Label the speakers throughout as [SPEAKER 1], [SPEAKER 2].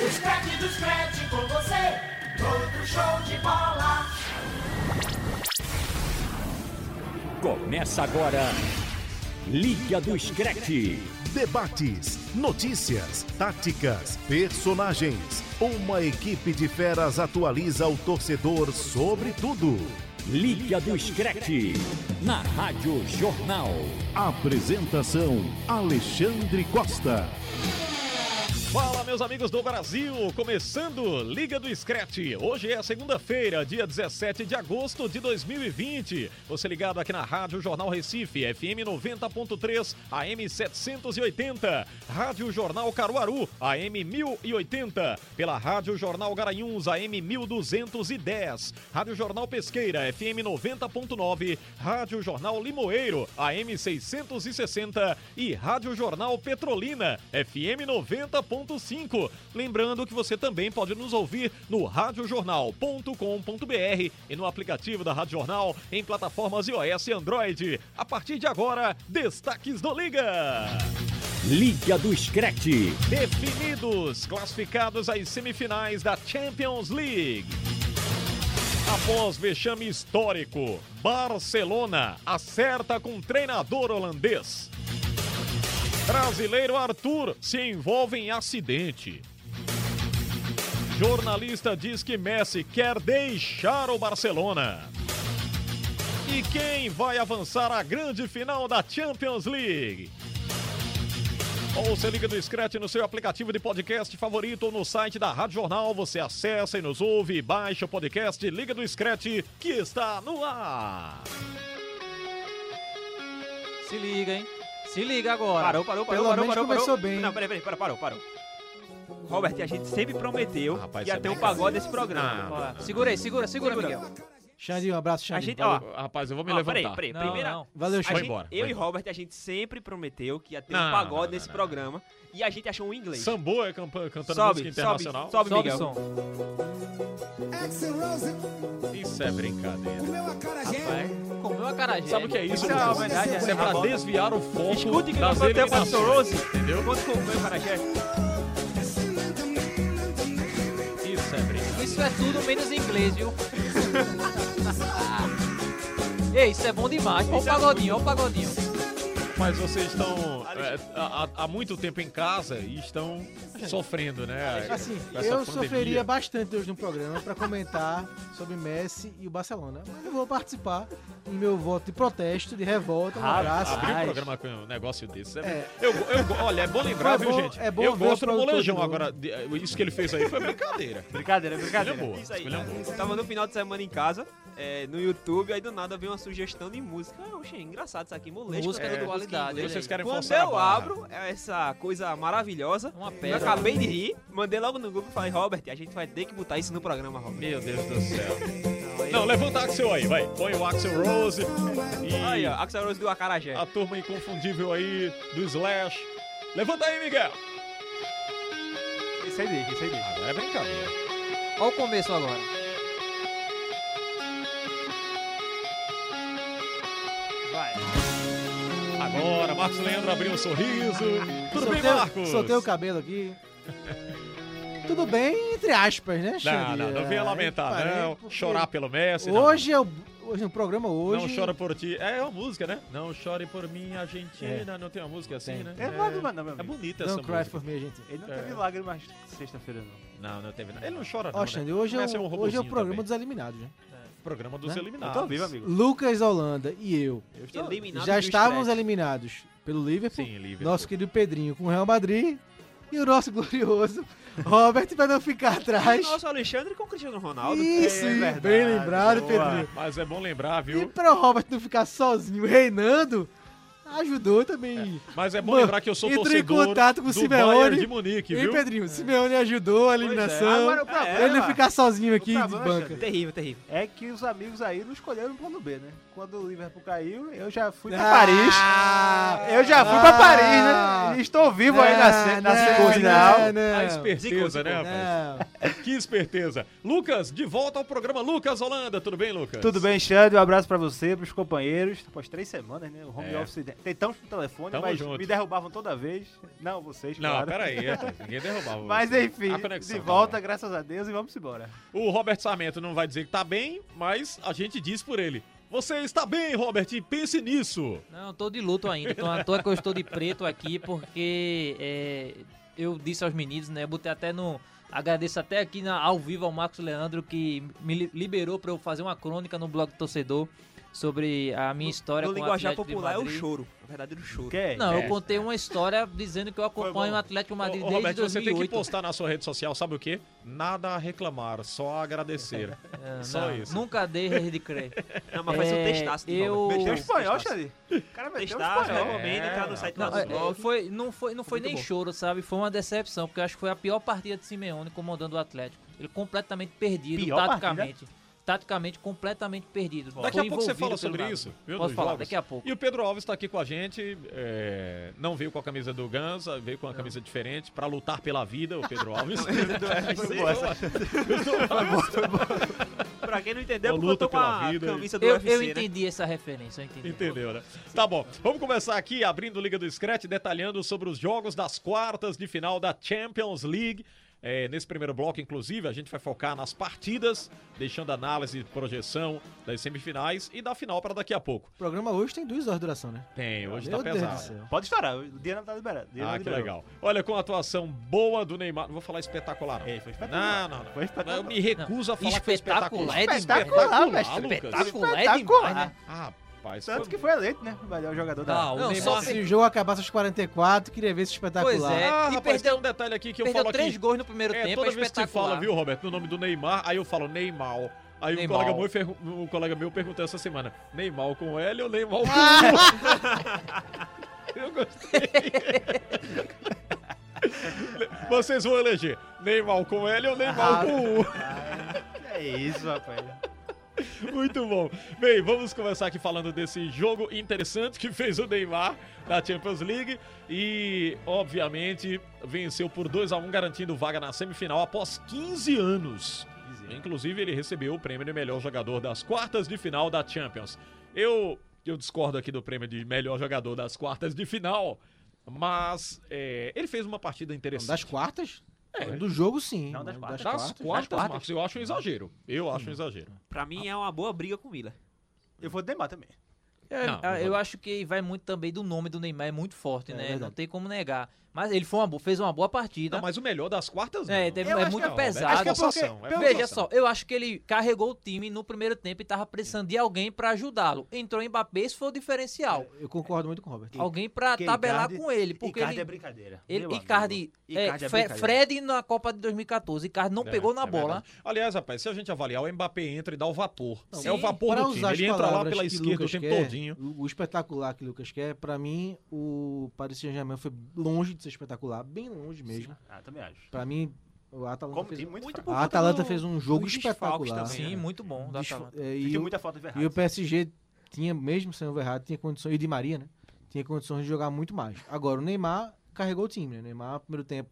[SPEAKER 1] O Scratch do Scratch com você, outro show de bola.
[SPEAKER 2] Começa agora. Liga do Screte.
[SPEAKER 3] Debates, notícias, táticas, personagens. Uma equipe de feras atualiza o torcedor sobre tudo.
[SPEAKER 2] Liga do Screte. Na Rádio Jornal.
[SPEAKER 3] Apresentação: Alexandre Costa.
[SPEAKER 4] Fala, meus amigos do Brasil! Começando Liga do Scratch. Hoje é segunda-feira, dia 17 de agosto de 2020. Você ligado aqui na Rádio Jornal Recife, FM 90.3, AM 780. Rádio Jornal Caruaru, AM 1080. Pela Rádio Jornal Garanhuns, AM 1210. Rádio Jornal Pesqueira, FM 90.9. Rádio Jornal Limoeiro, AM 660. E Rádio Jornal Petrolina, FM 90. 90.5. Lembrando que você também pode nos ouvir no radiojornal.com.br e no aplicativo da Rádio Jornal em plataformas iOS e Android. A partir de agora, destaques do Liga.
[SPEAKER 2] Liga do Screte.
[SPEAKER 4] Definidos, classificados às semifinais da Champions League. Após vexame histórico, Barcelona acerta com treinador holandês. Brasileiro Arthur se envolve em acidente. Jornalista diz que Messi quer deixar o Barcelona. E quem vai avançar à grande final da Champions League? Ou se liga do Scratch no seu aplicativo de podcast favorito ou no site da Rádio Jornal. Você acessa e nos ouve e baixa o podcast Liga do Scratch que está no ar.
[SPEAKER 5] Se liga, hein? Se liga agora.
[SPEAKER 6] Parou, parou, parou,
[SPEAKER 5] Pelo
[SPEAKER 6] parou,
[SPEAKER 5] menos
[SPEAKER 6] parou,
[SPEAKER 5] começou
[SPEAKER 6] parou.
[SPEAKER 5] bem.
[SPEAKER 6] Não, peraí, peraí, peraí, parou, parou. Robert, a gente sempre prometeu
[SPEAKER 4] Ah, rapaz,
[SPEAKER 6] que ia
[SPEAKER 4] isso é
[SPEAKER 6] ter um
[SPEAKER 4] brincadeira.
[SPEAKER 6] pagode nesse programa.
[SPEAKER 4] Ah,
[SPEAKER 6] Ó lá.
[SPEAKER 5] Segura aí, segura, segura, Miguel. Xandinho, um abraço,
[SPEAKER 6] A
[SPEAKER 5] Xandinho.
[SPEAKER 6] gente, ó,
[SPEAKER 4] Rapaz, eu vou me
[SPEAKER 6] ó,
[SPEAKER 4] levantar.
[SPEAKER 6] peraí, peraí,
[SPEAKER 5] Não,
[SPEAKER 6] primeira...
[SPEAKER 5] não. Valeu,
[SPEAKER 4] Vai
[SPEAKER 6] a gente,
[SPEAKER 5] Xandinho.
[SPEAKER 4] embora,
[SPEAKER 6] eu
[SPEAKER 4] vai
[SPEAKER 6] e
[SPEAKER 4] embora.
[SPEAKER 6] Robert, a gente sempre prometeu que ia ter
[SPEAKER 4] Não,
[SPEAKER 6] um
[SPEAKER 4] não,
[SPEAKER 6] pagode
[SPEAKER 4] não,
[SPEAKER 6] nesse
[SPEAKER 4] não,
[SPEAKER 6] programa e a gente achou um em inglês.
[SPEAKER 4] Sambo é campa- cantando música
[SPEAKER 6] sobe, sobe,
[SPEAKER 4] internacional.
[SPEAKER 6] sobe,
[SPEAKER 5] Sobe o
[SPEAKER 6] Miguel.
[SPEAKER 5] som.
[SPEAKER 7] Axel Rose,
[SPEAKER 4] Isso é brincadeira.
[SPEAKER 7] o meu acarajé.
[SPEAKER 5] Comeu a carajé.
[SPEAKER 4] Sabe o que é isso?
[SPEAKER 6] Isso é uma
[SPEAKER 4] Lucas?
[SPEAKER 6] homenagem
[SPEAKER 4] Isso é pra
[SPEAKER 6] Ramalho.
[SPEAKER 4] desviar o foco
[SPEAKER 6] Escute que
[SPEAKER 4] das
[SPEAKER 6] nós até
[SPEAKER 4] eliminações.
[SPEAKER 6] passou Rose. Entendeu? Quando com o meu Carajé.
[SPEAKER 4] Isso é brincadeira.
[SPEAKER 5] Isso é tudo menos inglês, viu? Ei, isso é bom demais. Olha o pagodinho, olha o pagodinho.
[SPEAKER 4] Mas vocês estão é, há, há- há muito tempo em casa e estão sofrendo, né?
[SPEAKER 8] Assim,
[SPEAKER 4] com essa
[SPEAKER 8] eu
[SPEAKER 4] pandemia.
[SPEAKER 8] sofreria bastante hoje no programa para comentar sobre Messi e o Barcelona. Mas eu vou participar em meu voto de protesto, de revolta, um abraço.
[SPEAKER 4] Abrir um programa com um negócio desse. É...
[SPEAKER 8] É.
[SPEAKER 4] Eu, eu- olha, é bom lembrar,
[SPEAKER 8] Foi
[SPEAKER 4] viu,
[SPEAKER 8] bom-
[SPEAKER 4] gente?
[SPEAKER 8] é bom
[SPEAKER 4] eu
[SPEAKER 8] ver o
[SPEAKER 4] gosto do
[SPEAKER 8] produtor de
[SPEAKER 4] molejão.
[SPEAKER 8] novo.
[SPEAKER 4] Agora, de- eh, isso que ele fez aí foi brincadeira.
[SPEAKER 6] Brincadeira, brincadeira.
[SPEAKER 4] Esculhambou,
[SPEAKER 6] Isso aí.
[SPEAKER 4] esculhambou.
[SPEAKER 6] Tava no final de semana em casa, é, no YouTube, aí do nada veio uma sugestão de música. Ah, oxe, engraçado isso aqui, molejo.
[SPEAKER 5] Música
[SPEAKER 6] é,
[SPEAKER 5] de qualidade. olha
[SPEAKER 4] Vocês
[SPEAKER 5] aí.
[SPEAKER 4] querem
[SPEAKER 6] Quando
[SPEAKER 4] forçar a
[SPEAKER 6] eu
[SPEAKER 4] barra.
[SPEAKER 6] abro é essa coisa maravilhosa,
[SPEAKER 5] Uma
[SPEAKER 6] eu
[SPEAKER 5] pedra.
[SPEAKER 6] acabei de rir, mandei logo no grupo e falei, Robert, a gente vai ter que botar isso no programa, Robert.
[SPEAKER 4] Meu Deus do céu. Não, levanta Axel aí, vai. Põe o Axel Rose. E
[SPEAKER 6] Aí, ó, Axel Rose do Acarajé.
[SPEAKER 4] a turma inconfundível aí do Slash. Levanta aí, Miguel.
[SPEAKER 6] Isso aí deixa, isso aí deixa.
[SPEAKER 4] Agora é brincadeira.
[SPEAKER 5] Olha o começo agora.
[SPEAKER 6] Vai.
[SPEAKER 4] Agora, Marcos Leandro abriu um sorriso. Tudo bem,
[SPEAKER 8] Soltei-
[SPEAKER 4] Marcos?
[SPEAKER 8] Soltei o cabelo aqui. Tudo bem, entre aspas, né,
[SPEAKER 4] Não,
[SPEAKER 8] Xande?
[SPEAKER 4] não, não venha
[SPEAKER 8] É,
[SPEAKER 4] lamentar,
[SPEAKER 8] parei,
[SPEAKER 4] não.
[SPEAKER 8] porque
[SPEAKER 4] Chorar pelo Messi. não.
[SPEAKER 8] Hoje é o. Hoje no programa hoje.
[SPEAKER 4] Não chora por ti. É uma música, né? Não chore por mim, Argentina. Não tem uma música assim,
[SPEAKER 8] É. Tem.
[SPEAKER 4] né?
[SPEAKER 9] Teve lágrima não, meu
[SPEAKER 4] É
[SPEAKER 9] amigo.
[SPEAKER 4] bonita essa
[SPEAKER 8] Don't cry
[SPEAKER 4] música.
[SPEAKER 8] for me, gente.
[SPEAKER 9] Ele não
[SPEAKER 4] É.
[SPEAKER 9] teve lágrimas sexta-feira, não.
[SPEAKER 4] Não, não teve nada. Ele não chora, não.
[SPEAKER 8] Ó,
[SPEAKER 4] né?
[SPEAKER 8] Xande, hoje é,
[SPEAKER 4] Messi
[SPEAKER 8] o, hoje é o
[SPEAKER 4] robozinho
[SPEAKER 8] programa
[SPEAKER 4] também.
[SPEAKER 8] dos eliminados, né?
[SPEAKER 4] Programa dos
[SPEAKER 8] né?
[SPEAKER 9] Eu
[SPEAKER 4] eliminados.
[SPEAKER 9] tô vivo, amigo.
[SPEAKER 8] Lucas Holanda e eu
[SPEAKER 6] Eliminado
[SPEAKER 8] já
[SPEAKER 6] do
[SPEAKER 8] estávamos
[SPEAKER 6] Scratch.
[SPEAKER 8] eliminados pelo Liverpool.
[SPEAKER 4] Sim, livre.
[SPEAKER 8] Nosso querido Pedrinho com o Real Madrid e o nosso glorioso Robert para não ficar atrás.
[SPEAKER 6] Nosso Alexandre com o Cristiano Ronaldo.
[SPEAKER 8] Isso,
[SPEAKER 9] é
[SPEAKER 8] hein?
[SPEAKER 9] verdade,
[SPEAKER 8] bem lembrado,
[SPEAKER 9] boa.
[SPEAKER 8] Pedrinho.
[SPEAKER 4] Mas é bom lembrar,
[SPEAKER 8] E
[SPEAKER 4] viu?
[SPEAKER 8] para o Robert não ficar sozinho reinando, ajudou também.
[SPEAKER 4] Mas é bom
[SPEAKER 8] Mano,
[SPEAKER 4] lembrar que eu sou
[SPEAKER 8] entrou em
[SPEAKER 4] torcedor
[SPEAKER 8] contato com o
[SPEAKER 4] do
[SPEAKER 8] Simeone.
[SPEAKER 4] Bayern de Munique,
[SPEAKER 8] e
[SPEAKER 4] viu?
[SPEAKER 8] Pedrinho, Simeone ajudou a eliminação.
[SPEAKER 9] é, Agora o
[SPEAKER 8] Pra ele
[SPEAKER 9] problema
[SPEAKER 8] não ficar sozinho aqui de
[SPEAKER 9] problema,
[SPEAKER 8] banca.
[SPEAKER 9] Xande.
[SPEAKER 6] Terrível, terrível.
[SPEAKER 9] é que os amigos aí não escolheram o plano B, né? Quando o Liverpool caiu, eu já fui pra Paris.
[SPEAKER 8] Ah,
[SPEAKER 9] Eu já fui pra Ah. Paris, né? E Estou vivo aí na, se- na
[SPEAKER 8] não,
[SPEAKER 9] semifinal.
[SPEAKER 4] é.
[SPEAKER 8] não, não.
[SPEAKER 4] A esperteza, né, rapaz?
[SPEAKER 8] Não.
[SPEAKER 4] Que esperteza. Lucas, de volta ao programa Lucas Holanda. Tudo bem, Lucas?
[SPEAKER 9] Tudo bem, Xande? Um abraço pra você, pros companheiros. Após três semanas, né? O home
[SPEAKER 4] É.
[SPEAKER 9] office. Tentamos pro telefone,
[SPEAKER 4] Tamo
[SPEAKER 9] mas
[SPEAKER 4] junto.
[SPEAKER 9] me derrubavam toda vez. Não, vocês,
[SPEAKER 4] Não,
[SPEAKER 9] claro.
[SPEAKER 4] peraí. é, rapaz, Ninguém derrubava.
[SPEAKER 9] Mas
[SPEAKER 4] você.
[SPEAKER 9] enfim,
[SPEAKER 4] A conexão,
[SPEAKER 9] de
[SPEAKER 4] tá
[SPEAKER 9] volta,
[SPEAKER 4] bom.
[SPEAKER 9] graças a Deus, e vamos embora.
[SPEAKER 4] O Robert Sarmento não vai dizer que tá bem, mas a gente diz por ele. Você está bem, Robert, e pense nisso.
[SPEAKER 5] Não, tô de luto ainda. Então, à toa que eu estou de preto aqui, porque é, eu disse aos meninos, né? Eu botei até no. Agradeço até aqui na- ao vivo ao Marcos Leandro, que me li- liberou pra eu fazer uma crônica no blog do torcedor sobre a minha história
[SPEAKER 6] No
[SPEAKER 5] com o
[SPEAKER 6] linguajar
[SPEAKER 5] Atlético de
[SPEAKER 6] popular é o
[SPEAKER 5] Madrid.
[SPEAKER 6] choro. O verdadeiro choro.
[SPEAKER 9] Que é?
[SPEAKER 5] Não,
[SPEAKER 4] É.
[SPEAKER 5] eu contei uma história dizendo que eu acompanho
[SPEAKER 4] bom.
[SPEAKER 5] o Atlético de
[SPEAKER 4] Ô,
[SPEAKER 5] Madrid
[SPEAKER 4] ô,
[SPEAKER 5] desde
[SPEAKER 4] Robert, você tem que
[SPEAKER 5] 2008.
[SPEAKER 4] postar na sua rede social, sabe o quê? Nada a reclamar, só a agradecer.
[SPEAKER 5] Ah,
[SPEAKER 4] Só
[SPEAKER 5] não,
[SPEAKER 4] isso.
[SPEAKER 5] Nunca dei de crer.
[SPEAKER 6] Não, mas faz um
[SPEAKER 5] É,
[SPEAKER 6] testaço de
[SPEAKER 5] eu-
[SPEAKER 6] Robert.
[SPEAKER 9] Meteu o
[SPEAKER 5] Não,
[SPEAKER 9] espanhol, Xande? O cara meteu o
[SPEAKER 6] Testaço,
[SPEAKER 9] espanhol.
[SPEAKER 6] recomendo, entrar no site do
[SPEAKER 5] Não,
[SPEAKER 6] nosso
[SPEAKER 5] é,
[SPEAKER 6] blog.
[SPEAKER 5] foi, não foi, não foi
[SPEAKER 6] Muito
[SPEAKER 5] nem
[SPEAKER 6] bom.
[SPEAKER 5] choro, sabe? Foi uma decepção, porque eu acho que foi a pior partida de Simeone comandando o Atlético. Ele completamente perdido,
[SPEAKER 9] Pior
[SPEAKER 5] taticamente. Taticamente, completamente perdido.
[SPEAKER 4] Daqui a
[SPEAKER 5] Foi
[SPEAKER 4] pouco você
[SPEAKER 5] envolvido
[SPEAKER 4] fala
[SPEAKER 5] pelo
[SPEAKER 4] sobre
[SPEAKER 5] nada.
[SPEAKER 4] isso. Viu,
[SPEAKER 5] Posso
[SPEAKER 4] dos
[SPEAKER 5] falar,
[SPEAKER 4] jogos.
[SPEAKER 5] daqui a pouco.
[SPEAKER 4] E o Pedro Alves está aqui com a gente. é, não veio com a camisa do Ganza, veio com uma camisa diferente para lutar pela vida, o Pedro Alves.
[SPEAKER 9] Foi boa essa.
[SPEAKER 6] Pra quem não entendeu,
[SPEAKER 4] Uma
[SPEAKER 6] porque eu tô
[SPEAKER 4] luta
[SPEAKER 6] com a
[SPEAKER 4] pela vida.
[SPEAKER 6] camisa do
[SPEAKER 5] Eu,
[SPEAKER 6] UFC,
[SPEAKER 5] eu
[SPEAKER 6] né?
[SPEAKER 5] entendi essa referência, eu entendi.
[SPEAKER 4] Entendeu, né? Tá bom. Vamos começar aqui abrindo Liga do Scratch, detalhando sobre os jogos das quartas de final da Champions League. É, nesse primeiro bloco, inclusive, a gente vai focar nas partidas, deixando análise e projeção das semifinais e da final para daqui a pouco.
[SPEAKER 8] O programa hoje tem duas horas de duração, né?
[SPEAKER 4] Tem, hoje
[SPEAKER 8] Meu
[SPEAKER 4] tá
[SPEAKER 8] Deus do
[SPEAKER 4] pesado.
[SPEAKER 8] céu.
[SPEAKER 9] Pode estourar, o Diana tá liberado. Diana
[SPEAKER 4] Ah, que
[SPEAKER 9] liberou.
[SPEAKER 4] legal. Olha, com a atuação boa do Neymar. Não vou falar espetacular, não.
[SPEAKER 9] É,
[SPEAKER 4] Não,
[SPEAKER 9] foi
[SPEAKER 4] não,
[SPEAKER 9] espetacular.
[SPEAKER 4] não.
[SPEAKER 9] Foi espetacular.
[SPEAKER 4] Eu me recuso a falar que foi espetacular.
[SPEAKER 5] Espetacular, é
[SPEAKER 4] Espetacular,
[SPEAKER 5] demais.
[SPEAKER 9] Espetacular, velho.
[SPEAKER 4] Lucas.
[SPEAKER 5] Espetacular é
[SPEAKER 9] Espetacular.
[SPEAKER 5] demais, né?
[SPEAKER 4] Ah, rapaz.
[SPEAKER 9] Tanto
[SPEAKER 4] foi-
[SPEAKER 9] que foi eleito, né? O melhor jogador da.
[SPEAKER 5] Não, o
[SPEAKER 4] Não,
[SPEAKER 5] Neymar-
[SPEAKER 4] só
[SPEAKER 8] Se o jogo acabasse aos 44, queria ver esse espetacular.
[SPEAKER 5] Pois é.
[SPEAKER 4] Ah,
[SPEAKER 5] e
[SPEAKER 4] rapaz,
[SPEAKER 5] perdeu-
[SPEAKER 4] tem um detalhe aqui que eu
[SPEAKER 5] Perdeu
[SPEAKER 4] falo aqui.
[SPEAKER 5] três gols no primeiro
[SPEAKER 4] É,
[SPEAKER 5] tempo, é
[SPEAKER 4] toda vez que se
[SPEAKER 5] espetacular.
[SPEAKER 4] fala, viu, Roberto, no nome do Neymar, aí eu falo Neymar. Aí um
[SPEAKER 5] Neymar.
[SPEAKER 4] colega, meu, ferru- um colega meu perguntou essa semana, Neymar com L ou Neymar com U? eu gostei. Vocês vão eleger Neymar com L ou
[SPEAKER 5] Ah.
[SPEAKER 4] Neymar com U?
[SPEAKER 9] É isso, rapaz.
[SPEAKER 4] Muito bom. Bem, vamos começar aqui falando desse jogo interessante que fez o Neymar na Champions League e, obviamente, venceu por 2 a 1 garantindo vaga na semifinal após 15 anos. Inclusive, ele recebeu o prêmio de melhor jogador das quartas de final da Champions. Eu, eu discordo aqui do prêmio de melhor jogador das quartas de final, mas é, ele fez uma partida interessante.
[SPEAKER 8] Das quartas? Do jogo, sim.
[SPEAKER 9] Não, das
[SPEAKER 8] mas
[SPEAKER 9] quartas.
[SPEAKER 4] Das quartas,
[SPEAKER 9] quartas?
[SPEAKER 4] Marcos, eu acho um exagero. Eu acho um exagero.
[SPEAKER 6] Pra mim é uma boa briga com o Miller.
[SPEAKER 9] Eu vou Neymar também.
[SPEAKER 5] É,
[SPEAKER 4] Não,
[SPEAKER 5] ah,
[SPEAKER 4] não
[SPEAKER 5] eu
[SPEAKER 4] vou-
[SPEAKER 5] acho que vai muito também do nome do Neymar, é muito forte,
[SPEAKER 8] É
[SPEAKER 5] né?
[SPEAKER 8] verdade.
[SPEAKER 5] Não tem como negar. Mas ele foi uma, bo- fez uma boa partida.
[SPEAKER 4] Não, mas o melhor das quartas
[SPEAKER 5] É,
[SPEAKER 4] não.
[SPEAKER 5] teve-
[SPEAKER 9] Eu
[SPEAKER 5] é
[SPEAKER 9] acho
[SPEAKER 5] muito
[SPEAKER 9] que-
[SPEAKER 4] Acho que
[SPEAKER 5] pesado.
[SPEAKER 4] é forçação, é
[SPEAKER 5] Veja
[SPEAKER 4] forçação.
[SPEAKER 5] só, eu acho que ele carregou o time no primeiro tempo e tava precisando de alguém pra ajudá-lo. Entrou em Mbappé, isso foi o diferencial.
[SPEAKER 8] Eu concordo muito com o Robert.
[SPEAKER 5] alguém pra
[SPEAKER 9] Porque
[SPEAKER 5] tabelar
[SPEAKER 9] Icardi-
[SPEAKER 5] com ele, porque
[SPEAKER 9] Icardi
[SPEAKER 5] ele,
[SPEAKER 9] é brincadeira.
[SPEAKER 5] ele
[SPEAKER 9] meu
[SPEAKER 5] Icardi,
[SPEAKER 9] amigo.
[SPEAKER 5] é,
[SPEAKER 9] Icardi é
[SPEAKER 5] Fe-
[SPEAKER 9] brincadeira.
[SPEAKER 5] Fred na Copa de 2014, Icardi não
[SPEAKER 4] É,
[SPEAKER 5] pegou na
[SPEAKER 4] é
[SPEAKER 5] bola.
[SPEAKER 4] verdade. Aliás, rapaz, se a gente avaliar, o Mbappé entra e dá o vapor.
[SPEAKER 5] Não,
[SPEAKER 4] é o
[SPEAKER 5] sim,
[SPEAKER 4] vapor
[SPEAKER 8] Pra
[SPEAKER 4] do time.
[SPEAKER 8] usar as
[SPEAKER 4] Ele entra lá
[SPEAKER 8] palavras
[SPEAKER 4] pela
[SPEAKER 8] que
[SPEAKER 4] esquerda o
[SPEAKER 8] Lucas
[SPEAKER 4] tempo
[SPEAKER 8] quer,
[SPEAKER 4] todinho.
[SPEAKER 8] O, o espetacular que Lucas quer, pra mim, o Paris Saint-Germain foi longe de ser espetacular, bem longe mesmo.
[SPEAKER 9] Ah, também acho.
[SPEAKER 8] Pra mim, o Atalanta
[SPEAKER 9] Como
[SPEAKER 8] fez,
[SPEAKER 9] tem muito, muito
[SPEAKER 8] a Atalanta fez um jogo
[SPEAKER 6] dos desfalques
[SPEAKER 8] espetacular.
[SPEAKER 6] também,
[SPEAKER 5] né? Sim, muito bom. da
[SPEAKER 8] Desf-
[SPEAKER 5] Atalanta.
[SPEAKER 8] é,
[SPEAKER 9] E
[SPEAKER 8] e,
[SPEAKER 9] tem
[SPEAKER 8] o,
[SPEAKER 9] muita falta de
[SPEAKER 8] e o
[SPEAKER 9] Verratti.
[SPEAKER 8] PSG tinha, mesmo sem o Verratti, tinha condições, e de Maria, né? Tinha condições de jogar muito mais. Agora, o Neymar carregou o time, né? O Neymar, no primeiro tempo,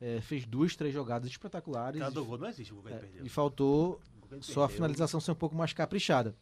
[SPEAKER 8] é, fez duas, três jogadas espetaculares.
[SPEAKER 9] Cara
[SPEAKER 8] e-
[SPEAKER 9] do gol não existe, o gol que ele
[SPEAKER 8] É,
[SPEAKER 9] perdeu.
[SPEAKER 8] e faltou
[SPEAKER 9] O gol que ele
[SPEAKER 8] só a
[SPEAKER 9] perdeu.
[SPEAKER 8] finalização ser um pouco mais caprichada.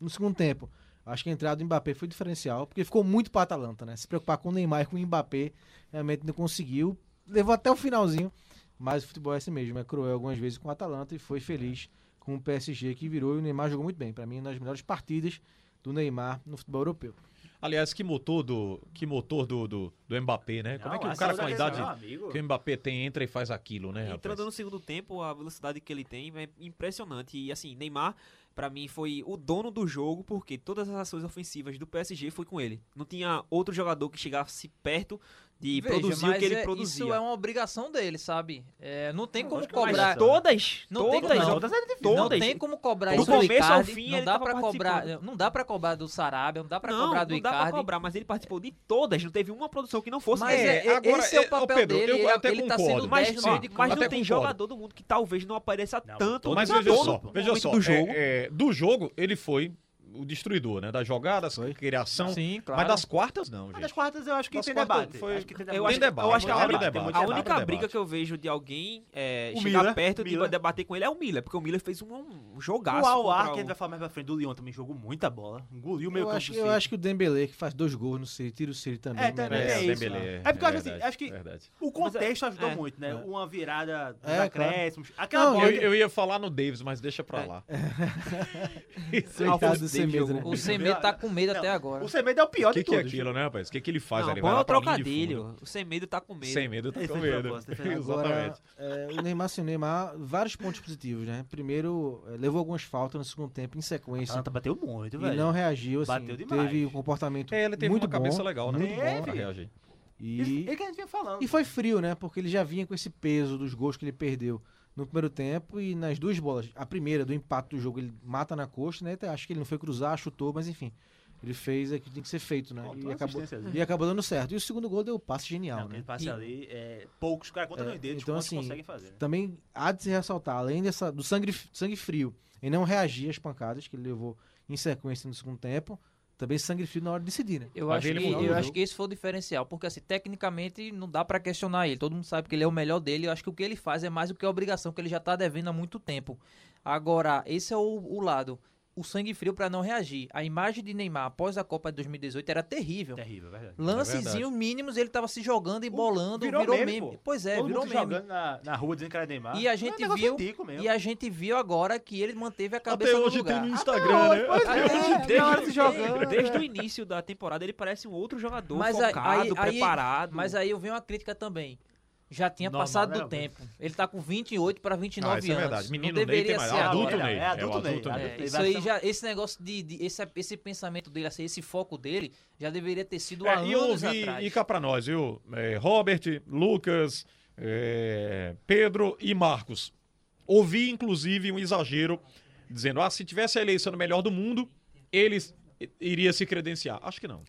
[SPEAKER 8] No segundo tempo, acho que a entrada do Mbappé foi diferencial, porque ficou muito para Atalanta, né? Se preocupar com o Neymar e com o Mbappé, realmente não conseguiu. Levou até o finalzinho, mas o futebol é esse mesmo, é cruel algumas vezes com o Atalanta e foi feliz com o PSG que virou e o Neymar jogou muito bem. Para mim, uma das melhores partidas do Neymar no futebol europeu.
[SPEAKER 4] Aliás, que motor do, que motor do, do, do Mbappé, né? Como é que
[SPEAKER 9] Não,
[SPEAKER 4] um cara
[SPEAKER 9] essa
[SPEAKER 4] com a
[SPEAKER 9] é
[SPEAKER 4] idade
[SPEAKER 9] meu amigo.
[SPEAKER 4] que o Mbappé tem entra e faz aquilo, né?
[SPEAKER 6] Entrando
[SPEAKER 4] rapaz?
[SPEAKER 6] no segundo tempo, a velocidade que ele tem é impressionante. E assim, Neymar, pra mim, foi o dono do jogo, porque todas as ações ofensivas do PSG foi com ele. Não tinha outro jogador que chegasse perto de
[SPEAKER 5] Veja,
[SPEAKER 6] produzir o
[SPEAKER 5] mas
[SPEAKER 6] que ele
[SPEAKER 5] é-
[SPEAKER 6] produzia.
[SPEAKER 5] Isso é uma obrigação dele, sabe? É, não tem como
[SPEAKER 9] lógico que é uma
[SPEAKER 5] cobrar.
[SPEAKER 6] Mas
[SPEAKER 9] obrigação.
[SPEAKER 6] todas,
[SPEAKER 5] Não tem
[SPEAKER 6] todas,
[SPEAKER 5] como.
[SPEAKER 6] todas, ele
[SPEAKER 5] Não
[SPEAKER 6] todas.
[SPEAKER 5] tem como cobrar
[SPEAKER 6] Do
[SPEAKER 5] isso do
[SPEAKER 6] começo ao
[SPEAKER 5] Icardi,
[SPEAKER 6] fim,
[SPEAKER 5] não
[SPEAKER 6] ele
[SPEAKER 5] dá
[SPEAKER 6] tava
[SPEAKER 5] pra cobrar,
[SPEAKER 6] participando.
[SPEAKER 5] não dá para cobrar do Sarabia, não dá pra
[SPEAKER 6] não,
[SPEAKER 5] cobrar do
[SPEAKER 6] não dá pra
[SPEAKER 5] Icardi.
[SPEAKER 6] cobrar, mas ele participou de todas. Não teve uma produção que não fosse
[SPEAKER 5] Mas
[SPEAKER 6] dele.
[SPEAKER 5] é, é-
[SPEAKER 4] agora,
[SPEAKER 5] esse é
[SPEAKER 4] é,
[SPEAKER 5] o
[SPEAKER 4] ô,
[SPEAKER 5] papel
[SPEAKER 4] Pedro,
[SPEAKER 5] dele,
[SPEAKER 4] eu
[SPEAKER 5] ele,
[SPEAKER 4] até
[SPEAKER 5] ele tá
[SPEAKER 4] concordo.
[SPEAKER 5] sendo
[SPEAKER 4] Mas
[SPEAKER 5] 10 no
[SPEAKER 4] sim,
[SPEAKER 5] meio de
[SPEAKER 6] mas não
[SPEAKER 5] campo.
[SPEAKER 4] até
[SPEAKER 6] tem
[SPEAKER 4] concordo.
[SPEAKER 6] jogador do mundo que talvez não apareça tanto
[SPEAKER 4] Mas
[SPEAKER 6] em
[SPEAKER 4] veja
[SPEAKER 6] todo
[SPEAKER 4] só, veja
[SPEAKER 6] momento
[SPEAKER 4] só.
[SPEAKER 6] do jogo.
[SPEAKER 4] é, é, do jogo, ele foi o destruidor, né? Das jogadas, criação.
[SPEAKER 5] Sim, claro.
[SPEAKER 4] Mas das quartas, não,
[SPEAKER 9] Nas
[SPEAKER 4] gente.
[SPEAKER 9] quartas eu acho que
[SPEAKER 4] Nas
[SPEAKER 9] tem
[SPEAKER 4] quartas
[SPEAKER 9] debate.
[SPEAKER 4] foi-
[SPEAKER 9] Acho que tem
[SPEAKER 6] Eu
[SPEAKER 9] debate.
[SPEAKER 4] Tem
[SPEAKER 6] acho,
[SPEAKER 4] debate,
[SPEAKER 6] eu acho que a,
[SPEAKER 4] abre
[SPEAKER 6] única-
[SPEAKER 4] debate,
[SPEAKER 6] a
[SPEAKER 4] abre
[SPEAKER 6] única
[SPEAKER 4] debate.
[SPEAKER 6] briga que eu vejo de alguém é,
[SPEAKER 9] O
[SPEAKER 6] chegar
[SPEAKER 9] Miller,
[SPEAKER 6] perto de
[SPEAKER 9] Miller.
[SPEAKER 6] debater com ele é o Miller, porque o Miller fez um, um jogaço.
[SPEAKER 9] O Alá,
[SPEAKER 6] contra
[SPEAKER 9] que a gente vai falar mais pra frente, do Lyon também jogou muita bola. Engoliu o meio
[SPEAKER 8] Eu
[SPEAKER 9] campo
[SPEAKER 8] acho,
[SPEAKER 9] do
[SPEAKER 8] eu
[SPEAKER 9] City.
[SPEAKER 8] acho que o Dembele, que faz dois gols no City, tira o City também. né?
[SPEAKER 9] É, também
[SPEAKER 8] merece.
[SPEAKER 9] é isso.
[SPEAKER 4] Dembélé,
[SPEAKER 9] É porque eu acho assim,
[SPEAKER 4] né? verdade,
[SPEAKER 9] acho que-
[SPEAKER 4] verdade.
[SPEAKER 9] O contexto ajudou
[SPEAKER 6] é.
[SPEAKER 9] muito, né? Uma virada dos
[SPEAKER 8] É, claro.
[SPEAKER 9] acréscimos. Aquela
[SPEAKER 8] Não, é
[SPEAKER 9] bola.
[SPEAKER 4] Eu, eu ia falar no Davis, mas deixa pra lá.
[SPEAKER 8] Coitado do Semedo, né?
[SPEAKER 5] O Semedo tá com medo até agora.
[SPEAKER 9] O Semedo é o pior
[SPEAKER 4] O que,
[SPEAKER 9] de
[SPEAKER 4] que é
[SPEAKER 9] todos.
[SPEAKER 4] aquilo, né, rapaz? O que, que ele faz
[SPEAKER 6] Não,
[SPEAKER 4] ali?
[SPEAKER 6] bom
[SPEAKER 4] Vai
[SPEAKER 6] é
[SPEAKER 4] lá
[SPEAKER 6] o
[SPEAKER 4] pra linha de fundo.
[SPEAKER 6] trocadilho. O sem medo tá com medo.
[SPEAKER 4] Sem medo, tá
[SPEAKER 9] Ele
[SPEAKER 4] com
[SPEAKER 9] fez de
[SPEAKER 4] medo.
[SPEAKER 9] propósito, ele fez de
[SPEAKER 4] Exatamente.
[SPEAKER 8] Agora, é, o Neymar, sim, o Neymar, vários pontos positivos, né? Primeiro, é, levou algumas faltas no segundo tempo em sequência.
[SPEAKER 4] Ah,
[SPEAKER 9] Santa bateu muito,
[SPEAKER 8] e
[SPEAKER 9] velho.
[SPEAKER 8] não reagiu, assim,
[SPEAKER 9] Bateu demais.
[SPEAKER 8] teve um comportamento
[SPEAKER 4] É, ele teve
[SPEAKER 8] muito
[SPEAKER 4] uma cabeça
[SPEAKER 8] bom,
[SPEAKER 4] legal, né?
[SPEAKER 8] muito bom.
[SPEAKER 4] pra reagir.
[SPEAKER 8] E,
[SPEAKER 9] Isso é que a gente vinha falando.
[SPEAKER 8] e foi frio, né? Porque ele já vinha com esse peso dos gols que ele perdeu no primeiro tempo e nas duas bolas. A primeira, do impacto do jogo, ele mata na coxa, né? Até Acho que ele não foi cruzar, chutou, mas enfim. Ele fez o que tinha que ser feito, né?
[SPEAKER 9] Faltou
[SPEAKER 8] E acabou,
[SPEAKER 9] assistência ali.
[SPEAKER 8] e acabou dando certo. E o segundo gol deu o passe
[SPEAKER 9] Não,
[SPEAKER 8] genial, né?
[SPEAKER 9] aquele passe ali, é, poucos caras contam
[SPEAKER 8] É,
[SPEAKER 9] nos dedos
[SPEAKER 8] então,
[SPEAKER 9] quantos
[SPEAKER 8] assim,
[SPEAKER 9] conseguem fazer. né?
[SPEAKER 8] Também há de se ressaltar, além dessa, do sangue, sangue frio e não reagir às pancadas que ele levou em sequência no segundo tempo, também sangue frio na hora de decidir, né?
[SPEAKER 5] Eu,
[SPEAKER 4] Mas
[SPEAKER 5] acho que,
[SPEAKER 4] ele mudou o
[SPEAKER 5] eu acho
[SPEAKER 4] jogo.
[SPEAKER 5] que esse foi o diferencial, porque assim, tecnicamente não dá pra questionar ele. Todo mundo sabe que ele é o melhor dele. Eu acho que o que ele faz é mais do que a obrigação, que ele já tá devendo há muito tempo. Agora, esse é o, o lado. O sangue frio pra não reagir. A imagem de Neymar após a Copa de 2018 era terrível.
[SPEAKER 9] Terrível, É, verdade.
[SPEAKER 5] Lancezinho mínimos, ele tava se jogando e bolando, virou, meme.
[SPEAKER 9] pô.
[SPEAKER 5] Pois é,
[SPEAKER 9] Todo
[SPEAKER 5] virou
[SPEAKER 9] mundo
[SPEAKER 5] meme.
[SPEAKER 9] jogando né? na, na rua dizendo que era Neymar.
[SPEAKER 5] E a
[SPEAKER 9] É um
[SPEAKER 5] gente
[SPEAKER 9] negócio
[SPEAKER 5] viu-
[SPEAKER 9] ridículo mesmo.
[SPEAKER 5] E a gente viu agora que ele manteve a cabeça
[SPEAKER 4] Até
[SPEAKER 5] no
[SPEAKER 4] hoje
[SPEAKER 5] lugar.
[SPEAKER 4] tem no Instagram, né?
[SPEAKER 5] Até-
[SPEAKER 9] tem hora se jogando.
[SPEAKER 6] Desde- Desde o início da temporada ele parece um outro jogador
[SPEAKER 5] Mas aí-
[SPEAKER 6] focado,
[SPEAKER 5] aí- aí-
[SPEAKER 6] preparado.
[SPEAKER 5] Mas aí eu venho uma crítica também. Já tinha
[SPEAKER 9] Normal,
[SPEAKER 5] passado
[SPEAKER 9] né,
[SPEAKER 5] do
[SPEAKER 9] Alberto?
[SPEAKER 5] tempo. Ele tá com 28 para 29
[SPEAKER 4] Ah, isso é
[SPEAKER 5] anos.
[SPEAKER 4] verdade. Menino
[SPEAKER 5] não
[SPEAKER 4] Ney tem
[SPEAKER 5] deveria
[SPEAKER 4] mais-
[SPEAKER 5] ser
[SPEAKER 4] Ah,
[SPEAKER 5] agora.
[SPEAKER 4] adulto Ney,
[SPEAKER 9] É adulto Ney.
[SPEAKER 4] É,
[SPEAKER 9] adulto
[SPEAKER 5] É,
[SPEAKER 9] Ney,
[SPEAKER 5] isso
[SPEAKER 9] vai
[SPEAKER 5] aí
[SPEAKER 9] ser-
[SPEAKER 5] já, esse negócio de, de- esse, esse pensamento dele, assim, esse foco dele, já deveria ter sido há
[SPEAKER 4] É, e eu
[SPEAKER 5] anos
[SPEAKER 4] ouvi,
[SPEAKER 5] atrás.
[SPEAKER 4] e cá pra nós, viu? É, Robert, Lucas, é, Pedro e Marcos. Ouvi, inclusive, um exagero dizendo: ah, se tivesse a eleição do melhor do mundo, ele i- iria se credenciar. Acho que não.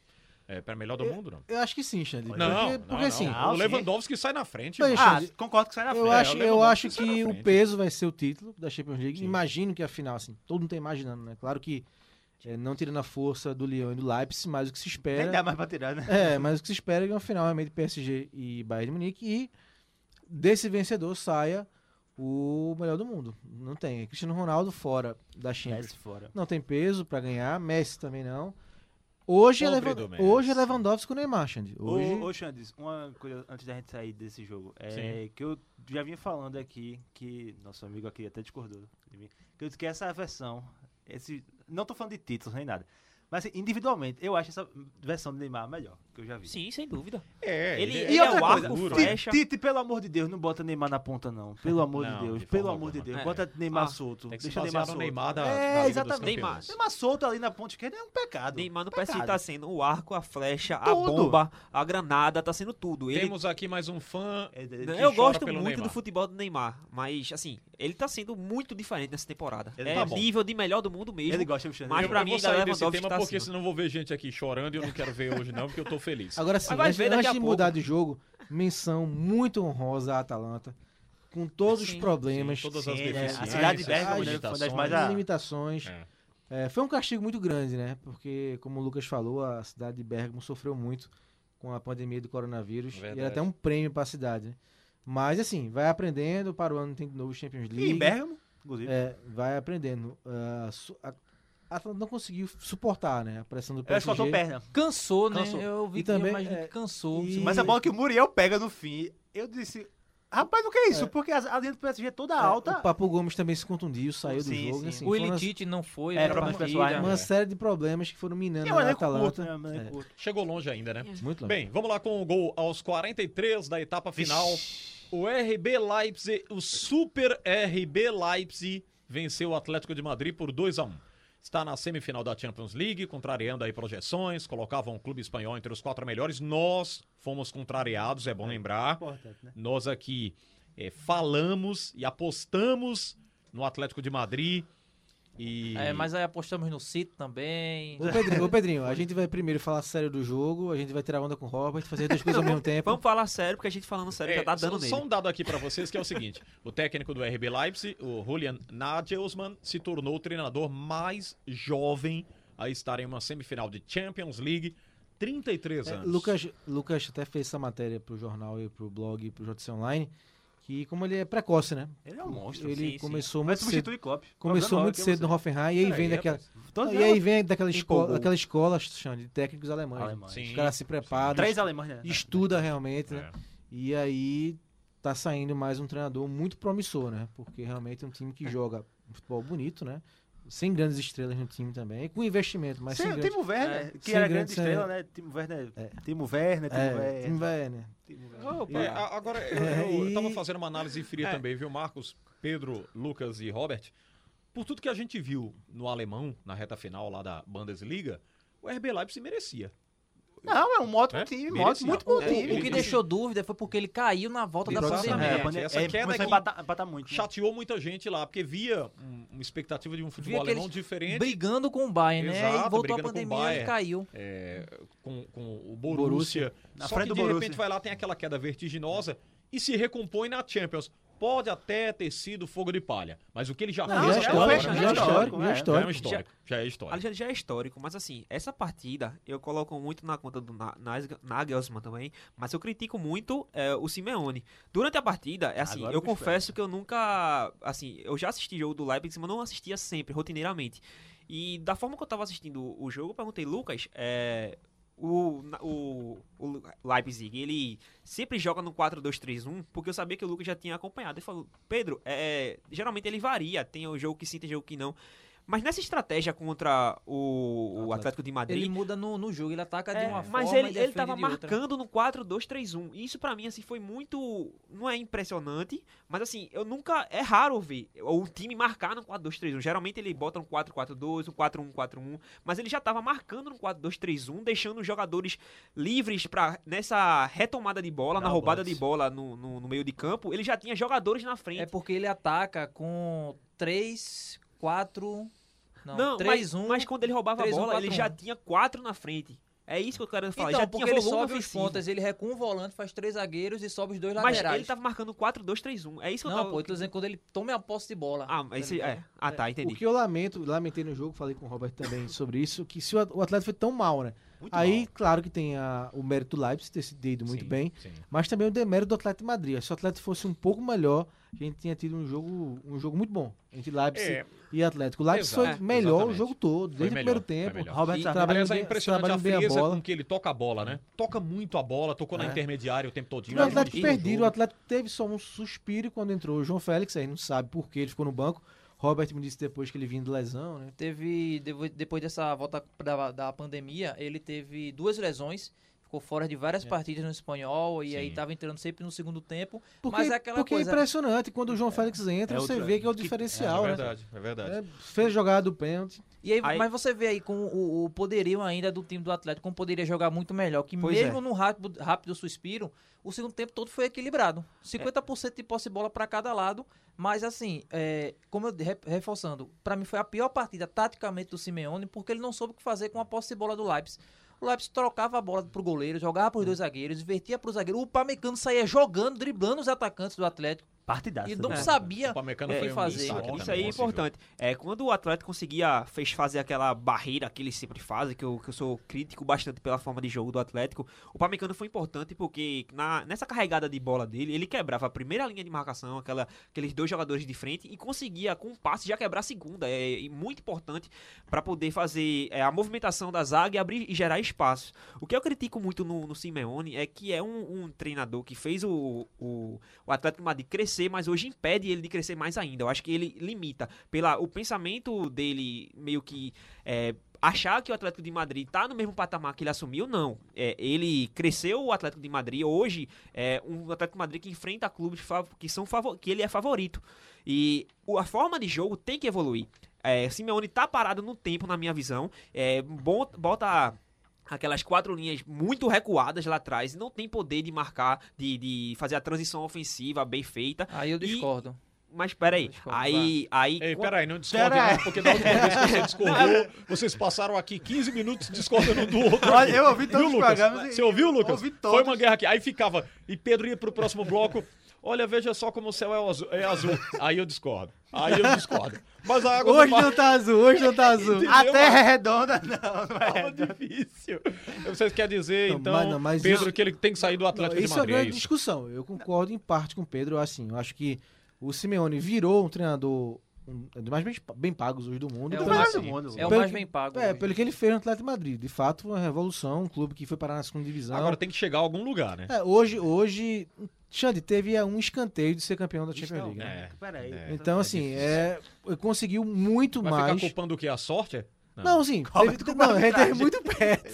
[SPEAKER 4] É, para melhor do mundo, não.
[SPEAKER 8] Eu acho que sim, Xande.
[SPEAKER 4] é. Não,
[SPEAKER 8] porque,
[SPEAKER 4] não,
[SPEAKER 8] porque
[SPEAKER 4] não.
[SPEAKER 8] assim,
[SPEAKER 4] o Lewandowski sai na frente.
[SPEAKER 8] Pois,
[SPEAKER 4] mano.
[SPEAKER 9] Ah,
[SPEAKER 8] Alexandre,
[SPEAKER 9] concordo que sai na frente. né?
[SPEAKER 8] eu acho,
[SPEAKER 4] o
[SPEAKER 8] eu acho
[SPEAKER 4] Lewandowski sai
[SPEAKER 8] que
[SPEAKER 4] na
[SPEAKER 8] o
[SPEAKER 4] frente.
[SPEAKER 8] peso vai ser o título da Champions League. Imagino que a final, assim, todo mundo tá imaginando, né? Claro que é, não tirando a força do Lyon e do Leipzig, mas o que se
[SPEAKER 9] Nem dá
[SPEAKER 8] espera.
[SPEAKER 9] mais pra tirar, né?
[SPEAKER 8] É, mas o que se espera é que uma final realmente PSG e Bayern de Munique e desse vencedor saia o melhor do mundo. Não tem. Cristiano Ronaldo fora da Champions.
[SPEAKER 9] Messi É, fora.
[SPEAKER 8] não tem peso pra ganhar, Messi também não. Hoje é,
[SPEAKER 4] Pobre do
[SPEAKER 8] Lewand...
[SPEAKER 4] Messi.
[SPEAKER 8] Hoje é Lewandowski com o Neymar, Xande. Hoje...
[SPEAKER 9] Ô, ô Xandes, uma coisa antes da gente sair desse jogo. É que eu já vinha falando aqui que. Nosso amigo aqui até discordou de mim. Que eu disse que essa versão. Esse, não tô falando de títulos nem nada. Mas assim, individualmente, eu acho essa versão do Neymar a melhor que eu já vi.
[SPEAKER 6] Sim, sem dúvida.
[SPEAKER 4] É,
[SPEAKER 6] Ele-
[SPEAKER 4] ele,
[SPEAKER 9] E
[SPEAKER 6] é
[SPEAKER 9] outra
[SPEAKER 6] o
[SPEAKER 9] coisa,
[SPEAKER 6] arco,
[SPEAKER 4] duro.
[SPEAKER 9] Ti-
[SPEAKER 6] né? flecha.
[SPEAKER 9] Tite, pelo amor de Deus, não bota Neymar na ponta, não. Pelo amor
[SPEAKER 4] Não,
[SPEAKER 9] de Deus,
[SPEAKER 4] de
[SPEAKER 9] pelo
[SPEAKER 4] forma
[SPEAKER 9] amor de
[SPEAKER 4] alguma.
[SPEAKER 9] Deus.
[SPEAKER 6] É.
[SPEAKER 9] Bota Neymar
[SPEAKER 6] Ah,
[SPEAKER 9] solto.
[SPEAKER 4] Tem que se
[SPEAKER 9] Deixa
[SPEAKER 4] basear
[SPEAKER 9] Neymar
[SPEAKER 4] no
[SPEAKER 9] solto.
[SPEAKER 4] Neymar da,
[SPEAKER 9] É,
[SPEAKER 4] da Liga dos
[SPEAKER 9] exatamente.
[SPEAKER 4] Campeões.
[SPEAKER 9] Neymar solto ali na ponta esquerda é um pecado.
[SPEAKER 6] Neymar no
[SPEAKER 9] Pecado.
[SPEAKER 6] PSG tá sendo o arco, a flecha, a
[SPEAKER 9] Tudo.
[SPEAKER 6] bomba, a granada, tá sendo tudo. Ele
[SPEAKER 4] Temos aqui mais um fã.
[SPEAKER 9] É, é,
[SPEAKER 4] que
[SPEAKER 9] Não,
[SPEAKER 6] eu
[SPEAKER 4] chora
[SPEAKER 6] gosto
[SPEAKER 4] pelo
[SPEAKER 6] muito
[SPEAKER 4] Neymar.
[SPEAKER 6] do futebol do Neymar, mas assim, ele tá sendo muito diferente nessa temporada.
[SPEAKER 9] Ele
[SPEAKER 6] é
[SPEAKER 4] tá bom.
[SPEAKER 6] nível de melhor do mundo mesmo.
[SPEAKER 9] Ele gosta do Xande.
[SPEAKER 6] Mas
[SPEAKER 4] Eu,
[SPEAKER 6] pra
[SPEAKER 4] eu
[SPEAKER 6] mim,
[SPEAKER 4] vou
[SPEAKER 6] ainda
[SPEAKER 4] sair desse
[SPEAKER 6] Lewandowski
[SPEAKER 4] tema
[SPEAKER 6] tá
[SPEAKER 4] porque
[SPEAKER 6] acima.
[SPEAKER 4] senão vou ver gente aqui chorando e eu não quero ver hoje não, porque eu tô feliz.
[SPEAKER 8] Agora sim,
[SPEAKER 6] Mas vai
[SPEAKER 8] antes,
[SPEAKER 6] ver daqui
[SPEAKER 8] antes
[SPEAKER 6] a
[SPEAKER 8] de
[SPEAKER 6] pouco.
[SPEAKER 8] mudar de jogo, menção muito honrosa à Atalanta, com todos os
[SPEAKER 6] Sim,
[SPEAKER 8] problemas,
[SPEAKER 4] sim, todas as
[SPEAKER 8] né,
[SPEAKER 4] deficiências,
[SPEAKER 9] É, A cidade de
[SPEAKER 8] as
[SPEAKER 9] Bergamo né, foi uma das mais.
[SPEAKER 8] as
[SPEAKER 9] a-
[SPEAKER 8] limitações.
[SPEAKER 4] É.
[SPEAKER 8] É, foi um castigo muito grande, né? Porque, como o Lucas falou, a cidade de Bergamo sofreu muito com a pandemia do coronavírus. E
[SPEAKER 4] Verdade.
[SPEAKER 8] era até um prêmio para a cidade. né? Mas, assim, vai aprendendo. Para o ano tem de novo Champions
[SPEAKER 9] E
[SPEAKER 8] League.
[SPEAKER 9] em Bergamo, inclusive.
[SPEAKER 8] É, vai aprendendo. Ah, su- a a Atalanta não conseguiu suportar, né? A pressão do
[SPEAKER 9] Eu acho que
[SPEAKER 8] PSG.
[SPEAKER 9] faltou perna.
[SPEAKER 5] Cansou, né?
[SPEAKER 9] Cansou.
[SPEAKER 5] Eu vi
[SPEAKER 8] E
[SPEAKER 5] que
[SPEAKER 8] também,
[SPEAKER 5] imagino
[SPEAKER 8] é,
[SPEAKER 5] que cansou.
[SPEAKER 8] e-
[SPEAKER 9] Mas a bola que o Muriel pega no fim, eu disse. Rapaz, o que é isso?
[SPEAKER 8] É.
[SPEAKER 9] Porque a a linha do PSG é toda
[SPEAKER 8] É, O
[SPEAKER 9] alta.
[SPEAKER 8] Papo Gomes também se contundiu, saiu
[SPEAKER 9] Sim,
[SPEAKER 8] do jogo.
[SPEAKER 9] sim.
[SPEAKER 8] Assim,
[SPEAKER 5] o
[SPEAKER 8] foi uma,
[SPEAKER 5] Elitite não foi
[SPEAKER 9] É,
[SPEAKER 5] pra
[SPEAKER 9] problemas
[SPEAKER 5] partida.
[SPEAKER 9] pessoais, né?
[SPEAKER 8] uma série de problemas que foram minando
[SPEAKER 9] É um
[SPEAKER 8] a
[SPEAKER 9] elenco
[SPEAKER 8] Atalanta.
[SPEAKER 9] curto,
[SPEAKER 8] É.
[SPEAKER 9] né? Um elenco curto.
[SPEAKER 4] Chegou longe ainda, né?
[SPEAKER 8] Muito longe.
[SPEAKER 4] Bem, vamos lá com o gol aos 43 da etapa final. O RB Leipzig, o Super RB Leipzig, venceu o Atlético de Madrid por 2 a 1. Está na semifinal da Champions League, contrariando aí projeções, colocavam o clube espanhol entre os quatro melhores. Nós fomos contrariados, é bom lembrar.
[SPEAKER 9] Importante, né?
[SPEAKER 4] Nós aqui eh, falamos e apostamos no Atlético de Madrid. E
[SPEAKER 5] É, mas aí apostamos no City também.
[SPEAKER 8] Ô Pedrinho, ô, Pedrinho, a gente vai primeiro falar sério do jogo, a gente vai tirar onda com o Robert, fazer duas coisas ao mesmo tempo.
[SPEAKER 6] Vamos falar sério, porque a gente falando sério
[SPEAKER 4] É,
[SPEAKER 6] já tá
[SPEAKER 4] só,
[SPEAKER 6] dando
[SPEAKER 4] só
[SPEAKER 6] nele.
[SPEAKER 4] um dado aqui pra vocês que é o seguinte: o técnico do RB Leipzig, o Julian Nagelsmann, se tornou o treinador mais jovem a estar em uma semifinal de Champions League. 33
[SPEAKER 8] É,
[SPEAKER 4] anos.
[SPEAKER 8] Lucas, Lucas até fez essa matéria pro jornal e pro blog e pro JC Online, que como ele é precoce, né?
[SPEAKER 9] Ele é um monstro.
[SPEAKER 8] Ele
[SPEAKER 6] sim.
[SPEAKER 8] começou
[SPEAKER 9] Vai
[SPEAKER 8] muito cedo.
[SPEAKER 9] substituir Klopp.
[SPEAKER 8] Começou
[SPEAKER 9] Problema
[SPEAKER 8] muito
[SPEAKER 9] é que
[SPEAKER 8] cedo
[SPEAKER 9] você-
[SPEAKER 8] no Hoffenheim e aí vem
[SPEAKER 4] Peraí,
[SPEAKER 8] daquela.
[SPEAKER 9] Tô
[SPEAKER 8] Não,
[SPEAKER 9] dizendo,
[SPEAKER 8] e aí vem daquela escola,
[SPEAKER 9] Empolgou.
[SPEAKER 8] aquela escola Xande, de técnicos alemães. né?
[SPEAKER 9] Alemães.
[SPEAKER 4] Sim.
[SPEAKER 8] Os caras se preparam,
[SPEAKER 9] Três alemães, né? É.
[SPEAKER 8] estuda realmente, né? E aí tá saindo mais um treinador muito promissor, né? Porque realmente é um time que joga um futebol bonito, né? Sem grandes estrelas no time também, com investimento, mas
[SPEAKER 9] Sim,
[SPEAKER 8] sem
[SPEAKER 9] o
[SPEAKER 8] grandes...
[SPEAKER 9] Timo Werner, é um que
[SPEAKER 8] Sem
[SPEAKER 9] era grande
[SPEAKER 8] grandes-
[SPEAKER 9] estrela, né? Timo Werner,
[SPEAKER 8] É.
[SPEAKER 9] Timo Werner, Timo
[SPEAKER 8] É, time
[SPEAKER 9] Werner.
[SPEAKER 8] vai, né?
[SPEAKER 9] Timo Werner.
[SPEAKER 4] Opa,
[SPEAKER 8] É.
[SPEAKER 4] a- Agora, eu, eu
[SPEAKER 8] e-
[SPEAKER 4] tava fazendo uma análise fria
[SPEAKER 9] É.
[SPEAKER 4] também, viu, Marcos, Pedro, Lucas e Robert. Por tudo que a gente viu no alemão, na reta final lá da Bundesliga, o RB Leipzig merecia.
[SPEAKER 9] Não, é um ótimo
[SPEAKER 4] É,
[SPEAKER 9] time,
[SPEAKER 4] merecia.
[SPEAKER 9] ótimo, muito bom
[SPEAKER 4] É,
[SPEAKER 9] time.
[SPEAKER 5] O que
[SPEAKER 4] Ele-
[SPEAKER 5] deixou dúvida foi porque ele caiu na volta da
[SPEAKER 8] Exatamente.
[SPEAKER 5] pandemia.
[SPEAKER 4] É,
[SPEAKER 9] pandemia-
[SPEAKER 4] essa queda
[SPEAKER 9] começou né? a
[SPEAKER 4] que-
[SPEAKER 9] empatar, empatar muito. né?
[SPEAKER 4] Chateou muita gente lá, porque via um- uma expectativa de um futebol
[SPEAKER 5] Via que
[SPEAKER 4] alemão
[SPEAKER 5] eles
[SPEAKER 4] diferente.
[SPEAKER 5] Brigando com o Bayern, né?
[SPEAKER 4] Exato,
[SPEAKER 5] e voltou a
[SPEAKER 4] brigando com o
[SPEAKER 5] pandemia
[SPEAKER 4] Bayern.
[SPEAKER 5] e caiu.
[SPEAKER 4] é, com, com o Borussia.
[SPEAKER 9] Na
[SPEAKER 4] Só
[SPEAKER 9] frente
[SPEAKER 4] que
[SPEAKER 9] do
[SPEAKER 4] de
[SPEAKER 9] Borussia.
[SPEAKER 4] repente vai lá, tem aquela queda vertiginosa e se recompõe na Champions. Pode até ter sido fogo de palha, mas o que ele já
[SPEAKER 8] Não,
[SPEAKER 4] fez
[SPEAKER 8] já é
[SPEAKER 4] até
[SPEAKER 8] histórico,
[SPEAKER 4] agora,
[SPEAKER 9] né?
[SPEAKER 8] já é
[SPEAKER 9] Já é
[SPEAKER 8] histórico, já é
[SPEAKER 9] histórico,
[SPEAKER 4] Já é um
[SPEAKER 8] histórico.
[SPEAKER 4] histórico. Já é histórico.
[SPEAKER 6] Alexandre já é histórico, mas assim, essa partida eu coloco muito na conta do Na- Nas- Nagelsmann também, mas eu critico muito é, o Simeone. Durante a partida, é assim,
[SPEAKER 9] Agora
[SPEAKER 6] eu
[SPEAKER 9] o bicho
[SPEAKER 6] confesso que eu nunca, assim, eu já assisti jogo do Leipzig, mas não assistia sempre, rotineiramente. E da forma que eu tava assistindo o jogo, eu perguntei, Lucas, é, o, na- o, o Leipzig, ele sempre joga no 4-2-3-1, porque eu sabia que o Lucas já tinha acompanhado. Ele falou, Pedro, é, geralmente ele varia, tem o jogo que sim, tem jogo que não. Mas nessa estratégia contra o, o Atlético de Madrid,
[SPEAKER 5] Ele muda no, no jogo, ele ataca de
[SPEAKER 6] é,
[SPEAKER 5] uma forma
[SPEAKER 6] mas
[SPEAKER 5] e
[SPEAKER 6] ele, ele
[SPEAKER 5] defende
[SPEAKER 6] tava
[SPEAKER 5] de outra.
[SPEAKER 6] marcando no 4-2-3-1. E Isso pra mim assim foi muito, não é impressionante, mas assim, eu nunca é raro ver o time marcar no 4-2-3-1. Geralmente ele bota um 4-4-2, um 4-1-4-1, mas ele já tava marcando no 4-2-3-1, deixando os jogadores livres para nessa retomada de bola, na
[SPEAKER 4] Dar o
[SPEAKER 6] roubada
[SPEAKER 4] bote.
[SPEAKER 6] de bola no, no- no meio de campo, ele já tinha jogadores na frente.
[SPEAKER 5] É porque ele ataca com 3, 4. Não,
[SPEAKER 6] Não,
[SPEAKER 5] 3,
[SPEAKER 6] mas,
[SPEAKER 5] 1.
[SPEAKER 6] mas quando ele roubava
[SPEAKER 5] três,
[SPEAKER 6] a
[SPEAKER 5] um,
[SPEAKER 6] bola,
[SPEAKER 5] quatro,
[SPEAKER 6] ele
[SPEAKER 5] um.
[SPEAKER 6] já tinha quatro na frente. É isso que eu quero falar.
[SPEAKER 5] então,
[SPEAKER 6] já tinha
[SPEAKER 5] porque ele
[SPEAKER 6] volume
[SPEAKER 5] sobe os
[SPEAKER 6] ofensivo.
[SPEAKER 5] pontas, ele recua um volante, faz três zagueiros e sobe os dois
[SPEAKER 6] Mas
[SPEAKER 5] laterais.
[SPEAKER 6] ele tava marcando 4-2-3-1. É isso que eu
[SPEAKER 5] Não,
[SPEAKER 6] tava...
[SPEAKER 5] pô, eu tô dizendo quando ele tá toma a posse de bola.
[SPEAKER 6] Ah, mas esse... é. Ah, tá, entendi.
[SPEAKER 8] O que eu lamento, lamentei no jogo, falei com o Robert também sobre isso, que se o at- o atleta foi tão mal, né? Aí, claro que tem a- o mérito do Leipzig ter se ido muito
[SPEAKER 4] Sim,
[SPEAKER 8] bem,
[SPEAKER 4] sim.
[SPEAKER 8] mas também o demérito do Atlético de Madrid. Se o Atlético fosse um pouco melhor, a gente tinha tido um jogo, um jogo muito bom entre Leipzig
[SPEAKER 4] É.
[SPEAKER 8] e Atlético. O Leipzig
[SPEAKER 4] Exato.
[SPEAKER 8] foi melhor
[SPEAKER 4] Exatamente.
[SPEAKER 8] o jogo todo,
[SPEAKER 4] Foi
[SPEAKER 8] desde
[SPEAKER 4] melhor,
[SPEAKER 8] o primeiro tempo.
[SPEAKER 4] foi melhor.
[SPEAKER 8] Robert
[SPEAKER 4] E,
[SPEAKER 8] trabalhando
[SPEAKER 4] aliás, é
[SPEAKER 8] bem-
[SPEAKER 4] impressionante a
[SPEAKER 8] trabalhando bem a
[SPEAKER 4] frieza
[SPEAKER 8] bola. É.
[SPEAKER 4] com que ele toca a bola, né? Toca muito a bola, tocou na intermediária o tempo todinho.
[SPEAKER 8] O Atlético
[SPEAKER 4] Sim,
[SPEAKER 8] perdido, o
[SPEAKER 4] jogo.
[SPEAKER 8] Atlético teve só um suspiro quando entrou o João Félix, aí não sabe por que ele ficou no banco. Robert me disse depois que ele vinha de lesão, né?
[SPEAKER 5] Teve, devo- depois dessa volta da, da pandemia, ele teve duas lesões, ficou fora de
[SPEAKER 6] É.
[SPEAKER 5] várias partidas no espanhol e aí
[SPEAKER 4] Sim.
[SPEAKER 5] tava entrando sempre no segundo tempo.
[SPEAKER 8] Porque,
[SPEAKER 5] mas é aquela
[SPEAKER 8] porque
[SPEAKER 5] coisa.
[SPEAKER 8] é impressionante, quando o João Félix entra,
[SPEAKER 9] É
[SPEAKER 8] você
[SPEAKER 9] outra-
[SPEAKER 8] vê que é o
[SPEAKER 9] que-
[SPEAKER 8] diferencial,
[SPEAKER 4] É
[SPEAKER 8] né?
[SPEAKER 4] verdade, é verdade.
[SPEAKER 8] É, fez jogada do pênalti.
[SPEAKER 5] E aí,
[SPEAKER 6] Aí-
[SPEAKER 5] Mas você vê aí com o, o poderio ainda do time do Atlético, como poderia jogar muito melhor, que
[SPEAKER 9] Pois
[SPEAKER 5] mesmo
[SPEAKER 9] é.
[SPEAKER 5] num rápido, rápido suspiro, o segundo tempo todo foi equilibrado. 50% de posse de bola para cada lado, mas assim, é, como eu re- reforçando, para mim foi a pior partida taticamente do Simeone, porque ele não soube o que fazer com a posse de bola do Leipzig. O Leipzig trocava a bola pro goleiro, jogava
[SPEAKER 9] É.
[SPEAKER 5] pros dois zagueiros, invertia pro zagueiro. O Pamecano saía jogando, driblando os atacantes do Atlético
[SPEAKER 9] Partidaço.
[SPEAKER 5] e não
[SPEAKER 9] né?
[SPEAKER 8] É.
[SPEAKER 5] sabia
[SPEAKER 4] O Pamecano
[SPEAKER 5] o
[SPEAKER 4] foi
[SPEAKER 5] que
[SPEAKER 4] um
[SPEAKER 5] fazer.
[SPEAKER 4] destaque
[SPEAKER 6] Isso
[SPEAKER 4] também,
[SPEAKER 6] aí é
[SPEAKER 4] possível.
[SPEAKER 6] importante. É, quando o Atlético conseguia fez fazer aquela barreira que eles sempre fazem, que eu, que eu sou crítico bastante pela forma de jogo do Atlético, o Pamecano foi importante porque na, nessa carregada de bola dele, ele quebrava a primeira linha de marcação, aquela, aqueles dois jogadores de frente, e conseguia, com um passe, já quebrar a segunda. É, e muito importante para poder fazer é, a movimentação da zaga e abrir e gerar espaços. O que eu critico muito no, no Simeone é que é um, um treinador que fez o, o, o Atlético de Madrid crescer, mas hoje impede ele de crescer mais ainda. Eu acho que ele limita pela o pensamento dele meio que é, achar que o Atlético de Madrid tá no mesmo patamar que ele assumiu, não. É, ele cresceu o Atlético de Madrid hoje é um Atlético de Madrid que enfrenta clubes fa- que são favor- que ele é favorito. E o- a forma de jogo tem que evoluir. É, Simeone tá parado no tempo, na minha visão. É, bom- bota aquelas quatro linhas muito recuadas lá atrás, não tem poder de marcar, de, de fazer a transição ofensiva bem feita.
[SPEAKER 5] Aí eu
[SPEAKER 6] E-
[SPEAKER 5] discordo.
[SPEAKER 6] Mas peraí,
[SPEAKER 5] Desculpa.
[SPEAKER 6] aí, aí
[SPEAKER 4] Ei,
[SPEAKER 6] quando-
[SPEAKER 4] peraí, não discorde
[SPEAKER 9] Pera aí.
[SPEAKER 4] não, porque da última vez que você discordou, vocês passaram aqui 15 minutos discordando um do outro.
[SPEAKER 9] Olha, eu ouvi
[SPEAKER 4] Viu,
[SPEAKER 9] todos os
[SPEAKER 4] Lucas?
[SPEAKER 9] programas e-
[SPEAKER 4] Você ouviu, Lucas?
[SPEAKER 9] Ouvi
[SPEAKER 4] Foi
[SPEAKER 9] todos.
[SPEAKER 4] uma guerra aqui. Aí ficava, e Pedro ia pro próximo bloco. Olha, veja só como o céu é azul. é azul. Aí eu discordo. Aí eu discordo. Mas a água do
[SPEAKER 8] Hoje
[SPEAKER 4] mar-
[SPEAKER 8] não tá azul, hoje não tá azul.
[SPEAKER 4] Entendeu?
[SPEAKER 9] A terra é redonda, não, não
[SPEAKER 4] Tava
[SPEAKER 9] é
[SPEAKER 4] difícil. Vocês querem dizer,
[SPEAKER 8] Não,
[SPEAKER 4] então,
[SPEAKER 8] mas não, mas
[SPEAKER 4] Pedro,
[SPEAKER 8] isso-
[SPEAKER 4] que ele tem que sair do Atlético
[SPEAKER 8] Isso
[SPEAKER 4] de
[SPEAKER 8] é uma
[SPEAKER 4] Madrid?
[SPEAKER 8] grande
[SPEAKER 4] é isso?
[SPEAKER 8] discussão. Eu concordo em parte com o Pedro. Assim, eu acho que o Simeone virou um treinador um dos mais bem, bem pagos hoje do mundo.
[SPEAKER 5] É
[SPEAKER 8] pelo-
[SPEAKER 5] o mais-
[SPEAKER 9] do mundo.
[SPEAKER 5] É o
[SPEAKER 8] Pelo
[SPEAKER 5] mais
[SPEAKER 8] que-
[SPEAKER 5] bem pago.
[SPEAKER 8] é,
[SPEAKER 5] hoje.
[SPEAKER 8] pelo que ele fez no Atlético de Madrid. De fato, foi uma revolução, um clube que foi parar na segunda divisão.
[SPEAKER 4] Agora tem que chegar a algum lugar, né?
[SPEAKER 8] É, hoje, hoje, Xande teve é, um escanteio de ser campeão da Champions League. né?
[SPEAKER 4] É.
[SPEAKER 9] Peraí.
[SPEAKER 4] É.
[SPEAKER 8] Então, assim, é, conseguiu muito
[SPEAKER 4] Vai
[SPEAKER 8] mais.
[SPEAKER 4] ficar culpando o que? A sorte?
[SPEAKER 8] Não, assim, teve, não, ele teve muito perto.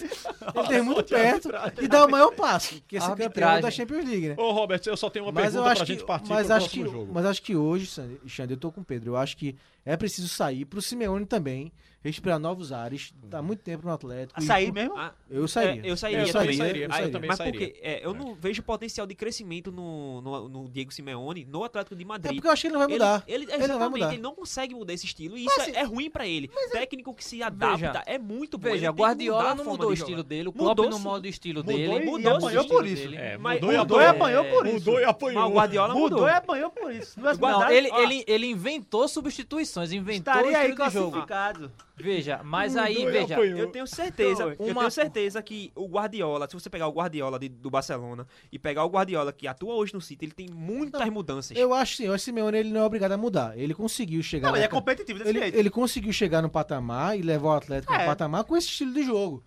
[SPEAKER 8] Ele teve muito perto e dá o maior passo, que é ser campeão
[SPEAKER 5] Arbitragem.
[SPEAKER 8] da Champions League, né?
[SPEAKER 4] Ô, Robert, eu só tenho uma
[SPEAKER 8] Mas eu
[SPEAKER 4] pergunta pra
[SPEAKER 8] acho que,
[SPEAKER 4] gente partir
[SPEAKER 8] mas
[SPEAKER 4] pro
[SPEAKER 8] acho que,
[SPEAKER 4] próximo jogo.
[SPEAKER 8] mas acho que hoje, Xande- Xande, eu tô com o Pedro. Eu acho que é preciso sair pro Simeone também, respirar novos ares.
[SPEAKER 4] Uhum.
[SPEAKER 8] Tá muito tempo no Atlético.
[SPEAKER 9] A
[SPEAKER 8] e-
[SPEAKER 9] sair mesmo?
[SPEAKER 6] Ah,
[SPEAKER 8] Eu sairia.
[SPEAKER 6] É, eu sairia,
[SPEAKER 4] Eu
[SPEAKER 6] também.
[SPEAKER 4] sairia, eu
[SPEAKER 6] Ah,
[SPEAKER 4] sairia.
[SPEAKER 6] Mas
[SPEAKER 4] sairia.
[SPEAKER 6] porque é, eu não vejo potencial de crescimento no, no, no Diego Simeone, no Atlético de
[SPEAKER 8] É
[SPEAKER 6] Madrid.
[SPEAKER 8] porque eu acho que ele não vai mudar.
[SPEAKER 6] Ele, ele,
[SPEAKER 8] Ele não
[SPEAKER 6] exatamente,
[SPEAKER 8] vai
[SPEAKER 6] ele
[SPEAKER 8] mudar.
[SPEAKER 6] não, consegue mudar esse estilo e isso é- é, ruim pra ele. Técnico que se adapta
[SPEAKER 5] Veja.
[SPEAKER 6] é muito bom. ele
[SPEAKER 5] Veja,
[SPEAKER 6] tem que mudar
[SPEAKER 5] Guardiola
[SPEAKER 6] a
[SPEAKER 5] não
[SPEAKER 6] forma
[SPEAKER 5] mudou o
[SPEAKER 6] de jogar.
[SPEAKER 5] estilo dele, o
[SPEAKER 6] Mudou
[SPEAKER 5] Klopp não
[SPEAKER 6] sim.
[SPEAKER 5] muda o estilo
[SPEAKER 9] Mudou
[SPEAKER 5] dele.
[SPEAKER 9] e
[SPEAKER 5] mudou o
[SPEAKER 9] apanhou
[SPEAKER 5] estilo
[SPEAKER 9] por isso.
[SPEAKER 5] dele.
[SPEAKER 4] É,
[SPEAKER 6] mas-
[SPEAKER 4] mudou e
[SPEAKER 9] Mudou e apanhou por isso.
[SPEAKER 4] Mudou e apanhou.
[SPEAKER 6] Mas o Guardiola mudou.
[SPEAKER 9] Mudou e apanhou por isso. Não, é
[SPEAKER 5] Não,
[SPEAKER 9] verdade?
[SPEAKER 5] ele,
[SPEAKER 9] Ó,
[SPEAKER 5] ele, ele inventou substituições, inventou o
[SPEAKER 9] estaria aí
[SPEAKER 5] estilo de jogo.
[SPEAKER 9] classificado.
[SPEAKER 5] Veja, mas aí,
[SPEAKER 6] é
[SPEAKER 4] Mudou e
[SPEAKER 5] veja,
[SPEAKER 4] apanhou.
[SPEAKER 6] Eu tenho certeza, eu
[SPEAKER 5] Uma-
[SPEAKER 6] tenho certeza que o Guardiola, se você pegar o Guardiola de- do Barcelona e pegar o Guardiola que atua hoje no City, ele tem muitas mudanças.
[SPEAKER 8] Eu acho sim, eu acho que o Simeone ele não é obrigado a mudar. Ele conseguiu chegar.
[SPEAKER 9] Não,
[SPEAKER 8] na
[SPEAKER 9] ele é
[SPEAKER 8] cam-
[SPEAKER 9] competitivo desse
[SPEAKER 8] ele,
[SPEAKER 9] jeito.
[SPEAKER 8] ele conseguiu chegar no patamar e levar o Atlético
[SPEAKER 9] É.
[SPEAKER 8] no patamar com esse estilo de jogo.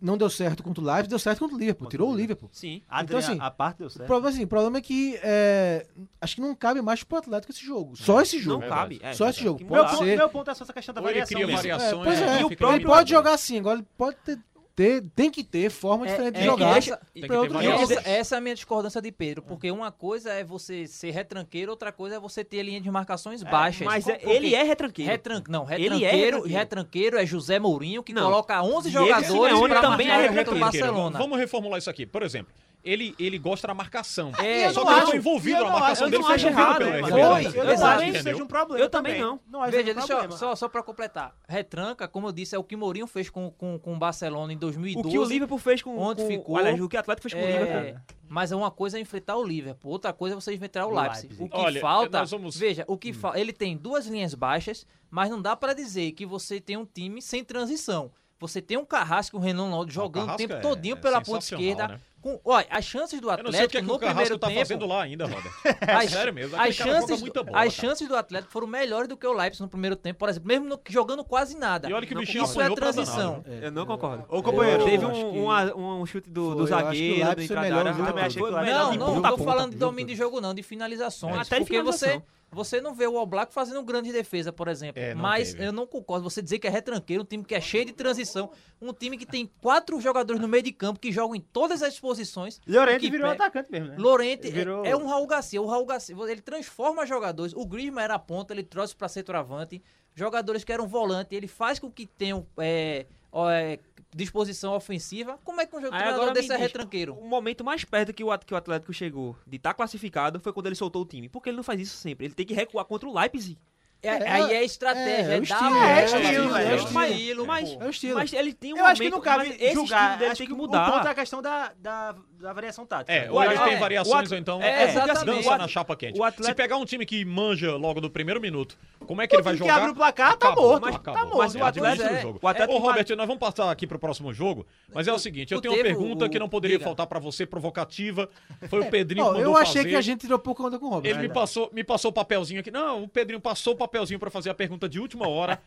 [SPEAKER 8] Não deu certo contra o Lives, deu certo contra o Liverpool.
[SPEAKER 9] Contra
[SPEAKER 8] Tirou
[SPEAKER 9] o
[SPEAKER 8] o Liverpool.
[SPEAKER 6] Sim.
[SPEAKER 9] A,
[SPEAKER 8] Então, assim,
[SPEAKER 9] a parte deu
[SPEAKER 8] O
[SPEAKER 9] certo.
[SPEAKER 8] problema, assim, o problema é que é, acho que não cabe mais pro Atlético esse jogo. Só esse
[SPEAKER 6] Não
[SPEAKER 8] jogo.
[SPEAKER 6] cabe. é,
[SPEAKER 8] Só esse
[SPEAKER 6] verdade.
[SPEAKER 8] jogo.
[SPEAKER 6] Que
[SPEAKER 9] Meu
[SPEAKER 8] Pode
[SPEAKER 9] ponto,
[SPEAKER 8] ser.
[SPEAKER 9] meu ponto é só essa questão da
[SPEAKER 4] Ou ele
[SPEAKER 9] variação.
[SPEAKER 4] cria
[SPEAKER 9] mesmo.
[SPEAKER 8] É,
[SPEAKER 4] variações.
[SPEAKER 8] pois
[SPEAKER 4] né?
[SPEAKER 8] é,
[SPEAKER 4] Fica
[SPEAKER 8] ele
[SPEAKER 4] limitado.
[SPEAKER 8] pode jogar assim, agora ele pode ter, ter- tem que ter forma diferente de
[SPEAKER 5] é
[SPEAKER 8] jogar
[SPEAKER 5] que essa-
[SPEAKER 4] que
[SPEAKER 8] pra
[SPEAKER 4] ter
[SPEAKER 8] outro
[SPEAKER 5] E
[SPEAKER 4] Mas-
[SPEAKER 8] jogo.
[SPEAKER 5] essa, essa é a minha discordância de Pedro, porque uma coisa é você ser retranqueiro, outra coisa é você ter linha de marcações baixas.
[SPEAKER 6] Mas é-
[SPEAKER 5] Porque
[SPEAKER 6] ele é retranqueiro.
[SPEAKER 5] Retran... Não,
[SPEAKER 6] Ele é
[SPEAKER 5] retranqueiro,
[SPEAKER 6] retranqueiro.
[SPEAKER 5] retranqueiro. é José Mourinho, que
[SPEAKER 6] Não.
[SPEAKER 5] coloca 11
[SPEAKER 6] E esse
[SPEAKER 5] jogadores
[SPEAKER 6] Simeone
[SPEAKER 5] pra
[SPEAKER 6] também
[SPEAKER 5] marcar
[SPEAKER 6] é
[SPEAKER 5] contra um o
[SPEAKER 6] retranqueiro.
[SPEAKER 5] Barcelona.
[SPEAKER 4] Vamos reformular isso aqui. Por exemplo, ele, ele gosta da marcação.
[SPEAKER 5] É,
[SPEAKER 4] só
[SPEAKER 9] eu
[SPEAKER 4] que
[SPEAKER 9] não
[SPEAKER 4] ele foi
[SPEAKER 9] acho.
[SPEAKER 4] envolvido
[SPEAKER 9] Eu
[SPEAKER 4] na
[SPEAKER 9] não
[SPEAKER 4] marcação
[SPEAKER 9] acho, eu
[SPEAKER 4] dele.
[SPEAKER 9] não
[SPEAKER 4] foi
[SPEAKER 9] acho
[SPEAKER 4] envolvido
[SPEAKER 9] errado,
[SPEAKER 4] pelo
[SPEAKER 9] hein,
[SPEAKER 4] Everton.
[SPEAKER 9] Matheus?
[SPEAKER 5] Foi,
[SPEAKER 9] Eu não
[SPEAKER 5] exato.
[SPEAKER 9] acho que seja um problema.
[SPEAKER 6] Eu também não.
[SPEAKER 9] acho
[SPEAKER 5] Veja,
[SPEAKER 9] um
[SPEAKER 5] deixa eu,
[SPEAKER 9] problema.
[SPEAKER 5] só, só pra completar. Retranca, como eu disse, é o que Mourinho fez com, com, com o Barcelona em 2012.
[SPEAKER 6] O que o Liverpool fez com,
[SPEAKER 5] Onde
[SPEAKER 6] com
[SPEAKER 5] ficou?
[SPEAKER 6] aliás, o que o Atlético fez com o Liverpool.
[SPEAKER 5] É, mas é uma coisa é enfrentar o Liverpool, outra coisa é você enfrentar o
[SPEAKER 9] O
[SPEAKER 5] Leipzig.
[SPEAKER 9] Leipzig.
[SPEAKER 5] O que
[SPEAKER 4] Olha,
[SPEAKER 5] falta,
[SPEAKER 4] nós vamos-
[SPEAKER 5] veja, o
[SPEAKER 6] Hum.
[SPEAKER 5] que falta, ele tem duas linhas baixas, mas não dá pra dizer que você tem um time sem transição. Você tem um Carrasco e um Renan Ronaldo jogando o
[SPEAKER 4] Carrasco
[SPEAKER 5] tempo
[SPEAKER 4] é
[SPEAKER 5] todinho pela ponta
[SPEAKER 4] sensacional,
[SPEAKER 5] esquerda.
[SPEAKER 4] né?
[SPEAKER 5] Com, olha, as chances
[SPEAKER 4] Eu
[SPEAKER 5] do
[SPEAKER 4] não sei o
[SPEAKER 5] Atlético
[SPEAKER 4] que, é que
[SPEAKER 5] no
[SPEAKER 4] o
[SPEAKER 5] primeiro
[SPEAKER 4] Carrasco tá
[SPEAKER 5] tempo,
[SPEAKER 4] fazendo lá ainda, Robert.
[SPEAKER 5] as,
[SPEAKER 4] É, Sério mesmo,
[SPEAKER 5] as
[SPEAKER 4] aquele cara joga
[SPEAKER 5] chances,
[SPEAKER 4] muita bola.
[SPEAKER 5] as
[SPEAKER 4] cara.
[SPEAKER 5] chances do Atlético foram melhores do que o Leipzig no primeiro tempo, por exemplo, mesmo no- jogando quase nada.
[SPEAKER 4] E olha que o
[SPEAKER 5] Não,
[SPEAKER 4] bichinho
[SPEAKER 5] Isso é
[SPEAKER 4] apanhou pra danar,
[SPEAKER 5] transição.
[SPEAKER 6] Eu não concordo.
[SPEAKER 9] Ô, companheiro.
[SPEAKER 6] Teve
[SPEAKER 8] acho
[SPEAKER 6] um,
[SPEAKER 8] que-
[SPEAKER 6] um- um chute do, do
[SPEAKER 8] Foi, eu acho que o
[SPEAKER 6] zagueiro, do
[SPEAKER 8] Leipzig foi melhor
[SPEAKER 6] Encadara.
[SPEAKER 8] no jogo
[SPEAKER 6] também
[SPEAKER 9] todo.
[SPEAKER 6] achei que o
[SPEAKER 9] Foi
[SPEAKER 6] Leipzig- é
[SPEAKER 9] melhor
[SPEAKER 5] Não,
[SPEAKER 9] de
[SPEAKER 5] não
[SPEAKER 6] ponta
[SPEAKER 4] tá
[SPEAKER 5] estou
[SPEAKER 6] a ponta.
[SPEAKER 5] falando de domínio de jogo, não, de finalizações.
[SPEAKER 6] Até de
[SPEAKER 5] porque você,
[SPEAKER 6] finalização.
[SPEAKER 5] você não vê o All Black fazendo grande defesa, por exemplo.
[SPEAKER 4] É, não
[SPEAKER 5] Mas
[SPEAKER 4] teve.
[SPEAKER 5] eu não concordo. Você dizer que é retranqueiro, um time que é cheio de transição, um time que tem quatro jogadores no meio de campo que jogam em todas as posições.
[SPEAKER 9] Llorente
[SPEAKER 5] que
[SPEAKER 9] virou
[SPEAKER 5] pe-
[SPEAKER 9] atacante mesmo, né?
[SPEAKER 5] Lorente é-
[SPEAKER 9] Virou-
[SPEAKER 5] é um Raul Garcia. O Raul Garcia, ele transforma jogadores. O Griezmann era ponta, ele trouxe para centroavante. Jogadores que eram volante, ele faz com que tenham é, ó, é, disposição ofensiva. Como é que um
[SPEAKER 6] Aí
[SPEAKER 5] jogador
[SPEAKER 6] agora
[SPEAKER 5] desse
[SPEAKER 6] me
[SPEAKER 5] é
[SPEAKER 6] diz,
[SPEAKER 5] retranqueiro?
[SPEAKER 6] O momento mais perto que o, At- que o Atlético chegou de estar classificado foi quando ele soltou o time. Porque ele não faz isso sempre. Ele tem que recuar contra o Leipzig.
[SPEAKER 5] É, aí é estratégia,
[SPEAKER 8] é
[SPEAKER 5] é, dar
[SPEAKER 8] o estilo,
[SPEAKER 5] a
[SPEAKER 9] é
[SPEAKER 5] volta,
[SPEAKER 6] um
[SPEAKER 9] estilo,
[SPEAKER 5] mas-
[SPEAKER 9] é
[SPEAKER 5] mas-
[SPEAKER 6] estilo,
[SPEAKER 5] mas-
[SPEAKER 8] É o estilo.
[SPEAKER 6] Mas ele tem um
[SPEAKER 9] Eu acho que
[SPEAKER 6] momento-
[SPEAKER 9] não cabe
[SPEAKER 6] mas esse
[SPEAKER 9] julgar.
[SPEAKER 6] estilo dele
[SPEAKER 9] acho
[SPEAKER 6] tem
[SPEAKER 9] que
[SPEAKER 6] que
[SPEAKER 9] O
[SPEAKER 6] mudar.
[SPEAKER 9] ponto é a questão da, da, da variação tática.
[SPEAKER 4] É, ou
[SPEAKER 6] O
[SPEAKER 4] eles
[SPEAKER 6] Atlético-
[SPEAKER 4] têm
[SPEAKER 6] o
[SPEAKER 4] variações,
[SPEAKER 6] Atlético-
[SPEAKER 4] ou então
[SPEAKER 5] é,
[SPEAKER 4] dança
[SPEAKER 5] exatamente.
[SPEAKER 4] na chapa quente.
[SPEAKER 6] O Atlético-
[SPEAKER 4] Se pegar um time que manja logo do primeiro minuto, como é que ele vai
[SPEAKER 9] time que
[SPEAKER 4] jogar?
[SPEAKER 9] abre o placar, tá
[SPEAKER 4] Acabou,
[SPEAKER 9] morto, tá
[SPEAKER 4] acabou.
[SPEAKER 9] morto.
[SPEAKER 4] Mas
[SPEAKER 6] É,
[SPEAKER 4] o Atlético...
[SPEAKER 5] pois é.
[SPEAKER 4] jogo.
[SPEAKER 6] O Atlético-
[SPEAKER 4] Ô, Robert, nós vamos passar aqui pro próximo jogo, mas é o seguinte, eu
[SPEAKER 5] O
[SPEAKER 4] tenho uma
[SPEAKER 5] Tevo,
[SPEAKER 4] pergunta
[SPEAKER 5] o-
[SPEAKER 4] que não poderia
[SPEAKER 5] diga.
[SPEAKER 4] faltar pra você, provocativa. Foi o Pedrinho
[SPEAKER 8] Ó,
[SPEAKER 4] que mandou
[SPEAKER 8] eu achei
[SPEAKER 4] fazer.
[SPEAKER 8] que a gente tirou pouco onda com o Robert.
[SPEAKER 4] Ele me passou, me passou o papelzinho aqui. Não, o Pedrinho passou o papelzinho pra fazer a pergunta de última hora.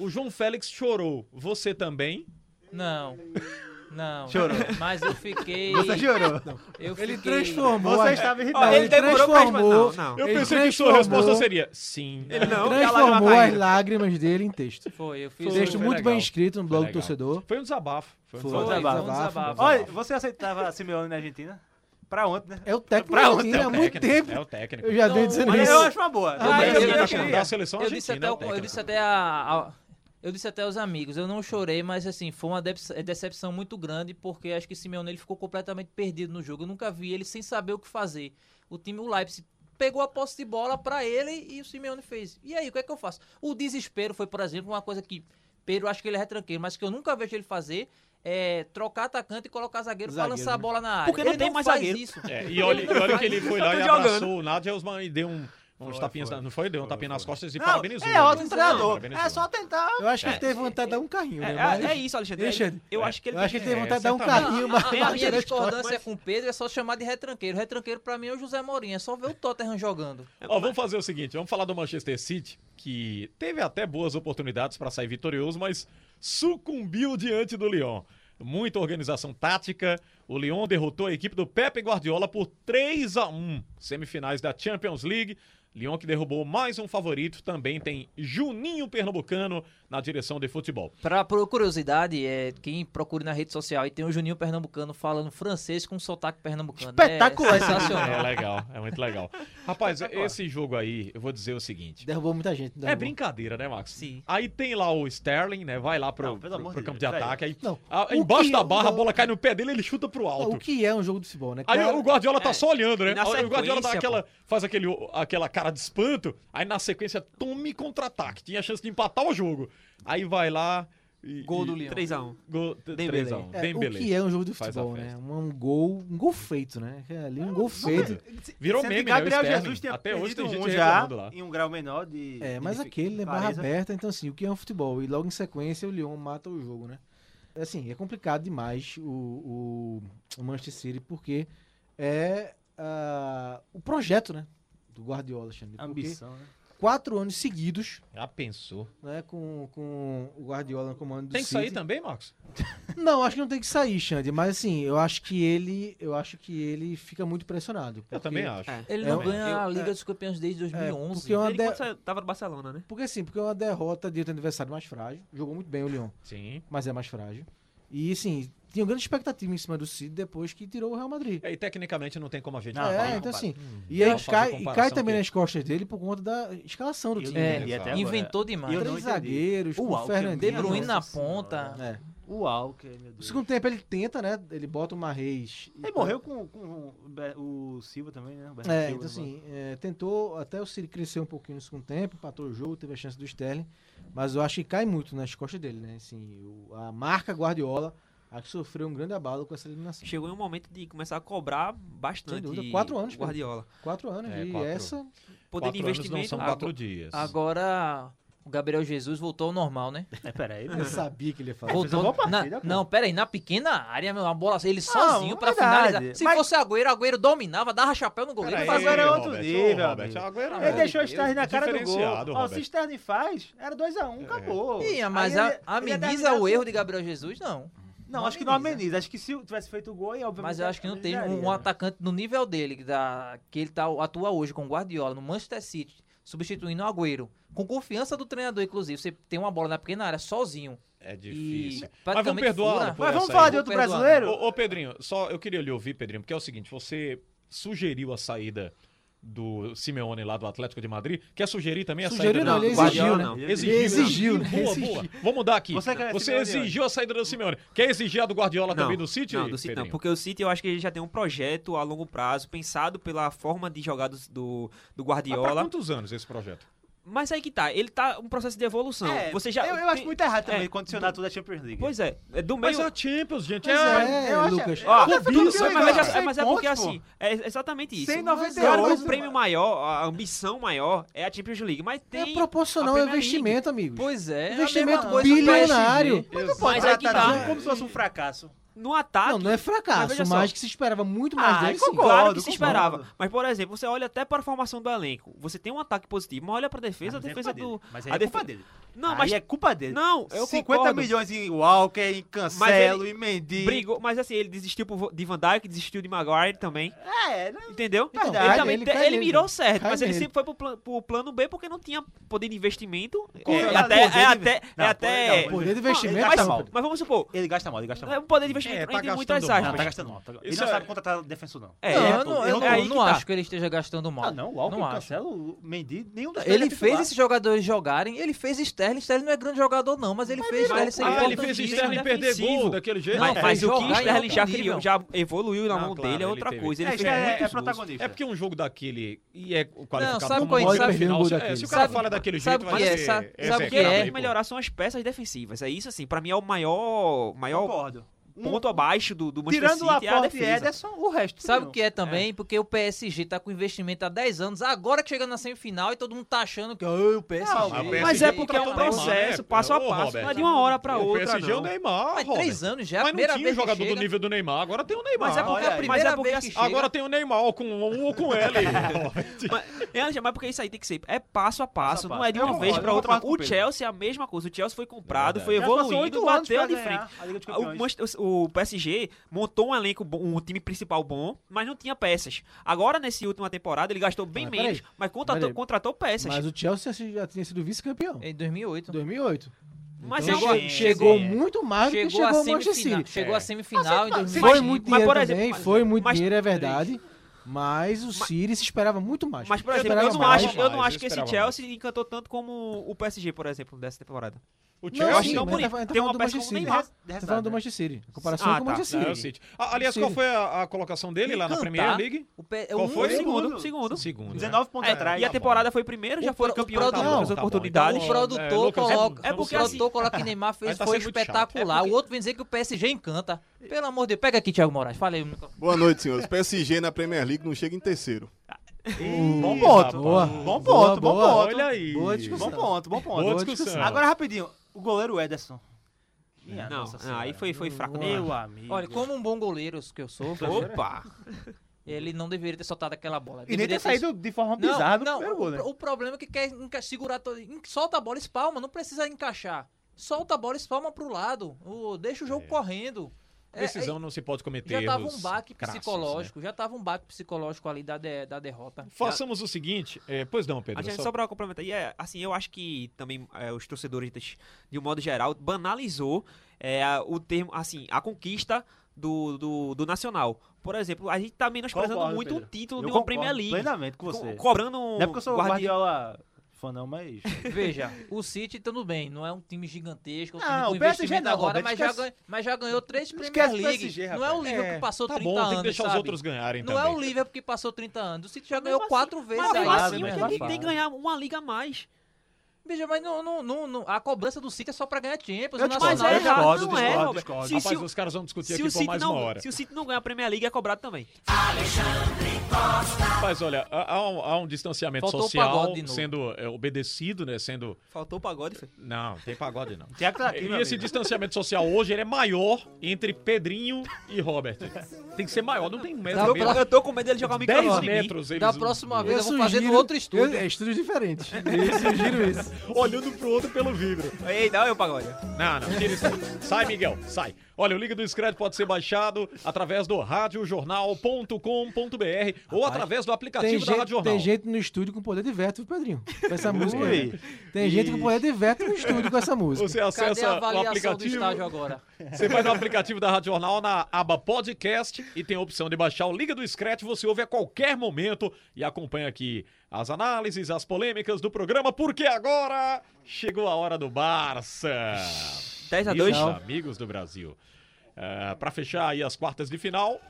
[SPEAKER 4] O João Félix chorou. Você também?
[SPEAKER 5] Não. Não.
[SPEAKER 9] Chorou.
[SPEAKER 5] Mas eu fiquei.
[SPEAKER 9] Você chorou.
[SPEAKER 5] Eu
[SPEAKER 8] Ele
[SPEAKER 5] fiquei-
[SPEAKER 8] transformou.
[SPEAKER 9] Você
[SPEAKER 8] a-
[SPEAKER 9] estava irritado.
[SPEAKER 8] Não,
[SPEAKER 6] Ele
[SPEAKER 8] ele,
[SPEAKER 6] demorou pra
[SPEAKER 8] transformou.
[SPEAKER 6] responder. Não, não.
[SPEAKER 4] Eu
[SPEAKER 8] Ele
[SPEAKER 4] pensei que sua
[SPEAKER 8] transformou-
[SPEAKER 4] resposta seria sim. né?
[SPEAKER 6] Ele não, porque a lágrima
[SPEAKER 8] Transformou
[SPEAKER 6] caiu.
[SPEAKER 8] as lágrimas dele em texto.
[SPEAKER 5] Foi, eu fiz.
[SPEAKER 8] Texto
[SPEAKER 5] um-
[SPEAKER 4] foi
[SPEAKER 8] muito
[SPEAKER 4] legal.
[SPEAKER 8] bem escrito no blog do
[SPEAKER 4] legal.
[SPEAKER 8] torcedor.
[SPEAKER 4] Foi um desabafo. Foi um
[SPEAKER 8] Foi.
[SPEAKER 5] Foi,
[SPEAKER 4] desabafo.
[SPEAKER 5] foi um
[SPEAKER 9] Desabafo.
[SPEAKER 5] desabafo.
[SPEAKER 9] Olha, você aceitava Simeone na Argentina? Pra ontem, né?
[SPEAKER 8] É o técnico
[SPEAKER 9] Pra
[SPEAKER 8] da
[SPEAKER 9] ontem,
[SPEAKER 8] Argentina há muito
[SPEAKER 4] Técnico,
[SPEAKER 8] tempo.
[SPEAKER 4] É o técnico.
[SPEAKER 8] Eu já
[SPEAKER 5] Não,
[SPEAKER 8] venho dizendo
[SPEAKER 9] Mas
[SPEAKER 8] isso.
[SPEAKER 9] eu acho uma boa.
[SPEAKER 8] Ah,
[SPEAKER 4] O
[SPEAKER 9] Mas
[SPEAKER 4] técnico
[SPEAKER 9] eu-
[SPEAKER 4] da-
[SPEAKER 9] eu queria.
[SPEAKER 4] da seleção
[SPEAKER 5] eu disse
[SPEAKER 4] argentina.
[SPEAKER 5] até,
[SPEAKER 4] é o
[SPEAKER 5] ao- eu
[SPEAKER 4] técnico.
[SPEAKER 5] disse até a, a- eu disse até aos amigos, eu não chorei, mas assim, foi uma dece- decepção muito grande, porque acho que Simeone ele ficou completamente perdido no jogo. Eu nunca vi ele sem saber o que fazer. O time, o Leipzig, pegou a posse de bola pra ele e o Simeone fez. E aí, o que é que eu faço? O desespero foi, por exemplo, uma coisa que Pedro acho que ele é retranqueiro, mas que eu nunca vejo ele fazer é, trocar atacante e colocar zagueiro,
[SPEAKER 8] Zagueiro,
[SPEAKER 5] pra lançar a
[SPEAKER 8] né?
[SPEAKER 5] bola na área.
[SPEAKER 6] Porque não
[SPEAKER 5] Ele
[SPEAKER 6] tem
[SPEAKER 5] não
[SPEAKER 6] mais
[SPEAKER 5] faz
[SPEAKER 6] zagueiro.
[SPEAKER 5] isso.
[SPEAKER 4] É, e olha, e olha que ele foi lá e
[SPEAKER 6] Jogando.
[SPEAKER 4] abraçou o Nagelsmann e deu um, uns tapinhas, na- não foi? Deu um tapinha nas costas e parabenizou.
[SPEAKER 9] é
[SPEAKER 4] né?
[SPEAKER 9] ótimo treinador.
[SPEAKER 4] Parabenizou.
[SPEAKER 9] É só tentar.
[SPEAKER 8] Eu acho que ele teve vontade de dar um carrinho,
[SPEAKER 6] É,
[SPEAKER 8] né?
[SPEAKER 6] é-
[SPEAKER 8] Mas-
[SPEAKER 6] é isso, Alexandre. É-
[SPEAKER 8] Alexandre,
[SPEAKER 6] eu acho que ele
[SPEAKER 8] Eu acho que ele teve
[SPEAKER 4] É,
[SPEAKER 8] vontade de dar um
[SPEAKER 4] certamente.
[SPEAKER 8] carrinho, mas...
[SPEAKER 5] A a minha discordância
[SPEAKER 6] mas-
[SPEAKER 5] com o Pedro é só chamar de retranqueiro. Retranqueiro pra mim é o José Mourinho, é só ver o Tottenham jogando.
[SPEAKER 4] Ó, vamos fazer o seguinte, vamos falar do Manchester City, que teve até boas oportunidades para sair vitorioso, mas sucumbiu diante do Lyon. Muita organização tática. O Lyon derrotou a equipe do Pepe Guardiola por 3 a 1, semifinais da Champions League. Lyon que derrubou mais um favorito, também tem Juninho Pernambucano na direção de futebol.
[SPEAKER 5] Pra, por curiosidade, é, quem procura na rede social e tem o Juninho Pernambucano falando francês com sotaque pernambucano.
[SPEAKER 8] Espetacular.
[SPEAKER 5] É sensacional.
[SPEAKER 4] É legal, é muito legal. Rapaz, esse jogo aí, eu vou dizer o seguinte.
[SPEAKER 8] Derrubou muita gente. não
[SPEAKER 4] É
[SPEAKER 8] derrubou.
[SPEAKER 4] brincadeira, né, Max?
[SPEAKER 5] Sim.
[SPEAKER 4] Aí tem lá o Sterling, né? Vai lá pro,
[SPEAKER 9] Não, pelo
[SPEAKER 4] pro-
[SPEAKER 9] amor
[SPEAKER 4] pro
[SPEAKER 9] de
[SPEAKER 4] campo de
[SPEAKER 9] Deus,
[SPEAKER 4] ataque. Aí,
[SPEAKER 8] Não.
[SPEAKER 4] a-
[SPEAKER 8] O
[SPEAKER 4] embaixo
[SPEAKER 8] que-
[SPEAKER 4] da barra, a
[SPEAKER 8] o-
[SPEAKER 4] bola cai no pé dele, ele chuta pro alto.
[SPEAKER 8] O que é um jogo de futebol, né?
[SPEAKER 4] Aí
[SPEAKER 8] Cara,
[SPEAKER 4] o Guardiola tá
[SPEAKER 6] É.
[SPEAKER 4] só olhando, né?
[SPEAKER 6] Na
[SPEAKER 4] Aí o Guardiola dá
[SPEAKER 6] sequência,
[SPEAKER 4] aquela, faz aquele, aquela cara de espanto, aí na sequência tome contra-ataque. Tinha chance de empatar o jogo. Aí vai lá e...
[SPEAKER 5] Gol do
[SPEAKER 4] e-
[SPEAKER 5] Leão.
[SPEAKER 6] 3x1.
[SPEAKER 4] Gol,
[SPEAKER 6] Dembélé.
[SPEAKER 4] 3x1.
[SPEAKER 8] é, o que é um jogo de
[SPEAKER 4] Faz a
[SPEAKER 8] futebol, né?
[SPEAKER 4] festa.
[SPEAKER 8] Um, um gol, um gol feito, né? É, Ali um gol feito.
[SPEAKER 4] Virou
[SPEAKER 9] Sendo que
[SPEAKER 4] meme, né, o
[SPEAKER 9] Gabriel
[SPEAKER 4] Sterling.
[SPEAKER 9] Jesus tinha
[SPEAKER 4] Até hoje tem
[SPEAKER 9] perdido
[SPEAKER 4] gente
[SPEAKER 9] um já,
[SPEAKER 4] reclamando lá.
[SPEAKER 9] em um grau menor de...
[SPEAKER 8] É, mas
[SPEAKER 9] de
[SPEAKER 8] aquele, né? Barra
[SPEAKER 9] clareza.
[SPEAKER 8] aberta, então assim, o que é um futebol? E logo em sequência o Lyon mata o jogo, né? Assim, é complicado demais o, o, o Manchester City, porque é ah, o projeto, né? Do Guardiola, Alexandre. Porque
[SPEAKER 9] Ambição, né?
[SPEAKER 8] Quatro anos seguidos,
[SPEAKER 4] Já pensou.
[SPEAKER 8] né? Com, com o Guardiola no comando do
[SPEAKER 4] Tem que
[SPEAKER 8] City.
[SPEAKER 4] sair então. também, Marcos?
[SPEAKER 8] Não, acho que não tem que sair, Xande, mas assim, eu acho que ele, eu acho que ele fica muito pressionado.
[SPEAKER 4] Eu
[SPEAKER 8] porque-
[SPEAKER 4] também acho.
[SPEAKER 6] É.
[SPEAKER 5] Ele não
[SPEAKER 8] É,
[SPEAKER 5] ganha
[SPEAKER 6] eu-
[SPEAKER 5] a Liga dos Campeões desde
[SPEAKER 8] É,
[SPEAKER 5] 2011.
[SPEAKER 8] porque, é uma
[SPEAKER 6] Ele
[SPEAKER 8] de...
[SPEAKER 6] quando saiu- tava no Barcelona, né?
[SPEAKER 8] porque assim, porque é uma derrota de outro adversário mais frágil. Jogou muito bem o Lyon,
[SPEAKER 4] Sim.
[SPEAKER 8] mas é mais frágil. E assim, tinha grande expectativa em cima do Cid depois que tirou o Real Madrid.
[SPEAKER 4] E tecnicamente não tem como a gente
[SPEAKER 9] Não,
[SPEAKER 4] falar,
[SPEAKER 9] não,
[SPEAKER 8] é,
[SPEAKER 4] né?
[SPEAKER 8] então
[SPEAKER 9] compara-
[SPEAKER 8] assim. E
[SPEAKER 4] dá
[SPEAKER 8] aí
[SPEAKER 4] pra fazer
[SPEAKER 8] cai, e
[SPEAKER 4] comparação
[SPEAKER 8] cai
[SPEAKER 4] que-
[SPEAKER 8] também nas costas dele por conta da escalação do
[SPEAKER 9] Eu
[SPEAKER 8] time.
[SPEAKER 9] entendi
[SPEAKER 8] né?
[SPEAKER 5] É,
[SPEAKER 9] até agora.
[SPEAKER 5] inventou demais.
[SPEAKER 9] Eu
[SPEAKER 8] Três
[SPEAKER 9] não entendi.
[SPEAKER 8] zagueiros,
[SPEAKER 9] O
[SPEAKER 8] com o
[SPEAKER 9] Walker,
[SPEAKER 8] Fernandinho.
[SPEAKER 5] De Bruyne na
[SPEAKER 9] Nossa Senhora.
[SPEAKER 5] ponta.
[SPEAKER 8] É.
[SPEAKER 9] O Alcker, meu
[SPEAKER 8] No
[SPEAKER 9] Deus.
[SPEAKER 8] segundo tempo ele tenta, né? Ele bota o Marreis.
[SPEAKER 9] Ele morreu com, com o Be- o Silva também, né? O Bernardo
[SPEAKER 8] É,
[SPEAKER 9] Silva,
[SPEAKER 8] então
[SPEAKER 9] né, mano?
[SPEAKER 8] assim, é, tentou até o City crescer um pouquinho no segundo tempo, empatou o jogo, teve a chance do Sterling, mas eu acho que cai muito nas costas dele, né? Assim, o- a marca Guardiola, a que sofreu um grande abalo com essa eliminação.
[SPEAKER 6] Chegou em um momento de começar a cobrar
[SPEAKER 8] Sem
[SPEAKER 6] bastante.
[SPEAKER 8] dúvida, quatro anos,
[SPEAKER 6] o
[SPEAKER 8] pô.
[SPEAKER 6] Guardiola.
[SPEAKER 8] Quatro anos
[SPEAKER 4] É,
[SPEAKER 8] e
[SPEAKER 4] quatro.
[SPEAKER 8] essa
[SPEAKER 6] Poder de
[SPEAKER 4] Quatro anos
[SPEAKER 6] investimento. Ah,
[SPEAKER 4] Não são quatro dias.
[SPEAKER 5] Agora o Gabriel Jesus voltou ao normal, né?
[SPEAKER 9] É, peraí.
[SPEAKER 8] eu sabia que ele ia falar.
[SPEAKER 9] Voltou-
[SPEAKER 5] Voltou.
[SPEAKER 9] uma boa
[SPEAKER 5] na,
[SPEAKER 9] partida, pô.
[SPEAKER 5] não, pera aí, na pequena área, meu, uma bola ele sozinho pra
[SPEAKER 9] verdade,
[SPEAKER 5] finalizar. Se
[SPEAKER 9] mas-
[SPEAKER 5] fosse Agüero, Agüero dominava, dava chapéu no goleiro.
[SPEAKER 4] Peraí,
[SPEAKER 5] fazia-
[SPEAKER 9] Agüero é outro
[SPEAKER 4] Robert,
[SPEAKER 9] nível,
[SPEAKER 4] ô, Robert,
[SPEAKER 9] amigo.
[SPEAKER 4] Agüero é
[SPEAKER 9] Ele
[SPEAKER 4] outro
[SPEAKER 9] deixou o
[SPEAKER 4] nível.
[SPEAKER 9] Sterling na cara do gol.
[SPEAKER 4] Diferenciado, É.
[SPEAKER 9] Ó, se
[SPEAKER 4] Robert.
[SPEAKER 9] Sterling faz, era 2x1, acabou.
[SPEAKER 5] Ih, mas
[SPEAKER 9] Aí
[SPEAKER 5] a-
[SPEAKER 9] ele- ele é ia
[SPEAKER 5] ameniza
[SPEAKER 9] terminar
[SPEAKER 5] o
[SPEAKER 9] com-
[SPEAKER 5] erro de Gabriel Jesus, não.
[SPEAKER 9] Não, acho que não ameniza. Acho que se tivesse feito o gol, aí, obviamente.
[SPEAKER 5] Mas eu acho que não tem
[SPEAKER 9] amenizaria,
[SPEAKER 5] um
[SPEAKER 9] né?
[SPEAKER 5] atacante no nível dele, que, dá, que ele tá, atua hoje com o Guardiola, no Manchester City, substituindo o Agüero. Com confiança do treinador, inclusive. Você tem uma bola na pequena área sozinho.
[SPEAKER 4] É difícil.
[SPEAKER 5] E
[SPEAKER 4] Mas vamos
[SPEAKER 5] praticamente
[SPEAKER 4] perdoá-lo.
[SPEAKER 5] fura.
[SPEAKER 4] por
[SPEAKER 9] Mas vamos
[SPEAKER 4] essa
[SPEAKER 9] falar
[SPEAKER 4] aí.
[SPEAKER 9] de outro
[SPEAKER 5] Perdoado.
[SPEAKER 9] brasileiro?
[SPEAKER 4] Ô, ô, Pedrinho, só eu queria lhe ouvir, Pedrinho, porque é o seguinte, você sugeriu a saída do Simeone lá do Atlético de Madrid. Quer sugerir também a
[SPEAKER 8] Sugeriu
[SPEAKER 4] saída
[SPEAKER 8] não,
[SPEAKER 4] do...
[SPEAKER 8] ele
[SPEAKER 6] do
[SPEAKER 8] exigiu,
[SPEAKER 6] Guardiola,
[SPEAKER 8] né?
[SPEAKER 6] não.
[SPEAKER 8] Ele
[SPEAKER 4] Exigiu.
[SPEAKER 8] exigiu, né?
[SPEAKER 4] Boa,
[SPEAKER 8] Exigiu.
[SPEAKER 4] boa. Vamos dar aqui.
[SPEAKER 9] Você quer
[SPEAKER 4] Você,
[SPEAKER 9] Simeone
[SPEAKER 4] exigiu a saída do Simeone. Quer exigir a do Guardiola também do City?
[SPEAKER 6] Não, do City não,
[SPEAKER 4] Pedrinho?
[SPEAKER 6] porque o City eu acho que ele já tem um projeto a longo prazo, pensado pela forma de jogar do, do, do
[SPEAKER 4] Mas pra
[SPEAKER 6] Guardiola. Mas,
[SPEAKER 4] tá quantos anos esse projeto?
[SPEAKER 6] aí que tá, ele tá um processo de evolução.
[SPEAKER 9] É,
[SPEAKER 6] Você já
[SPEAKER 9] eu, eu acho
[SPEAKER 6] tem-
[SPEAKER 9] muito errado também
[SPEAKER 6] é,
[SPEAKER 9] condicionar tudo a Champions League.
[SPEAKER 6] Pois é, é do meio.
[SPEAKER 4] Mas é a Champions, gente.
[SPEAKER 8] Pois
[SPEAKER 4] é-
[SPEAKER 8] é,
[SPEAKER 9] eu acho-
[SPEAKER 8] Lucas.
[SPEAKER 6] Ó,
[SPEAKER 9] Mas é tudo
[SPEAKER 4] cobiça,
[SPEAKER 9] bem,
[SPEAKER 6] mas, mas
[SPEAKER 9] cara.
[SPEAKER 6] é, mas é
[SPEAKER 9] 100
[SPEAKER 6] porque
[SPEAKER 9] pontos, pô.
[SPEAKER 6] assim, é exatamente isso.
[SPEAKER 9] 198,
[SPEAKER 6] Claro que
[SPEAKER 9] né?
[SPEAKER 6] o prêmio maior, a ambição maior é a Champions League, mas tem
[SPEAKER 8] É proporcional ao
[SPEAKER 6] a Premier League.
[SPEAKER 8] investimento, amigos.
[SPEAKER 5] Pois é, é a
[SPEAKER 8] Investimento
[SPEAKER 5] mesma coisa do
[SPEAKER 8] bilionário.
[SPEAKER 5] PSG.
[SPEAKER 9] Mas é não
[SPEAKER 6] Mas
[SPEAKER 9] pode
[SPEAKER 6] aí que
[SPEAKER 9] tratar
[SPEAKER 6] tá.
[SPEAKER 9] disso como se fosse um fracasso.
[SPEAKER 6] No ataque,
[SPEAKER 8] Não, não é
[SPEAKER 6] Mas
[SPEAKER 8] fracasso,
[SPEAKER 6] veja
[SPEAKER 8] mas,
[SPEAKER 6] só.
[SPEAKER 8] que se esperava muito mais
[SPEAKER 9] Ah,
[SPEAKER 8] dele.
[SPEAKER 9] eu
[SPEAKER 8] sim.
[SPEAKER 9] concordo.
[SPEAKER 6] Claro que se
[SPEAKER 9] concordo.
[SPEAKER 6] esperava. Mas, por exemplo, você olha até para a formação do elenco. Você tem um ataque positivo, mas olha para a defesa, a
[SPEAKER 9] Mas é
[SPEAKER 6] defesa
[SPEAKER 9] culpa
[SPEAKER 6] do.
[SPEAKER 9] dele. Mas
[SPEAKER 6] a
[SPEAKER 9] aí é culpa
[SPEAKER 6] defe-
[SPEAKER 9] dele.
[SPEAKER 6] Não,
[SPEAKER 9] Aí
[SPEAKER 6] mas.
[SPEAKER 9] é culpa dele.
[SPEAKER 6] Não, eu
[SPEAKER 9] 50
[SPEAKER 6] concordo.
[SPEAKER 9] milhões em Walker, em Cancelo, em Mendy.
[SPEAKER 6] Brigou, mas assim, ele desistiu pro- de Van Dijk, desistiu de Maguire também.
[SPEAKER 9] É, né?
[SPEAKER 6] Entendeu?
[SPEAKER 8] Então,
[SPEAKER 6] ele
[SPEAKER 8] verdade,
[SPEAKER 6] também
[SPEAKER 8] ele
[SPEAKER 6] te-
[SPEAKER 8] cai
[SPEAKER 6] ele
[SPEAKER 8] nele.
[SPEAKER 6] mirou certo,
[SPEAKER 8] Cai
[SPEAKER 6] mas ele
[SPEAKER 8] nele.
[SPEAKER 6] sempre foi pro, plan- pro plano B porque não tinha poder de investimento. É,
[SPEAKER 9] Contra-
[SPEAKER 6] é até.
[SPEAKER 9] poder
[SPEAKER 6] É
[SPEAKER 9] de-
[SPEAKER 6] até.
[SPEAKER 9] Não,
[SPEAKER 6] é
[SPEAKER 9] poder-
[SPEAKER 6] até
[SPEAKER 9] não,
[SPEAKER 8] Poder de
[SPEAKER 9] Não, ele
[SPEAKER 8] investimento
[SPEAKER 9] gasta
[SPEAKER 8] tá
[SPEAKER 9] mal.
[SPEAKER 8] mal.
[SPEAKER 6] mas vamos supor,
[SPEAKER 9] Ele gasta mal, ele gasta
[SPEAKER 6] é
[SPEAKER 9] mal.
[SPEAKER 6] um poder de entre,
[SPEAKER 4] É, tá
[SPEAKER 6] entre
[SPEAKER 4] gastando
[SPEAKER 6] muitas
[SPEAKER 9] Não, tá
[SPEAKER 6] aspas.
[SPEAKER 9] gastando mal. Tá... Ele
[SPEAKER 4] Isso
[SPEAKER 9] não
[SPEAKER 4] é-
[SPEAKER 9] sabe contratar defensor, não.
[SPEAKER 6] É,
[SPEAKER 5] não,
[SPEAKER 6] é,
[SPEAKER 5] eu
[SPEAKER 6] pô,
[SPEAKER 5] não,
[SPEAKER 6] é
[SPEAKER 5] eu não,
[SPEAKER 6] aí
[SPEAKER 5] eu não
[SPEAKER 6] que tá.
[SPEAKER 5] acho que ele esteja gastando mal.
[SPEAKER 9] Ah, não, o Walker,
[SPEAKER 5] não
[SPEAKER 9] o
[SPEAKER 5] acho.
[SPEAKER 9] Cancelo, o Mendy, nenhum dos três
[SPEAKER 5] Ele
[SPEAKER 9] é
[SPEAKER 5] fez
[SPEAKER 9] titular.
[SPEAKER 5] esses jogadores jogarem, ele fez Sterling. Sterling não é grande jogador, não, mas ele fez Sterling
[SPEAKER 6] mas-
[SPEAKER 5] ser
[SPEAKER 4] Ah, ele
[SPEAKER 5] importantíssimo.
[SPEAKER 4] fez Sterling perder
[SPEAKER 6] defensivo.
[SPEAKER 4] gol daquele jeito.
[SPEAKER 5] Não,
[SPEAKER 4] É.
[SPEAKER 6] Mas o que
[SPEAKER 5] jogar em
[SPEAKER 6] Sterling
[SPEAKER 5] alto
[SPEAKER 6] já,
[SPEAKER 5] nível.
[SPEAKER 6] criou, já evoluiu na
[SPEAKER 4] Não,
[SPEAKER 6] mão
[SPEAKER 4] claro,
[SPEAKER 6] dele é
[SPEAKER 4] ele
[SPEAKER 6] outra
[SPEAKER 4] teve-
[SPEAKER 6] coisa. Ele
[SPEAKER 9] É,
[SPEAKER 6] fez
[SPEAKER 9] Sterling é,
[SPEAKER 6] muitos
[SPEAKER 9] é
[SPEAKER 6] gols.
[SPEAKER 9] protagonista.
[SPEAKER 4] É porque um jogo daquele e é qualificado
[SPEAKER 5] sabe
[SPEAKER 4] como
[SPEAKER 5] qual é-
[SPEAKER 4] um
[SPEAKER 5] sabe-
[SPEAKER 4] final,
[SPEAKER 8] um
[SPEAKER 4] se,
[SPEAKER 8] gol
[SPEAKER 4] é, se o
[SPEAKER 8] daquele.
[SPEAKER 4] cara
[SPEAKER 5] Sabe-
[SPEAKER 4] fala daquele
[SPEAKER 5] sabe
[SPEAKER 4] jeito,
[SPEAKER 5] o
[SPEAKER 4] vai
[SPEAKER 5] que é?
[SPEAKER 4] ser
[SPEAKER 5] Sabe-
[SPEAKER 4] é
[SPEAKER 5] sabe o
[SPEAKER 6] O que
[SPEAKER 4] execrado
[SPEAKER 6] é
[SPEAKER 4] aí,
[SPEAKER 6] que
[SPEAKER 4] pô.
[SPEAKER 6] melhorar são as peças defensivas. É isso assim, pra mim é o maior, maior
[SPEAKER 9] Concordo. Um-
[SPEAKER 6] ponto abaixo do, do Manchester
[SPEAKER 9] Tirando o
[SPEAKER 6] City é a
[SPEAKER 9] aporte e
[SPEAKER 6] defesa.
[SPEAKER 9] Ederson, o resto.
[SPEAKER 5] Sabe o
[SPEAKER 9] não.
[SPEAKER 5] que é também? Porque o PSG tá com investimento há 10 anos, agora que chega na semifinal e todo mundo tá achando que "Ai, o PSG.
[SPEAKER 9] Não,
[SPEAKER 5] o
[SPEAKER 4] PSG
[SPEAKER 6] Mas é porque é um
[SPEAKER 4] contratou o Neymar,
[SPEAKER 6] processo,
[SPEAKER 4] né?
[SPEAKER 6] passo a
[SPEAKER 4] Ô,
[SPEAKER 6] passo.
[SPEAKER 4] Robert,
[SPEAKER 6] Não é de uma hora pra
[SPEAKER 4] o
[SPEAKER 6] outra,
[SPEAKER 4] PSG é o
[SPEAKER 6] não.
[SPEAKER 4] Neymar,
[SPEAKER 5] Mas
[SPEAKER 4] Robert.
[SPEAKER 5] três anos já, é a
[SPEAKER 4] Mas não
[SPEAKER 5] primeira
[SPEAKER 4] tinha
[SPEAKER 5] vez que
[SPEAKER 4] jogador
[SPEAKER 5] chega.
[SPEAKER 4] do nível do Neymar, agora tem o Neymar.
[SPEAKER 6] Mas é porque
[SPEAKER 5] é a
[SPEAKER 6] a
[SPEAKER 5] primeira
[SPEAKER 6] porque
[SPEAKER 5] vez
[SPEAKER 6] assim,
[SPEAKER 5] que
[SPEAKER 4] Agora tem o Neymar com um ou com L.
[SPEAKER 6] Mas, é, Alexandre, mas porque isso aí tem que ser é passo a passo,
[SPEAKER 9] a
[SPEAKER 6] não
[SPEAKER 9] passo.
[SPEAKER 6] é de
[SPEAKER 9] Eu
[SPEAKER 6] uma vez
[SPEAKER 9] concordo,
[SPEAKER 6] pra
[SPEAKER 9] eu
[SPEAKER 6] outra.
[SPEAKER 9] concordo com o
[SPEAKER 6] O
[SPEAKER 9] Pedro. é.
[SPEAKER 6] Chelsea é a mesma coisa. O Chelsea foi comprado, foi
[SPEAKER 9] Já passou oito
[SPEAKER 6] evoluindo,
[SPEAKER 9] anos
[SPEAKER 6] bateu
[SPEAKER 9] pra
[SPEAKER 6] de
[SPEAKER 9] ganhar
[SPEAKER 6] frente. Ah,
[SPEAKER 9] a Liga dos
[SPEAKER 6] O,
[SPEAKER 9] né? Campeões.
[SPEAKER 6] Manchester- o PSG montou um elenco, bom- um time principal bom, mas não tinha peças. Agora, nesse última temporada, ele gastou bem
[SPEAKER 8] Mas peraí,
[SPEAKER 6] menos, mas contratou,
[SPEAKER 8] peraí.
[SPEAKER 6] contratou peças.
[SPEAKER 8] Mas o Chelsea já tinha sido vice-campeão em
[SPEAKER 5] Em 2008.
[SPEAKER 8] 2008.
[SPEAKER 6] Mas
[SPEAKER 8] Então,
[SPEAKER 6] é uma-
[SPEAKER 8] che- chegou
[SPEAKER 5] Então. é.
[SPEAKER 8] muito mais do que
[SPEAKER 5] Chegou, à
[SPEAKER 8] chegou o Manchester
[SPEAKER 5] semifinal,
[SPEAKER 8] City.
[SPEAKER 5] chegou à semifinal em 2005.
[SPEAKER 8] Foi muito
[SPEAKER 6] mas,
[SPEAKER 8] dinheiro
[SPEAKER 6] por exemplo,
[SPEAKER 8] também,
[SPEAKER 6] mas-
[SPEAKER 8] foi muito
[SPEAKER 6] mas-
[SPEAKER 8] dinheiro, é verdade. Mas o City se esperava muito mais.
[SPEAKER 6] Mas, por
[SPEAKER 4] Eu
[SPEAKER 6] exemplo, eu,
[SPEAKER 8] esperava
[SPEAKER 6] não
[SPEAKER 8] mais.
[SPEAKER 6] acho, eu não
[SPEAKER 4] mais,
[SPEAKER 6] acho
[SPEAKER 4] eu
[SPEAKER 6] que esse
[SPEAKER 4] esperava
[SPEAKER 6] Chelsea encantou tanto como o PSG, por exemplo, dessa temporada.
[SPEAKER 4] O
[SPEAKER 8] Não,
[SPEAKER 4] Chelsea
[SPEAKER 8] sim,
[SPEAKER 4] não
[SPEAKER 8] mas
[SPEAKER 4] bonito.
[SPEAKER 8] tá falando- tá
[SPEAKER 6] Tem uma
[SPEAKER 8] falando do
[SPEAKER 6] peça
[SPEAKER 8] Manchester
[SPEAKER 6] como
[SPEAKER 8] City.
[SPEAKER 6] Neymar.
[SPEAKER 8] Tá falando do Manchester City. A comparação
[SPEAKER 6] Ah,
[SPEAKER 8] com o
[SPEAKER 6] tá.
[SPEAKER 8] Manchester
[SPEAKER 4] Não, é o
[SPEAKER 8] City.
[SPEAKER 4] City. Ah, aliás, qual
[SPEAKER 8] Sim.
[SPEAKER 4] foi a, a colocação dele lá na
[SPEAKER 5] Encantar.
[SPEAKER 4] Premier League?
[SPEAKER 5] O Pe- é
[SPEAKER 4] Qual
[SPEAKER 5] um-
[SPEAKER 4] foi?
[SPEAKER 5] o segundo.
[SPEAKER 6] Segundo, segundo.
[SPEAKER 4] Segundo. né?
[SPEAKER 9] 19 pontos
[SPEAKER 6] É,
[SPEAKER 9] atrás.
[SPEAKER 6] e a
[SPEAKER 4] tá
[SPEAKER 6] temporada foi primeiro, já
[SPEAKER 5] O
[SPEAKER 6] foi
[SPEAKER 5] pro- o
[SPEAKER 6] campeão
[SPEAKER 5] produto-
[SPEAKER 6] das outras
[SPEAKER 4] Tá bom,
[SPEAKER 6] oportunidades.
[SPEAKER 4] então-
[SPEAKER 5] O
[SPEAKER 4] É,
[SPEAKER 5] produtor
[SPEAKER 4] Lucas,
[SPEAKER 5] coloca,
[SPEAKER 6] é porque
[SPEAKER 5] o
[SPEAKER 6] assim-
[SPEAKER 5] produtor coloca que Neymar
[SPEAKER 4] Aí
[SPEAKER 5] fez
[SPEAKER 4] tá
[SPEAKER 5] foi
[SPEAKER 4] sendo muito chato.
[SPEAKER 5] espetacular. O outro vem dizer que o PSG encanta. Pelo amor de Deus, pega aqui Thiago Moraes. Fala aí, Nico.
[SPEAKER 10] Boa noite, senhores. PSG na Premier League não chega em terceiro.
[SPEAKER 9] Bom ponto.
[SPEAKER 8] Boa.
[SPEAKER 9] Bom
[SPEAKER 8] Boa,
[SPEAKER 9] ponto, bom
[SPEAKER 8] boa.
[SPEAKER 9] ponto.
[SPEAKER 4] Olha aí.
[SPEAKER 8] Boa
[SPEAKER 9] Bom
[SPEAKER 8] discussão.
[SPEAKER 9] ponto, bom ponto.
[SPEAKER 4] Boa discussão.
[SPEAKER 9] Agora, rapidinho, o goleiro Ederson. Minha
[SPEAKER 6] Não,
[SPEAKER 9] nossa
[SPEAKER 6] não,
[SPEAKER 9] senhora.
[SPEAKER 6] aí foi, foi fraco.
[SPEAKER 9] Meu amigo.
[SPEAKER 5] Olha, como um bom goleiro que eu sou,
[SPEAKER 6] Opa!
[SPEAKER 5] ele não deveria ter soltado aquela bola.
[SPEAKER 9] E nem
[SPEAKER 5] Deveria
[SPEAKER 9] ter saído de forma
[SPEAKER 5] Não,
[SPEAKER 9] bizarra no
[SPEAKER 5] não,
[SPEAKER 9] primeiro
[SPEAKER 5] o,
[SPEAKER 9] gol, né?
[SPEAKER 5] o problema é que quer enca- segurar todo. en- Solta a bola, espalma, não precisa encaixar. Solta a bola, espalma pro lado. o- deixa o jogo correndo. É,
[SPEAKER 4] Decisão
[SPEAKER 5] é,
[SPEAKER 4] não se pode cometer. né?
[SPEAKER 5] já tava um
[SPEAKER 4] erros
[SPEAKER 5] baque
[SPEAKER 4] crassos,
[SPEAKER 5] psicológico, já tava um baque psicológico ali da, de- da derrota.
[SPEAKER 4] né? Façamos o seguinte. é, pois não, Pedro.
[SPEAKER 6] A gente,
[SPEAKER 4] só-
[SPEAKER 6] só pra complementar, e é, assim, eu acho que também é, os torcedores, de um modo geral, banalizou é, a- o termo, assim, a conquista do, do, do Nacional. Por exemplo, a gente tá menosprezando
[SPEAKER 9] Concordo,
[SPEAKER 6] muito
[SPEAKER 9] Pedro.
[SPEAKER 6] um título
[SPEAKER 9] Eu
[SPEAKER 6] de uma
[SPEAKER 9] concordo
[SPEAKER 6] Premier League.
[SPEAKER 9] Plenamente com
[SPEAKER 6] Co-
[SPEAKER 9] você.
[SPEAKER 6] Cobrando um
[SPEAKER 9] Não é porque eu sou
[SPEAKER 6] guardi-
[SPEAKER 9] Guardiola fã, não, mas.
[SPEAKER 5] Veja, o City, tudo bem, não é um time gigantesco, é um
[SPEAKER 9] Não,
[SPEAKER 5] time com
[SPEAKER 9] o PSG
[SPEAKER 5] investimento
[SPEAKER 9] não,
[SPEAKER 5] agora,
[SPEAKER 9] Roberto,
[SPEAKER 5] mas já,
[SPEAKER 9] esquece-
[SPEAKER 5] ganha- mas já ganhou três
[SPEAKER 9] Esquece
[SPEAKER 5] Premier
[SPEAKER 9] o
[SPEAKER 5] League.
[SPEAKER 9] PSG,
[SPEAKER 5] não é o
[SPEAKER 9] rapaz.
[SPEAKER 5] Liverpool
[SPEAKER 9] É,
[SPEAKER 5] que passou
[SPEAKER 4] Tá
[SPEAKER 5] 30
[SPEAKER 4] bom,
[SPEAKER 5] anos,
[SPEAKER 4] tem que deixar os
[SPEAKER 5] sabe?
[SPEAKER 4] outros ganharem
[SPEAKER 5] Não é
[SPEAKER 4] também.
[SPEAKER 5] o Liverpool que passou 30 anos, o City já
[SPEAKER 6] Mesmo
[SPEAKER 5] ganhou
[SPEAKER 6] assim-
[SPEAKER 5] quatro vezes
[SPEAKER 6] Mas mesmo
[SPEAKER 5] a
[SPEAKER 6] assim,
[SPEAKER 5] isso,
[SPEAKER 6] o
[SPEAKER 5] né?
[SPEAKER 6] que é que tem que ganhar uma liga a mais?
[SPEAKER 5] Veja, mas não, não, não, não- a cobrança do City é só pra ganhar Champions.
[SPEAKER 9] Eu
[SPEAKER 5] o
[SPEAKER 9] te-
[SPEAKER 5] Nacional
[SPEAKER 6] Mas
[SPEAKER 9] Discordo,
[SPEAKER 6] é
[SPEAKER 5] já-
[SPEAKER 6] errado,
[SPEAKER 9] discordo,
[SPEAKER 6] não é,
[SPEAKER 9] discordo,
[SPEAKER 6] Robert.
[SPEAKER 9] discordo.
[SPEAKER 6] Se, se,
[SPEAKER 4] Rapaz,
[SPEAKER 6] o-
[SPEAKER 4] os caras vão discutir
[SPEAKER 6] se
[SPEAKER 4] aqui
[SPEAKER 6] o
[SPEAKER 4] por
[SPEAKER 6] City
[SPEAKER 4] mais uma
[SPEAKER 6] não,
[SPEAKER 4] hora.
[SPEAKER 6] se o City não ganhar a Premier League, é cobrado também.
[SPEAKER 4] Mas olha, há há um, há um distanciamento
[SPEAKER 5] Faltou o
[SPEAKER 4] social
[SPEAKER 5] pagode de novo.
[SPEAKER 4] sendo é, obedecido, né? Sendo.
[SPEAKER 6] Faltou o pagode, foi.
[SPEAKER 4] Não, tem pagode não.
[SPEAKER 9] Tem aquela aqui,
[SPEAKER 4] E
[SPEAKER 9] meu
[SPEAKER 4] esse
[SPEAKER 9] amigo.
[SPEAKER 4] distanciamento social hoje ele é maior entre Pedrinho e Robert. Tem que ser maior, não tem um metro.
[SPEAKER 5] Dá
[SPEAKER 4] e
[SPEAKER 6] Eu,
[SPEAKER 4] meio.
[SPEAKER 5] pra-
[SPEAKER 6] eu tô com medo dele jogar o
[SPEAKER 4] 10
[SPEAKER 6] microfone em mim.
[SPEAKER 4] metros eles.
[SPEAKER 5] Da próxima vez eu, vou fazer no
[SPEAKER 8] sugiro-
[SPEAKER 5] outro estúdio.
[SPEAKER 8] Eu, é, estúdios diferentes. Eu sugiro isso.
[SPEAKER 4] Tipo Olhando pro outro pelo vidro.
[SPEAKER 6] Ei, dá eu pagode.
[SPEAKER 4] Não, não, tira isso. Sai, Miguel, sai. Olha, o Liga do Scred pode ser baixado através do radiojornal.com.br ou através do aplicativo
[SPEAKER 8] Tem
[SPEAKER 4] da
[SPEAKER 8] gente,
[SPEAKER 4] Rádio Jornal.
[SPEAKER 8] tem gente no estúdio com poder de veto, viu, Pedrinho. Com essa música.
[SPEAKER 9] Ui.
[SPEAKER 8] aí. Tem gente com poder de veto no estúdio com essa música.
[SPEAKER 4] Você
[SPEAKER 5] Cadê
[SPEAKER 4] acessa
[SPEAKER 5] a
[SPEAKER 4] o
[SPEAKER 5] avaliação do
[SPEAKER 4] aplicativo.
[SPEAKER 5] estádio agora?
[SPEAKER 4] Você vai no aplicativo da Rádio Jornal na aba podcast e tem a opção de baixar o Liga do Scratch. Você ouve a qualquer momento e acompanha aqui as análises, as polêmicas do programa, porque agora chegou a hora do Barça.
[SPEAKER 6] 10 a
[SPEAKER 4] Meus
[SPEAKER 6] 2.
[SPEAKER 4] amigos do Brasil. Para fechar aí as quartas de final,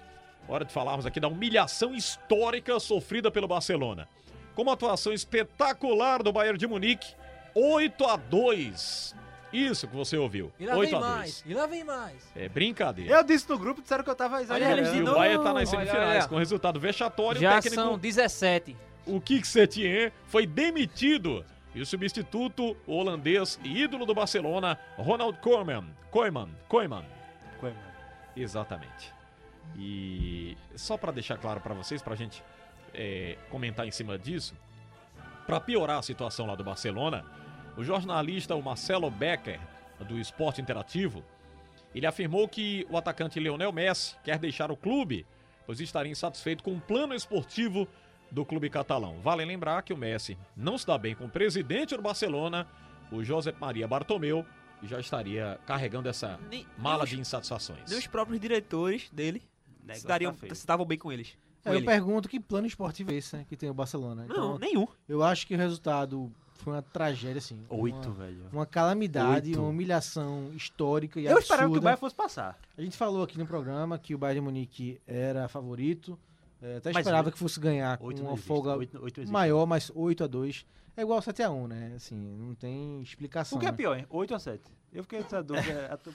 [SPEAKER 4] hora de falarmos aqui da humilhação histórica sofrida pelo Barcelona. Com uma atuação espetacular do Bayern de Munique, 8 a 2. Isso que você ouviu.
[SPEAKER 5] E lá
[SPEAKER 4] 8 a
[SPEAKER 5] vem
[SPEAKER 4] 2.
[SPEAKER 5] mais, e lá vem mais.
[SPEAKER 4] É brincadeira.
[SPEAKER 9] Eu disse no grupo, disseram que eu tava exagerando.
[SPEAKER 6] eles de
[SPEAKER 4] E o
[SPEAKER 6] novo.
[SPEAKER 4] Bahia tá nas
[SPEAKER 5] Olha,
[SPEAKER 4] semifinais
[SPEAKER 5] olha.
[SPEAKER 4] com resultado vexatório. o
[SPEAKER 5] Já
[SPEAKER 4] técnico,
[SPEAKER 5] são 17.
[SPEAKER 4] o Kik Setien, foi demitido. E o substituto o holandês e ídolo do Barcelona, Ronald Koeman. Koeman, Koeman. Exatamente. E só pra deixar claro pra vocês, pra gente é, comentar em cima disso, pra piorar a situação lá do Barcelona, o jornalista o Marcelo Becker, do Esporte Interativo, ele afirmou que o atacante Lionel Messi quer deixar o clube, pois estaria insatisfeito com o plano esportivo do clube catalão. Vale lembrar que o Messi não se dá bem com o presidente do Barcelona, o José Maria Bartomeu, já estaria carregando essa
[SPEAKER 6] Nem- nem
[SPEAKER 4] mala
[SPEAKER 6] os-
[SPEAKER 4] de insatisfações.
[SPEAKER 6] Nem os próprios diretores dele se,
[SPEAKER 9] Negócio
[SPEAKER 6] dariam,
[SPEAKER 9] tá feio.
[SPEAKER 6] se davam bem com eles. Com
[SPEAKER 8] É, eu
[SPEAKER 6] ele.
[SPEAKER 8] pergunto que plano esportivo é esse né, que tem o Barcelona.
[SPEAKER 6] Não,
[SPEAKER 8] Então,
[SPEAKER 6] nenhum.
[SPEAKER 8] eu acho que o resultado foi uma tragédia, assim.
[SPEAKER 9] Oito,
[SPEAKER 8] Uma,
[SPEAKER 9] velho.
[SPEAKER 8] uma calamidade,
[SPEAKER 9] Oito.
[SPEAKER 8] uma humilhação histórica e
[SPEAKER 9] Eu esperava que o
[SPEAKER 8] absurda.
[SPEAKER 9] Bayern fosse passar.
[SPEAKER 8] A gente falou aqui no programa que o Bayern de Munique era favorito. é, até
[SPEAKER 9] Mas
[SPEAKER 8] esperava
[SPEAKER 9] oito-
[SPEAKER 8] que fosse ganhar com
[SPEAKER 9] Oito não
[SPEAKER 8] uma
[SPEAKER 9] existe.
[SPEAKER 8] folga
[SPEAKER 9] Oito, oito não existe.
[SPEAKER 8] maior, mas 8 a 2 é igual 7 a 1 né? Assim, não tem explicação.
[SPEAKER 9] O que é
[SPEAKER 8] né?
[SPEAKER 9] pior, hein? Oito ou sete? Eu fiquei nessa dúvida. é, A tu-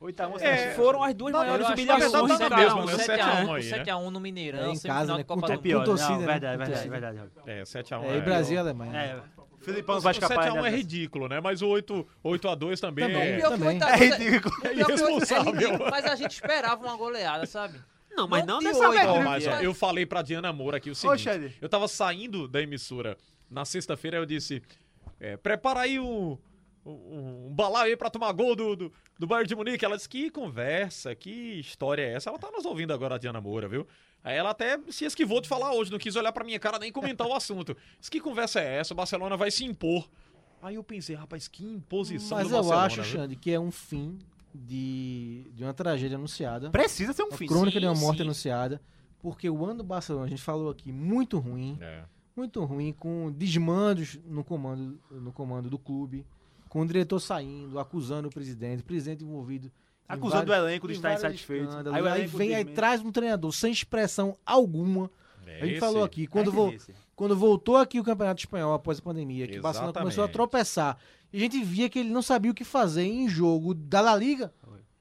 [SPEAKER 9] Oito a um,
[SPEAKER 4] É,
[SPEAKER 9] sete a um.
[SPEAKER 6] Foram as duas maiores
[SPEAKER 5] eu acho que
[SPEAKER 6] humilhações
[SPEAKER 4] na verdade,
[SPEAKER 6] da
[SPEAKER 4] tá
[SPEAKER 6] vida.
[SPEAKER 4] mesmo, né?
[SPEAKER 5] o 7
[SPEAKER 4] Sete a
[SPEAKER 5] a
[SPEAKER 4] um
[SPEAKER 5] 1
[SPEAKER 4] aí,
[SPEAKER 5] o 7 a 1 no Mineirão,
[SPEAKER 8] É, em
[SPEAKER 5] semifinal
[SPEAKER 8] casa,
[SPEAKER 5] da
[SPEAKER 8] né?
[SPEAKER 5] Copa
[SPEAKER 8] Com
[SPEAKER 9] É
[SPEAKER 5] do Mundo.
[SPEAKER 9] pior,
[SPEAKER 8] torcida,
[SPEAKER 9] não,
[SPEAKER 8] né?
[SPEAKER 9] verdade,
[SPEAKER 8] Com
[SPEAKER 9] verdade,
[SPEAKER 8] torcida.
[SPEAKER 9] verdade. Raul.
[SPEAKER 4] É, 7x1.
[SPEAKER 8] É, e Brasil e Alemanha. né?
[SPEAKER 9] É, Filipão
[SPEAKER 4] O
[SPEAKER 9] não vai escapar.
[SPEAKER 4] 7x1 é
[SPEAKER 9] né?
[SPEAKER 4] ridículo, né? Mas o 8, 8 a 2 também,
[SPEAKER 8] Também.
[SPEAKER 4] é...
[SPEAKER 5] Pior que
[SPEAKER 8] Também.
[SPEAKER 5] oito a
[SPEAKER 9] É
[SPEAKER 5] dois
[SPEAKER 9] ridículo.
[SPEAKER 5] pior que oito-
[SPEAKER 4] irresponsável.
[SPEAKER 5] ridículo, mas a gente esperava uma goleada, sabe?
[SPEAKER 6] Não, mas não,
[SPEAKER 5] Não de
[SPEAKER 6] dessa
[SPEAKER 5] oito,
[SPEAKER 4] Ó,
[SPEAKER 6] vez.
[SPEAKER 4] mas ó,
[SPEAKER 5] Mas-
[SPEAKER 4] eu falei pra Diana Moura aqui o seguinte.
[SPEAKER 9] Xande.
[SPEAKER 4] eu tava saindo da emissora na sexta-feira, eu disse: é, prepara aí um, um, um balaio aí pra tomar gol do, do, do Bayern de Munique. Ela disse: que conversa, que história é essa? Ela tá nos ouvindo agora, a Diana Moura, viu? Aí ela até se esquivou de falar hoje, não quis olhar pra minha cara nem comentar o assunto. Disse: que conversa é essa? O Barcelona vai se impor. Aí eu pensei, rapaz, que imposição
[SPEAKER 8] Mas
[SPEAKER 4] do
[SPEAKER 8] eu
[SPEAKER 4] Barcelona.
[SPEAKER 8] acho,
[SPEAKER 4] viu?
[SPEAKER 8] Xande, que é um fim de, de uma tragédia anunciada.
[SPEAKER 9] Precisa ser um
[SPEAKER 8] Uma
[SPEAKER 9] fim.
[SPEAKER 8] crônica de uma
[SPEAKER 9] Sim,
[SPEAKER 8] morte
[SPEAKER 9] sim.
[SPEAKER 8] anunciada. Porque o ano do Barcelona, a gente falou aqui, muito ruim.
[SPEAKER 4] É.
[SPEAKER 8] Muito ruim, com desmandos no comando, no comando do clube. Com o diretor saindo, acusando o presidente, o presidente envolvido. em
[SPEAKER 9] Acusando o
[SPEAKER 8] vários-
[SPEAKER 9] elenco de
[SPEAKER 8] em
[SPEAKER 9] estar
[SPEAKER 8] vários
[SPEAKER 9] insatisfeito.
[SPEAKER 8] escândalos. Aí,
[SPEAKER 9] Aí o elenco
[SPEAKER 8] vem, aí
[SPEAKER 9] desmente.
[SPEAKER 8] traz um treinador sem expressão alguma.
[SPEAKER 4] É
[SPEAKER 8] a gente
[SPEAKER 4] esse. é
[SPEAKER 8] falou aqui, quando,
[SPEAKER 9] Aí
[SPEAKER 8] vou,
[SPEAKER 9] nesse.
[SPEAKER 8] quando voltou aqui o Campeonato Espanhol após a pandemia, que o Barcelona
[SPEAKER 4] Exatamente.
[SPEAKER 8] começou a tropeçar, e a gente via que ele não sabia o que fazer em jogo da La Liga,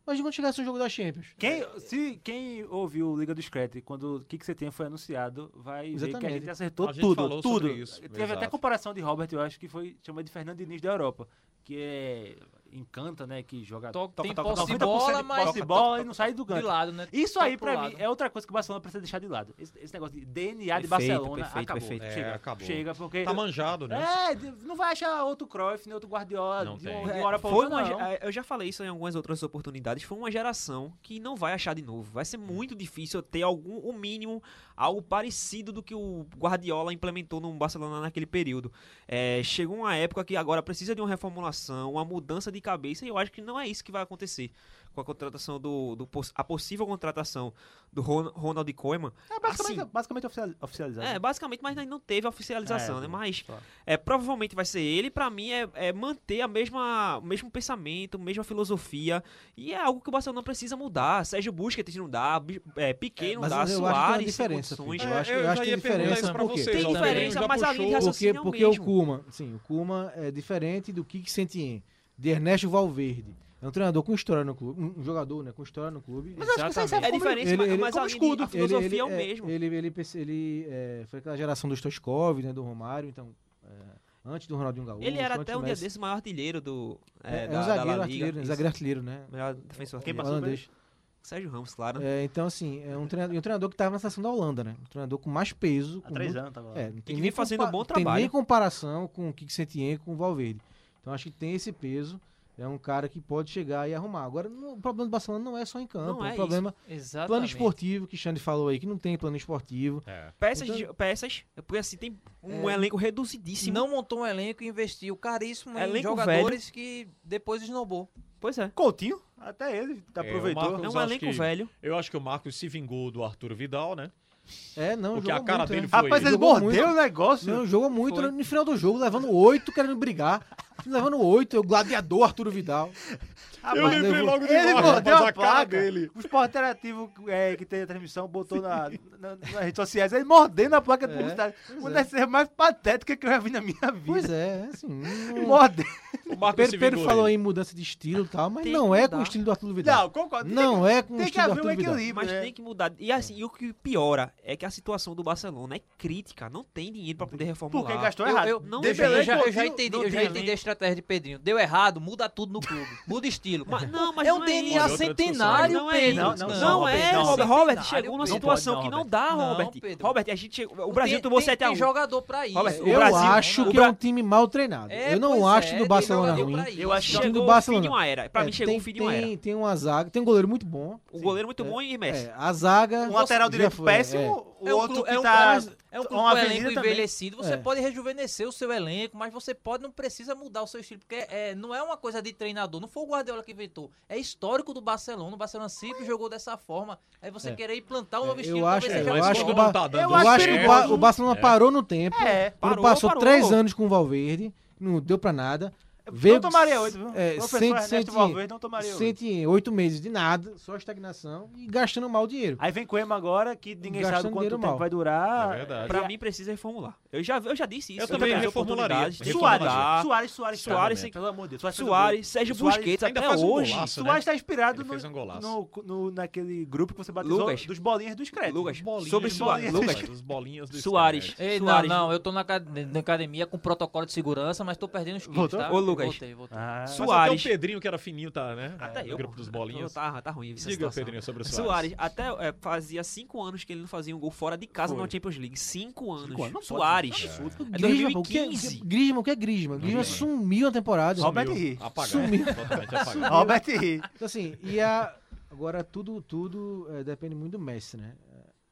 [SPEAKER 8] mas quando chegasse no jogo da Champions.
[SPEAKER 9] Quem, se, quem ouviu o Liga do Scratch, quando o que, que você tem foi anunciado, vai ver que a
[SPEAKER 8] Exatamente.
[SPEAKER 9] gente acertou
[SPEAKER 4] A gente
[SPEAKER 9] tudo.
[SPEAKER 4] falou
[SPEAKER 9] tudo.
[SPEAKER 4] sobre isso,
[SPEAKER 9] Teve até
[SPEAKER 4] exato.
[SPEAKER 9] comparação de Robert, eu acho que foi chamado de Fernando Diniz da Europa, que é encanta, né? Que joga.
[SPEAKER 5] Toca- tem
[SPEAKER 9] toca,
[SPEAKER 5] posse de
[SPEAKER 9] 90%
[SPEAKER 5] bola, mas-
[SPEAKER 9] Posse de
[SPEAKER 5] toca-
[SPEAKER 9] bola e não sai do
[SPEAKER 5] De
[SPEAKER 9] gancho.
[SPEAKER 5] lado, né?
[SPEAKER 9] Isso
[SPEAKER 5] Toca
[SPEAKER 9] aí,
[SPEAKER 5] pro
[SPEAKER 9] pra
[SPEAKER 5] lado.
[SPEAKER 9] mim, é outra coisa que o Barcelona precisa deixar de lado. Esse, esse negócio de DNA de
[SPEAKER 6] Perfeito,
[SPEAKER 9] Barcelona
[SPEAKER 6] perfeito,
[SPEAKER 9] acabou.
[SPEAKER 6] perfeito.
[SPEAKER 4] É,
[SPEAKER 9] Chega,
[SPEAKER 4] acabou.
[SPEAKER 9] chega, porque...
[SPEAKER 4] Tá manjado, né?
[SPEAKER 9] É, de- não vai achar outro Cruyff, nem outro Guardiola,
[SPEAKER 4] Não
[SPEAKER 9] de, um-
[SPEAKER 4] tem.
[SPEAKER 9] de uma hora pra
[SPEAKER 6] Foi
[SPEAKER 9] outra,
[SPEAKER 6] uma,
[SPEAKER 9] não.
[SPEAKER 6] ge- eu já falei isso em algumas outras oportunidades. Foi uma geração que não vai achar de novo. Vai ser muito difícil ter algum, o mínimo, algo parecido do que o Guardiola implementou no Barcelona naquele período. É, chegou uma época que agora precisa de uma reformulação, uma mudança de cabeça, e eu acho que não é isso que vai acontecer com a contratação do. do poss- a possível contratação do Ron- Ronald Koeman.
[SPEAKER 9] É basicamente,
[SPEAKER 6] Assim.
[SPEAKER 9] basicamente oficial- oficializado.
[SPEAKER 6] É, basicamente, mas ainda não teve a oficialização,
[SPEAKER 9] É,
[SPEAKER 6] né? Mas
[SPEAKER 9] só.
[SPEAKER 6] é, provavelmente vai ser ele. Pra mim é, é manter a mesma, o mesmo pensamento, a mesma filosofia. E é algo que o Barcelona precisa mudar. Sérgio Busquets não dá, Bi- é, Piquet não
[SPEAKER 8] mas
[SPEAKER 6] dá,
[SPEAKER 8] eu acho que tem uma
[SPEAKER 6] Suárez sem
[SPEAKER 8] diferença,
[SPEAKER 6] condições.
[SPEAKER 8] filho. Eu acho- eu
[SPEAKER 4] já
[SPEAKER 8] acho que
[SPEAKER 4] ia
[SPEAKER 8] tem
[SPEAKER 4] perguntar
[SPEAKER 8] diferença,
[SPEAKER 4] isso pra
[SPEAKER 8] por quê?
[SPEAKER 4] vocês.
[SPEAKER 8] Tem
[SPEAKER 4] ó, o Pedro
[SPEAKER 6] diferença,
[SPEAKER 4] já
[SPEAKER 6] mas a
[SPEAKER 4] puxou.
[SPEAKER 6] liga já-
[SPEAKER 8] Porque,
[SPEAKER 6] raciocínio é o
[SPEAKER 8] porque o
[SPEAKER 6] mesmo.
[SPEAKER 8] Kuma, sim, o Kuma é diferente do Kik Sentien, de Ernesto Valverde. É um treinador com história no clube, um um jogador, né, com história no clube. Mas
[SPEAKER 9] acho que isso aí serve
[SPEAKER 6] É diferente, mas, mas a, escudo. a filosofia é o
[SPEAKER 8] é,
[SPEAKER 6] mesmo.
[SPEAKER 8] Ele, ele, perce- ele, é, foi aquela geração dos Toskov, né, do Romário, então é, antes do Ronaldinho Gaúcho.
[SPEAKER 6] Ele era
[SPEAKER 8] antes
[SPEAKER 6] até
[SPEAKER 8] do
[SPEAKER 6] um dia
[SPEAKER 8] Messi.
[SPEAKER 6] desse o maior artilheiro do.
[SPEAKER 8] É,
[SPEAKER 6] É, da,
[SPEAKER 8] é um
[SPEAKER 6] da La
[SPEAKER 8] zagueiro,
[SPEAKER 6] Liga.
[SPEAKER 8] artilheiro, né,
[SPEAKER 6] Isso.
[SPEAKER 8] zagueiro artilheiro, né?
[SPEAKER 6] Melhor defensor.
[SPEAKER 9] Quem
[SPEAKER 6] artilheiro.
[SPEAKER 9] passou pra ele?
[SPEAKER 8] Holandês.
[SPEAKER 6] Sérgio Ramos, claro. né?
[SPEAKER 8] É, então, assim, é um treinador, e um treinador que tava na seleção da Holanda, né? Um treinador com mais peso.
[SPEAKER 9] Há
[SPEAKER 8] com
[SPEAKER 9] três
[SPEAKER 8] muito-
[SPEAKER 9] anos tava lá.
[SPEAKER 8] É, não
[SPEAKER 6] que
[SPEAKER 8] tem
[SPEAKER 6] vem
[SPEAKER 8] nem
[SPEAKER 6] fazendo
[SPEAKER 8] compa-
[SPEAKER 6] um bom
[SPEAKER 8] Tem
[SPEAKER 6] trabalho.
[SPEAKER 8] nem comparação com o Kik Setien e com o Valverde. Então acho que tem esse peso. É um cara que pode chegar e arrumar. Agora, não- o problema do Barcelona não é só em campo.
[SPEAKER 6] Não é
[SPEAKER 8] o problema
[SPEAKER 5] Exatamente.
[SPEAKER 8] plano esportivo, que o Xande falou aí, que não tem plano esportivo.
[SPEAKER 6] Peças,
[SPEAKER 8] Então- É.
[SPEAKER 6] de- peças, porque assim tem um elenco
[SPEAKER 5] Se
[SPEAKER 6] reduzidíssimo.
[SPEAKER 5] não montou um elenco e investiu caríssimo em
[SPEAKER 6] Elenco
[SPEAKER 5] jogadores que depois esnobou.
[SPEAKER 6] Pois é.
[SPEAKER 9] Coutinho, até ele
[SPEAKER 4] o
[SPEAKER 9] aproveitou.
[SPEAKER 4] Marcos-
[SPEAKER 6] É
[SPEAKER 4] Mas
[SPEAKER 6] um
[SPEAKER 4] acho
[SPEAKER 6] elenco
[SPEAKER 4] que-
[SPEAKER 6] velho.
[SPEAKER 4] Eu acho que o Marcos se vingou do Arthur Vidal, né?
[SPEAKER 8] É, não,
[SPEAKER 4] Porque
[SPEAKER 8] jogou
[SPEAKER 4] a cara
[SPEAKER 8] muito,
[SPEAKER 4] dele
[SPEAKER 8] né?
[SPEAKER 4] foi-
[SPEAKER 9] Rapaz, ele
[SPEAKER 8] Jogou
[SPEAKER 9] mordeu
[SPEAKER 8] muito.
[SPEAKER 9] o negócio.
[SPEAKER 8] Não, jogou muito né?
[SPEAKER 6] Foi.
[SPEAKER 8] no final do jogo, levando oito, querendo brigar. Levando oito, é o gladiador Arturo Vidal.
[SPEAKER 9] Rapaz,
[SPEAKER 8] lembrei
[SPEAKER 9] levou-
[SPEAKER 4] logo de
[SPEAKER 9] Ele
[SPEAKER 4] Marcos,
[SPEAKER 9] mordeu
[SPEAKER 4] mas
[SPEAKER 9] a,
[SPEAKER 4] a cara
[SPEAKER 9] placa.
[SPEAKER 4] dele.
[SPEAKER 9] O esporte interativo é, que tem a transmissão botou na, na- nas redes sociais. Ele mordendo a placa de
[SPEAKER 8] É,
[SPEAKER 9] publicidade.
[SPEAKER 8] pois
[SPEAKER 9] Uma
[SPEAKER 8] é.
[SPEAKER 9] das coisas mais patéticas que eu já vi na minha vida.
[SPEAKER 8] Pois é, assim. não-
[SPEAKER 9] Mordendo.
[SPEAKER 4] O Marcos se
[SPEAKER 8] Pedro,
[SPEAKER 4] vingou.
[SPEAKER 8] Pedro falou
[SPEAKER 4] dele.
[SPEAKER 8] em mudança de estilo e tal, mas
[SPEAKER 6] Tem
[SPEAKER 8] não
[SPEAKER 6] que
[SPEAKER 8] é
[SPEAKER 6] mudar.
[SPEAKER 8] com o estilo do Arturo Vidal.
[SPEAKER 9] Não, concordo. tem
[SPEAKER 8] Não,
[SPEAKER 9] que-
[SPEAKER 8] é com o
[SPEAKER 9] Tem
[SPEAKER 8] estilo
[SPEAKER 9] que
[SPEAKER 8] do
[SPEAKER 9] haver um
[SPEAKER 8] Arturo Vidal.
[SPEAKER 9] equilíbrio.
[SPEAKER 6] Mas
[SPEAKER 9] né?
[SPEAKER 6] tem que mudar. E assim, e o que piora é que a situação do Barcelona é crítica. Não tem dinheiro pra poder reformular.
[SPEAKER 9] Porque gastou
[SPEAKER 5] Eu-
[SPEAKER 9] errado.
[SPEAKER 5] eu-
[SPEAKER 6] não,
[SPEAKER 5] Eu já,
[SPEAKER 9] Dembélé
[SPEAKER 5] eu
[SPEAKER 9] e
[SPEAKER 5] já- eu já
[SPEAKER 9] Coutinho
[SPEAKER 5] entendi,
[SPEAKER 9] não
[SPEAKER 5] eu já
[SPEAKER 9] tem
[SPEAKER 5] entendi a
[SPEAKER 9] elenco.
[SPEAKER 5] estratégia de Pedrinho. Deu errado, muda tudo no clube. Muda estilo.
[SPEAKER 6] Mas- não, mas
[SPEAKER 5] é um
[SPEAKER 6] não é
[SPEAKER 5] DNA
[SPEAKER 6] isso.
[SPEAKER 5] centenário,
[SPEAKER 6] Não é
[SPEAKER 5] Pedro.
[SPEAKER 6] isso.
[SPEAKER 9] Não,
[SPEAKER 6] Não,
[SPEAKER 9] não,
[SPEAKER 6] é,
[SPEAKER 9] não,
[SPEAKER 6] Robert.
[SPEAKER 9] Pedro.
[SPEAKER 6] Robert
[SPEAKER 5] Centenário,
[SPEAKER 6] chegou numa
[SPEAKER 5] Pedro.
[SPEAKER 6] situação
[SPEAKER 9] Não pode,
[SPEAKER 6] que
[SPEAKER 9] não,
[SPEAKER 6] não dá,
[SPEAKER 5] Não,
[SPEAKER 6] Robert.
[SPEAKER 5] Pedro.
[SPEAKER 6] Robert, a gente chegou. O Brasil
[SPEAKER 5] tem,
[SPEAKER 6] tomou
[SPEAKER 5] tem-
[SPEAKER 6] 7 a 1
[SPEAKER 5] Tem jogador pra isso.
[SPEAKER 6] Robert,
[SPEAKER 5] É,
[SPEAKER 6] o
[SPEAKER 8] Eu
[SPEAKER 6] Brasil-
[SPEAKER 8] acho
[SPEAKER 6] o
[SPEAKER 8] que
[SPEAKER 6] Bra-
[SPEAKER 8] é um time mal treinado.
[SPEAKER 5] é,
[SPEAKER 8] eu não
[SPEAKER 5] pois
[SPEAKER 8] acho
[SPEAKER 5] é,
[SPEAKER 8] que o
[SPEAKER 5] tem
[SPEAKER 8] Barcelona
[SPEAKER 5] jogador
[SPEAKER 8] ruim.
[SPEAKER 5] pra isso.
[SPEAKER 6] Eu acho que
[SPEAKER 8] time do
[SPEAKER 6] chegou o fim
[SPEAKER 8] Barcelona.
[SPEAKER 6] de uma era. Pra
[SPEAKER 8] É,
[SPEAKER 6] mim chegou
[SPEAKER 8] tem,
[SPEAKER 6] o fim de uma era.
[SPEAKER 8] Tem, tem uma zaga, tem um goleiro muito bom.
[SPEAKER 6] O goleiro é muito bom e Messi.
[SPEAKER 8] É, a zaga.
[SPEAKER 9] Um lateral
[SPEAKER 8] já
[SPEAKER 9] direito
[SPEAKER 8] foi,
[SPEAKER 9] péssimo,
[SPEAKER 8] é.
[SPEAKER 9] o o
[SPEAKER 5] é um
[SPEAKER 9] outro
[SPEAKER 5] clu-
[SPEAKER 9] que
[SPEAKER 5] é um,
[SPEAKER 9] tá
[SPEAKER 5] mas é um
[SPEAKER 9] uma
[SPEAKER 5] clube com
[SPEAKER 9] avenida
[SPEAKER 5] elenco
[SPEAKER 9] também.
[SPEAKER 5] envelhecido. Você
[SPEAKER 8] É.
[SPEAKER 5] pode rejuvenescer o seu elenco, mas você pode, não precisa mudar o seu estilo, porque é, não é uma coisa de treinador. Não foi o Guardiola que inventou. É histórico do Barcelona. O Barcelona sempre jogou dessa forma. Aí você
[SPEAKER 8] É.
[SPEAKER 5] querer implantar um novo
[SPEAKER 8] eu
[SPEAKER 5] estilo,
[SPEAKER 8] acho-
[SPEAKER 5] talvez
[SPEAKER 8] eu
[SPEAKER 5] seja
[SPEAKER 4] mas
[SPEAKER 8] acho
[SPEAKER 5] bom.
[SPEAKER 4] quando
[SPEAKER 8] que o Ba-
[SPEAKER 4] não tá dando
[SPEAKER 8] Eu acho que o, Ba-
[SPEAKER 4] certo,
[SPEAKER 8] o Barcelona
[SPEAKER 4] É.
[SPEAKER 8] parou no tempo.
[SPEAKER 9] É,
[SPEAKER 8] Quando
[SPEAKER 9] parou,
[SPEAKER 8] passou
[SPEAKER 9] parou.
[SPEAKER 8] três anos com o Valverde, não deu pra nada.
[SPEAKER 9] não tomaria oito, viu?
[SPEAKER 8] É,
[SPEAKER 9] Professor
[SPEAKER 8] cento-
[SPEAKER 9] Ernesto
[SPEAKER 8] cento-
[SPEAKER 9] Valverde não tomaria oito.
[SPEAKER 8] cento e oito meses de nada, só estagnação e gastando mal o dinheiro.
[SPEAKER 9] Aí vem Coema agora, que ninguém
[SPEAKER 8] Gastando
[SPEAKER 9] sabe quanto
[SPEAKER 8] dinheiro
[SPEAKER 9] tempo
[SPEAKER 8] mal.
[SPEAKER 9] vai durar.
[SPEAKER 4] É verdade.
[SPEAKER 6] Pra mim, precisa reformular. Eu já, eu já disse isso.
[SPEAKER 4] Eu também
[SPEAKER 6] já tive
[SPEAKER 4] reformularia.
[SPEAKER 6] oportunidades de
[SPEAKER 9] Suárez,
[SPEAKER 6] reformular.
[SPEAKER 9] Suárez, Suárez,
[SPEAKER 6] Suárez,
[SPEAKER 9] sem- pelo amor de Deus. fez um
[SPEAKER 6] Suárez,
[SPEAKER 9] gol.
[SPEAKER 6] Sérgio
[SPEAKER 9] Suárez-
[SPEAKER 6] Busquets,
[SPEAKER 4] ainda
[SPEAKER 6] até
[SPEAKER 4] faz um
[SPEAKER 6] hoje.
[SPEAKER 4] golaço, né?
[SPEAKER 9] Suárez tá inspirado
[SPEAKER 4] Ele
[SPEAKER 9] no,
[SPEAKER 4] fez um golaço.
[SPEAKER 9] no- no- naquele grupo que você batizou
[SPEAKER 6] Lucas.
[SPEAKER 9] dos bolinhas dos créditos.
[SPEAKER 6] Lucas,
[SPEAKER 4] Bolinhas
[SPEAKER 6] sobre
[SPEAKER 4] do
[SPEAKER 6] Suárez.
[SPEAKER 4] Lucas,
[SPEAKER 6] Lucas.
[SPEAKER 4] os bolinhas do
[SPEAKER 6] Suárez.
[SPEAKER 4] Sky.
[SPEAKER 5] Ei, não,
[SPEAKER 6] Suárez.
[SPEAKER 5] não, eu tô na, acad- na academia com protocolo de segurança, mas tô perdendo os quilos,
[SPEAKER 9] Voltou?
[SPEAKER 5] tá?
[SPEAKER 6] Ô, Lucas.
[SPEAKER 5] Voltei, voltei.
[SPEAKER 9] Ah,
[SPEAKER 4] Mas
[SPEAKER 6] Suárez.
[SPEAKER 4] até o Pedrinho, que era fininho, tá, né?
[SPEAKER 6] Até
[SPEAKER 4] no
[SPEAKER 6] eu.
[SPEAKER 4] grupo dos
[SPEAKER 6] pô.
[SPEAKER 4] bolinhas.
[SPEAKER 6] Tá, tá ruim. essa
[SPEAKER 4] Diga,
[SPEAKER 6] situação.
[SPEAKER 4] Pedrinho, sobre o Suárez.
[SPEAKER 6] Suárez, até é, fazia cinco anos que ele não fazia um gol fora de casa
[SPEAKER 4] Foi.
[SPEAKER 6] na Champions League. Cinco anos.
[SPEAKER 9] anos, não pode.
[SPEAKER 6] Suárez. É
[SPEAKER 8] Griezmann, pô, o que é
[SPEAKER 6] 2015.
[SPEAKER 8] Grisma, o que é Grisma? Grisma sumiu a temporada.
[SPEAKER 9] Sumiu. Roberto
[SPEAKER 4] Sumiu.
[SPEAKER 9] Henrique.
[SPEAKER 4] Apagar.
[SPEAKER 8] Sumiu.
[SPEAKER 4] Totalmente apagar.
[SPEAKER 9] Robert Henrique.
[SPEAKER 8] Então, assim, e a- agora tudo, tudo eh, depende muito do Messi, né?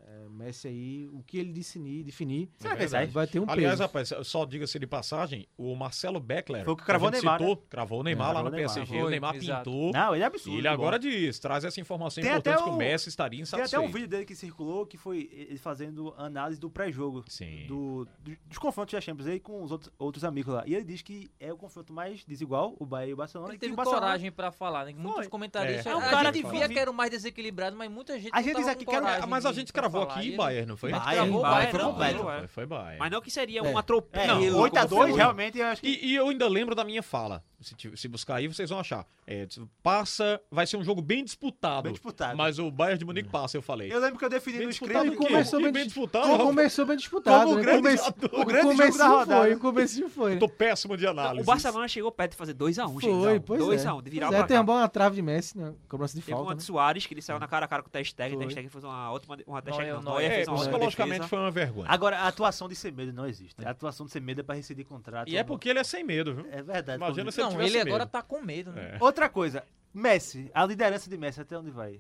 [SPEAKER 8] Eh, Messi aí, o que ele definir, definir
[SPEAKER 4] É
[SPEAKER 9] Será que sai?
[SPEAKER 8] vai ter um
[SPEAKER 4] Aliás,
[SPEAKER 8] peso.
[SPEAKER 4] rapaz, só diga-se de passagem, o Marcelo Beckler.
[SPEAKER 9] Foi o que cravou
[SPEAKER 4] a gente
[SPEAKER 9] o Neymar,
[SPEAKER 4] Citou, Cravou o Neymar
[SPEAKER 9] É,
[SPEAKER 4] lá
[SPEAKER 9] cravou
[SPEAKER 4] no
[SPEAKER 9] o Neymar.
[SPEAKER 4] PSG. o
[SPEAKER 5] Foi,
[SPEAKER 4] Neymar
[SPEAKER 5] exato.
[SPEAKER 4] pintou.
[SPEAKER 9] Não, ele é absurdo.
[SPEAKER 4] e ele
[SPEAKER 9] de bola.
[SPEAKER 4] agora diz, traz essa informação
[SPEAKER 9] Tem
[SPEAKER 4] importante
[SPEAKER 9] até
[SPEAKER 4] que
[SPEAKER 9] o-
[SPEAKER 4] o Messi estaria
[SPEAKER 9] Tem
[SPEAKER 4] insatisfeito.
[SPEAKER 9] até um vídeo dele que circulou que foi ele fazendo análise do pré-jogo.
[SPEAKER 4] Sim.
[SPEAKER 9] do- do- dos confrontos da Champions League com os outros, outros amigos lá. E ele diz que é o confronto mais desigual, o Bahia e o Barcelona.
[SPEAKER 5] Ele
[SPEAKER 9] e que
[SPEAKER 5] teve
[SPEAKER 9] o Barcelona,
[SPEAKER 5] coragem pra falar, né? Muitos
[SPEAKER 9] Foi.
[SPEAKER 5] comentaristas.
[SPEAKER 4] É. É
[SPEAKER 5] a
[SPEAKER 4] um cara
[SPEAKER 5] gente
[SPEAKER 4] que
[SPEAKER 5] via
[SPEAKER 9] foi-
[SPEAKER 5] que era o mais desequilibrado, mas muita gente.
[SPEAKER 9] A
[SPEAKER 5] não
[SPEAKER 9] gente
[SPEAKER 5] tava
[SPEAKER 9] disse
[SPEAKER 5] com
[SPEAKER 9] aqui que era-
[SPEAKER 5] coragem
[SPEAKER 4] Ah, Mas a
[SPEAKER 5] de-
[SPEAKER 4] gente
[SPEAKER 5] pra
[SPEAKER 4] cravou
[SPEAKER 5] falar.
[SPEAKER 4] aqui
[SPEAKER 5] E ele-
[SPEAKER 4] Bayern, não foi?
[SPEAKER 9] Bayern,
[SPEAKER 5] Cravou
[SPEAKER 9] Bayern,
[SPEAKER 5] Bayern,
[SPEAKER 9] foi
[SPEAKER 5] não,
[SPEAKER 9] completo.
[SPEAKER 5] foi
[SPEAKER 4] Foi-
[SPEAKER 5] Bayern.
[SPEAKER 4] Foi
[SPEAKER 6] Mas
[SPEAKER 4] Bayern.
[SPEAKER 6] não que seria
[SPEAKER 8] É.
[SPEAKER 6] um atropelo.
[SPEAKER 9] É,
[SPEAKER 6] como
[SPEAKER 9] 8x2
[SPEAKER 6] foi.
[SPEAKER 9] realmente eu acho que.
[SPEAKER 4] E, e eu ainda lembro da minha fala. Se, ti- se buscar aí, vocês vão achar. É, passa, vai ser um jogo bem disputado.
[SPEAKER 9] tá Bem disputado.
[SPEAKER 4] Mas o Bayern de
[SPEAKER 8] É.
[SPEAKER 4] Munique passa, eu falei.
[SPEAKER 9] Eu lembro que eu defini
[SPEAKER 4] Bem
[SPEAKER 9] no
[SPEAKER 4] disputado
[SPEAKER 9] script
[SPEAKER 4] o
[SPEAKER 9] que-
[SPEAKER 4] quê?
[SPEAKER 8] começou
[SPEAKER 4] Que
[SPEAKER 8] bem
[SPEAKER 4] bem
[SPEAKER 8] dis-
[SPEAKER 4] disputado.
[SPEAKER 8] Então, começou bem disputado,
[SPEAKER 9] Como o
[SPEAKER 8] né?
[SPEAKER 9] grande-
[SPEAKER 8] Começo-
[SPEAKER 9] o grande jogo da
[SPEAKER 8] comecinho
[SPEAKER 9] rodada.
[SPEAKER 8] Foi, o comecinho foi. né?
[SPEAKER 4] Eu Tô então. péssimo de análise.
[SPEAKER 6] O Barcelona chegou perto de fazer 2x1, um,
[SPEAKER 8] Foi,
[SPEAKER 6] gente.
[SPEAKER 8] pois é.
[SPEAKER 6] 2x1, um, de virar
[SPEAKER 8] Pois é,
[SPEAKER 6] o
[SPEAKER 8] tem uma
[SPEAKER 6] placar.
[SPEAKER 8] bola na trave de Messi, né? Cobrança de
[SPEAKER 6] Teve
[SPEAKER 8] falta,
[SPEAKER 6] uma
[SPEAKER 8] né?
[SPEAKER 6] de Soares, que ele saiu na cara a cara com o Testeg. O
[SPEAKER 8] Foi.
[SPEAKER 6] Testeg fez uma ótima, uma
[SPEAKER 5] Neuer,
[SPEAKER 6] Testeg.
[SPEAKER 5] Neuer.
[SPEAKER 4] É,
[SPEAKER 6] fez uma ótima
[SPEAKER 4] psicologicamente
[SPEAKER 6] defesa.
[SPEAKER 4] foi uma vergonha.
[SPEAKER 9] Agora, a atuação de Semedo não existe. A atuação de Semedo é pra rescindir contrato.
[SPEAKER 4] E é porque ele é sem medo, viu?
[SPEAKER 9] É verdade.
[SPEAKER 4] Imagina
[SPEAKER 9] Paulinho.
[SPEAKER 4] se
[SPEAKER 5] Não,
[SPEAKER 4] tivesse
[SPEAKER 5] ele agora
[SPEAKER 4] medo.
[SPEAKER 5] tá com medo, né?
[SPEAKER 4] É.
[SPEAKER 9] Outra coisa, Messi, a liderança de Messi, até onde vai?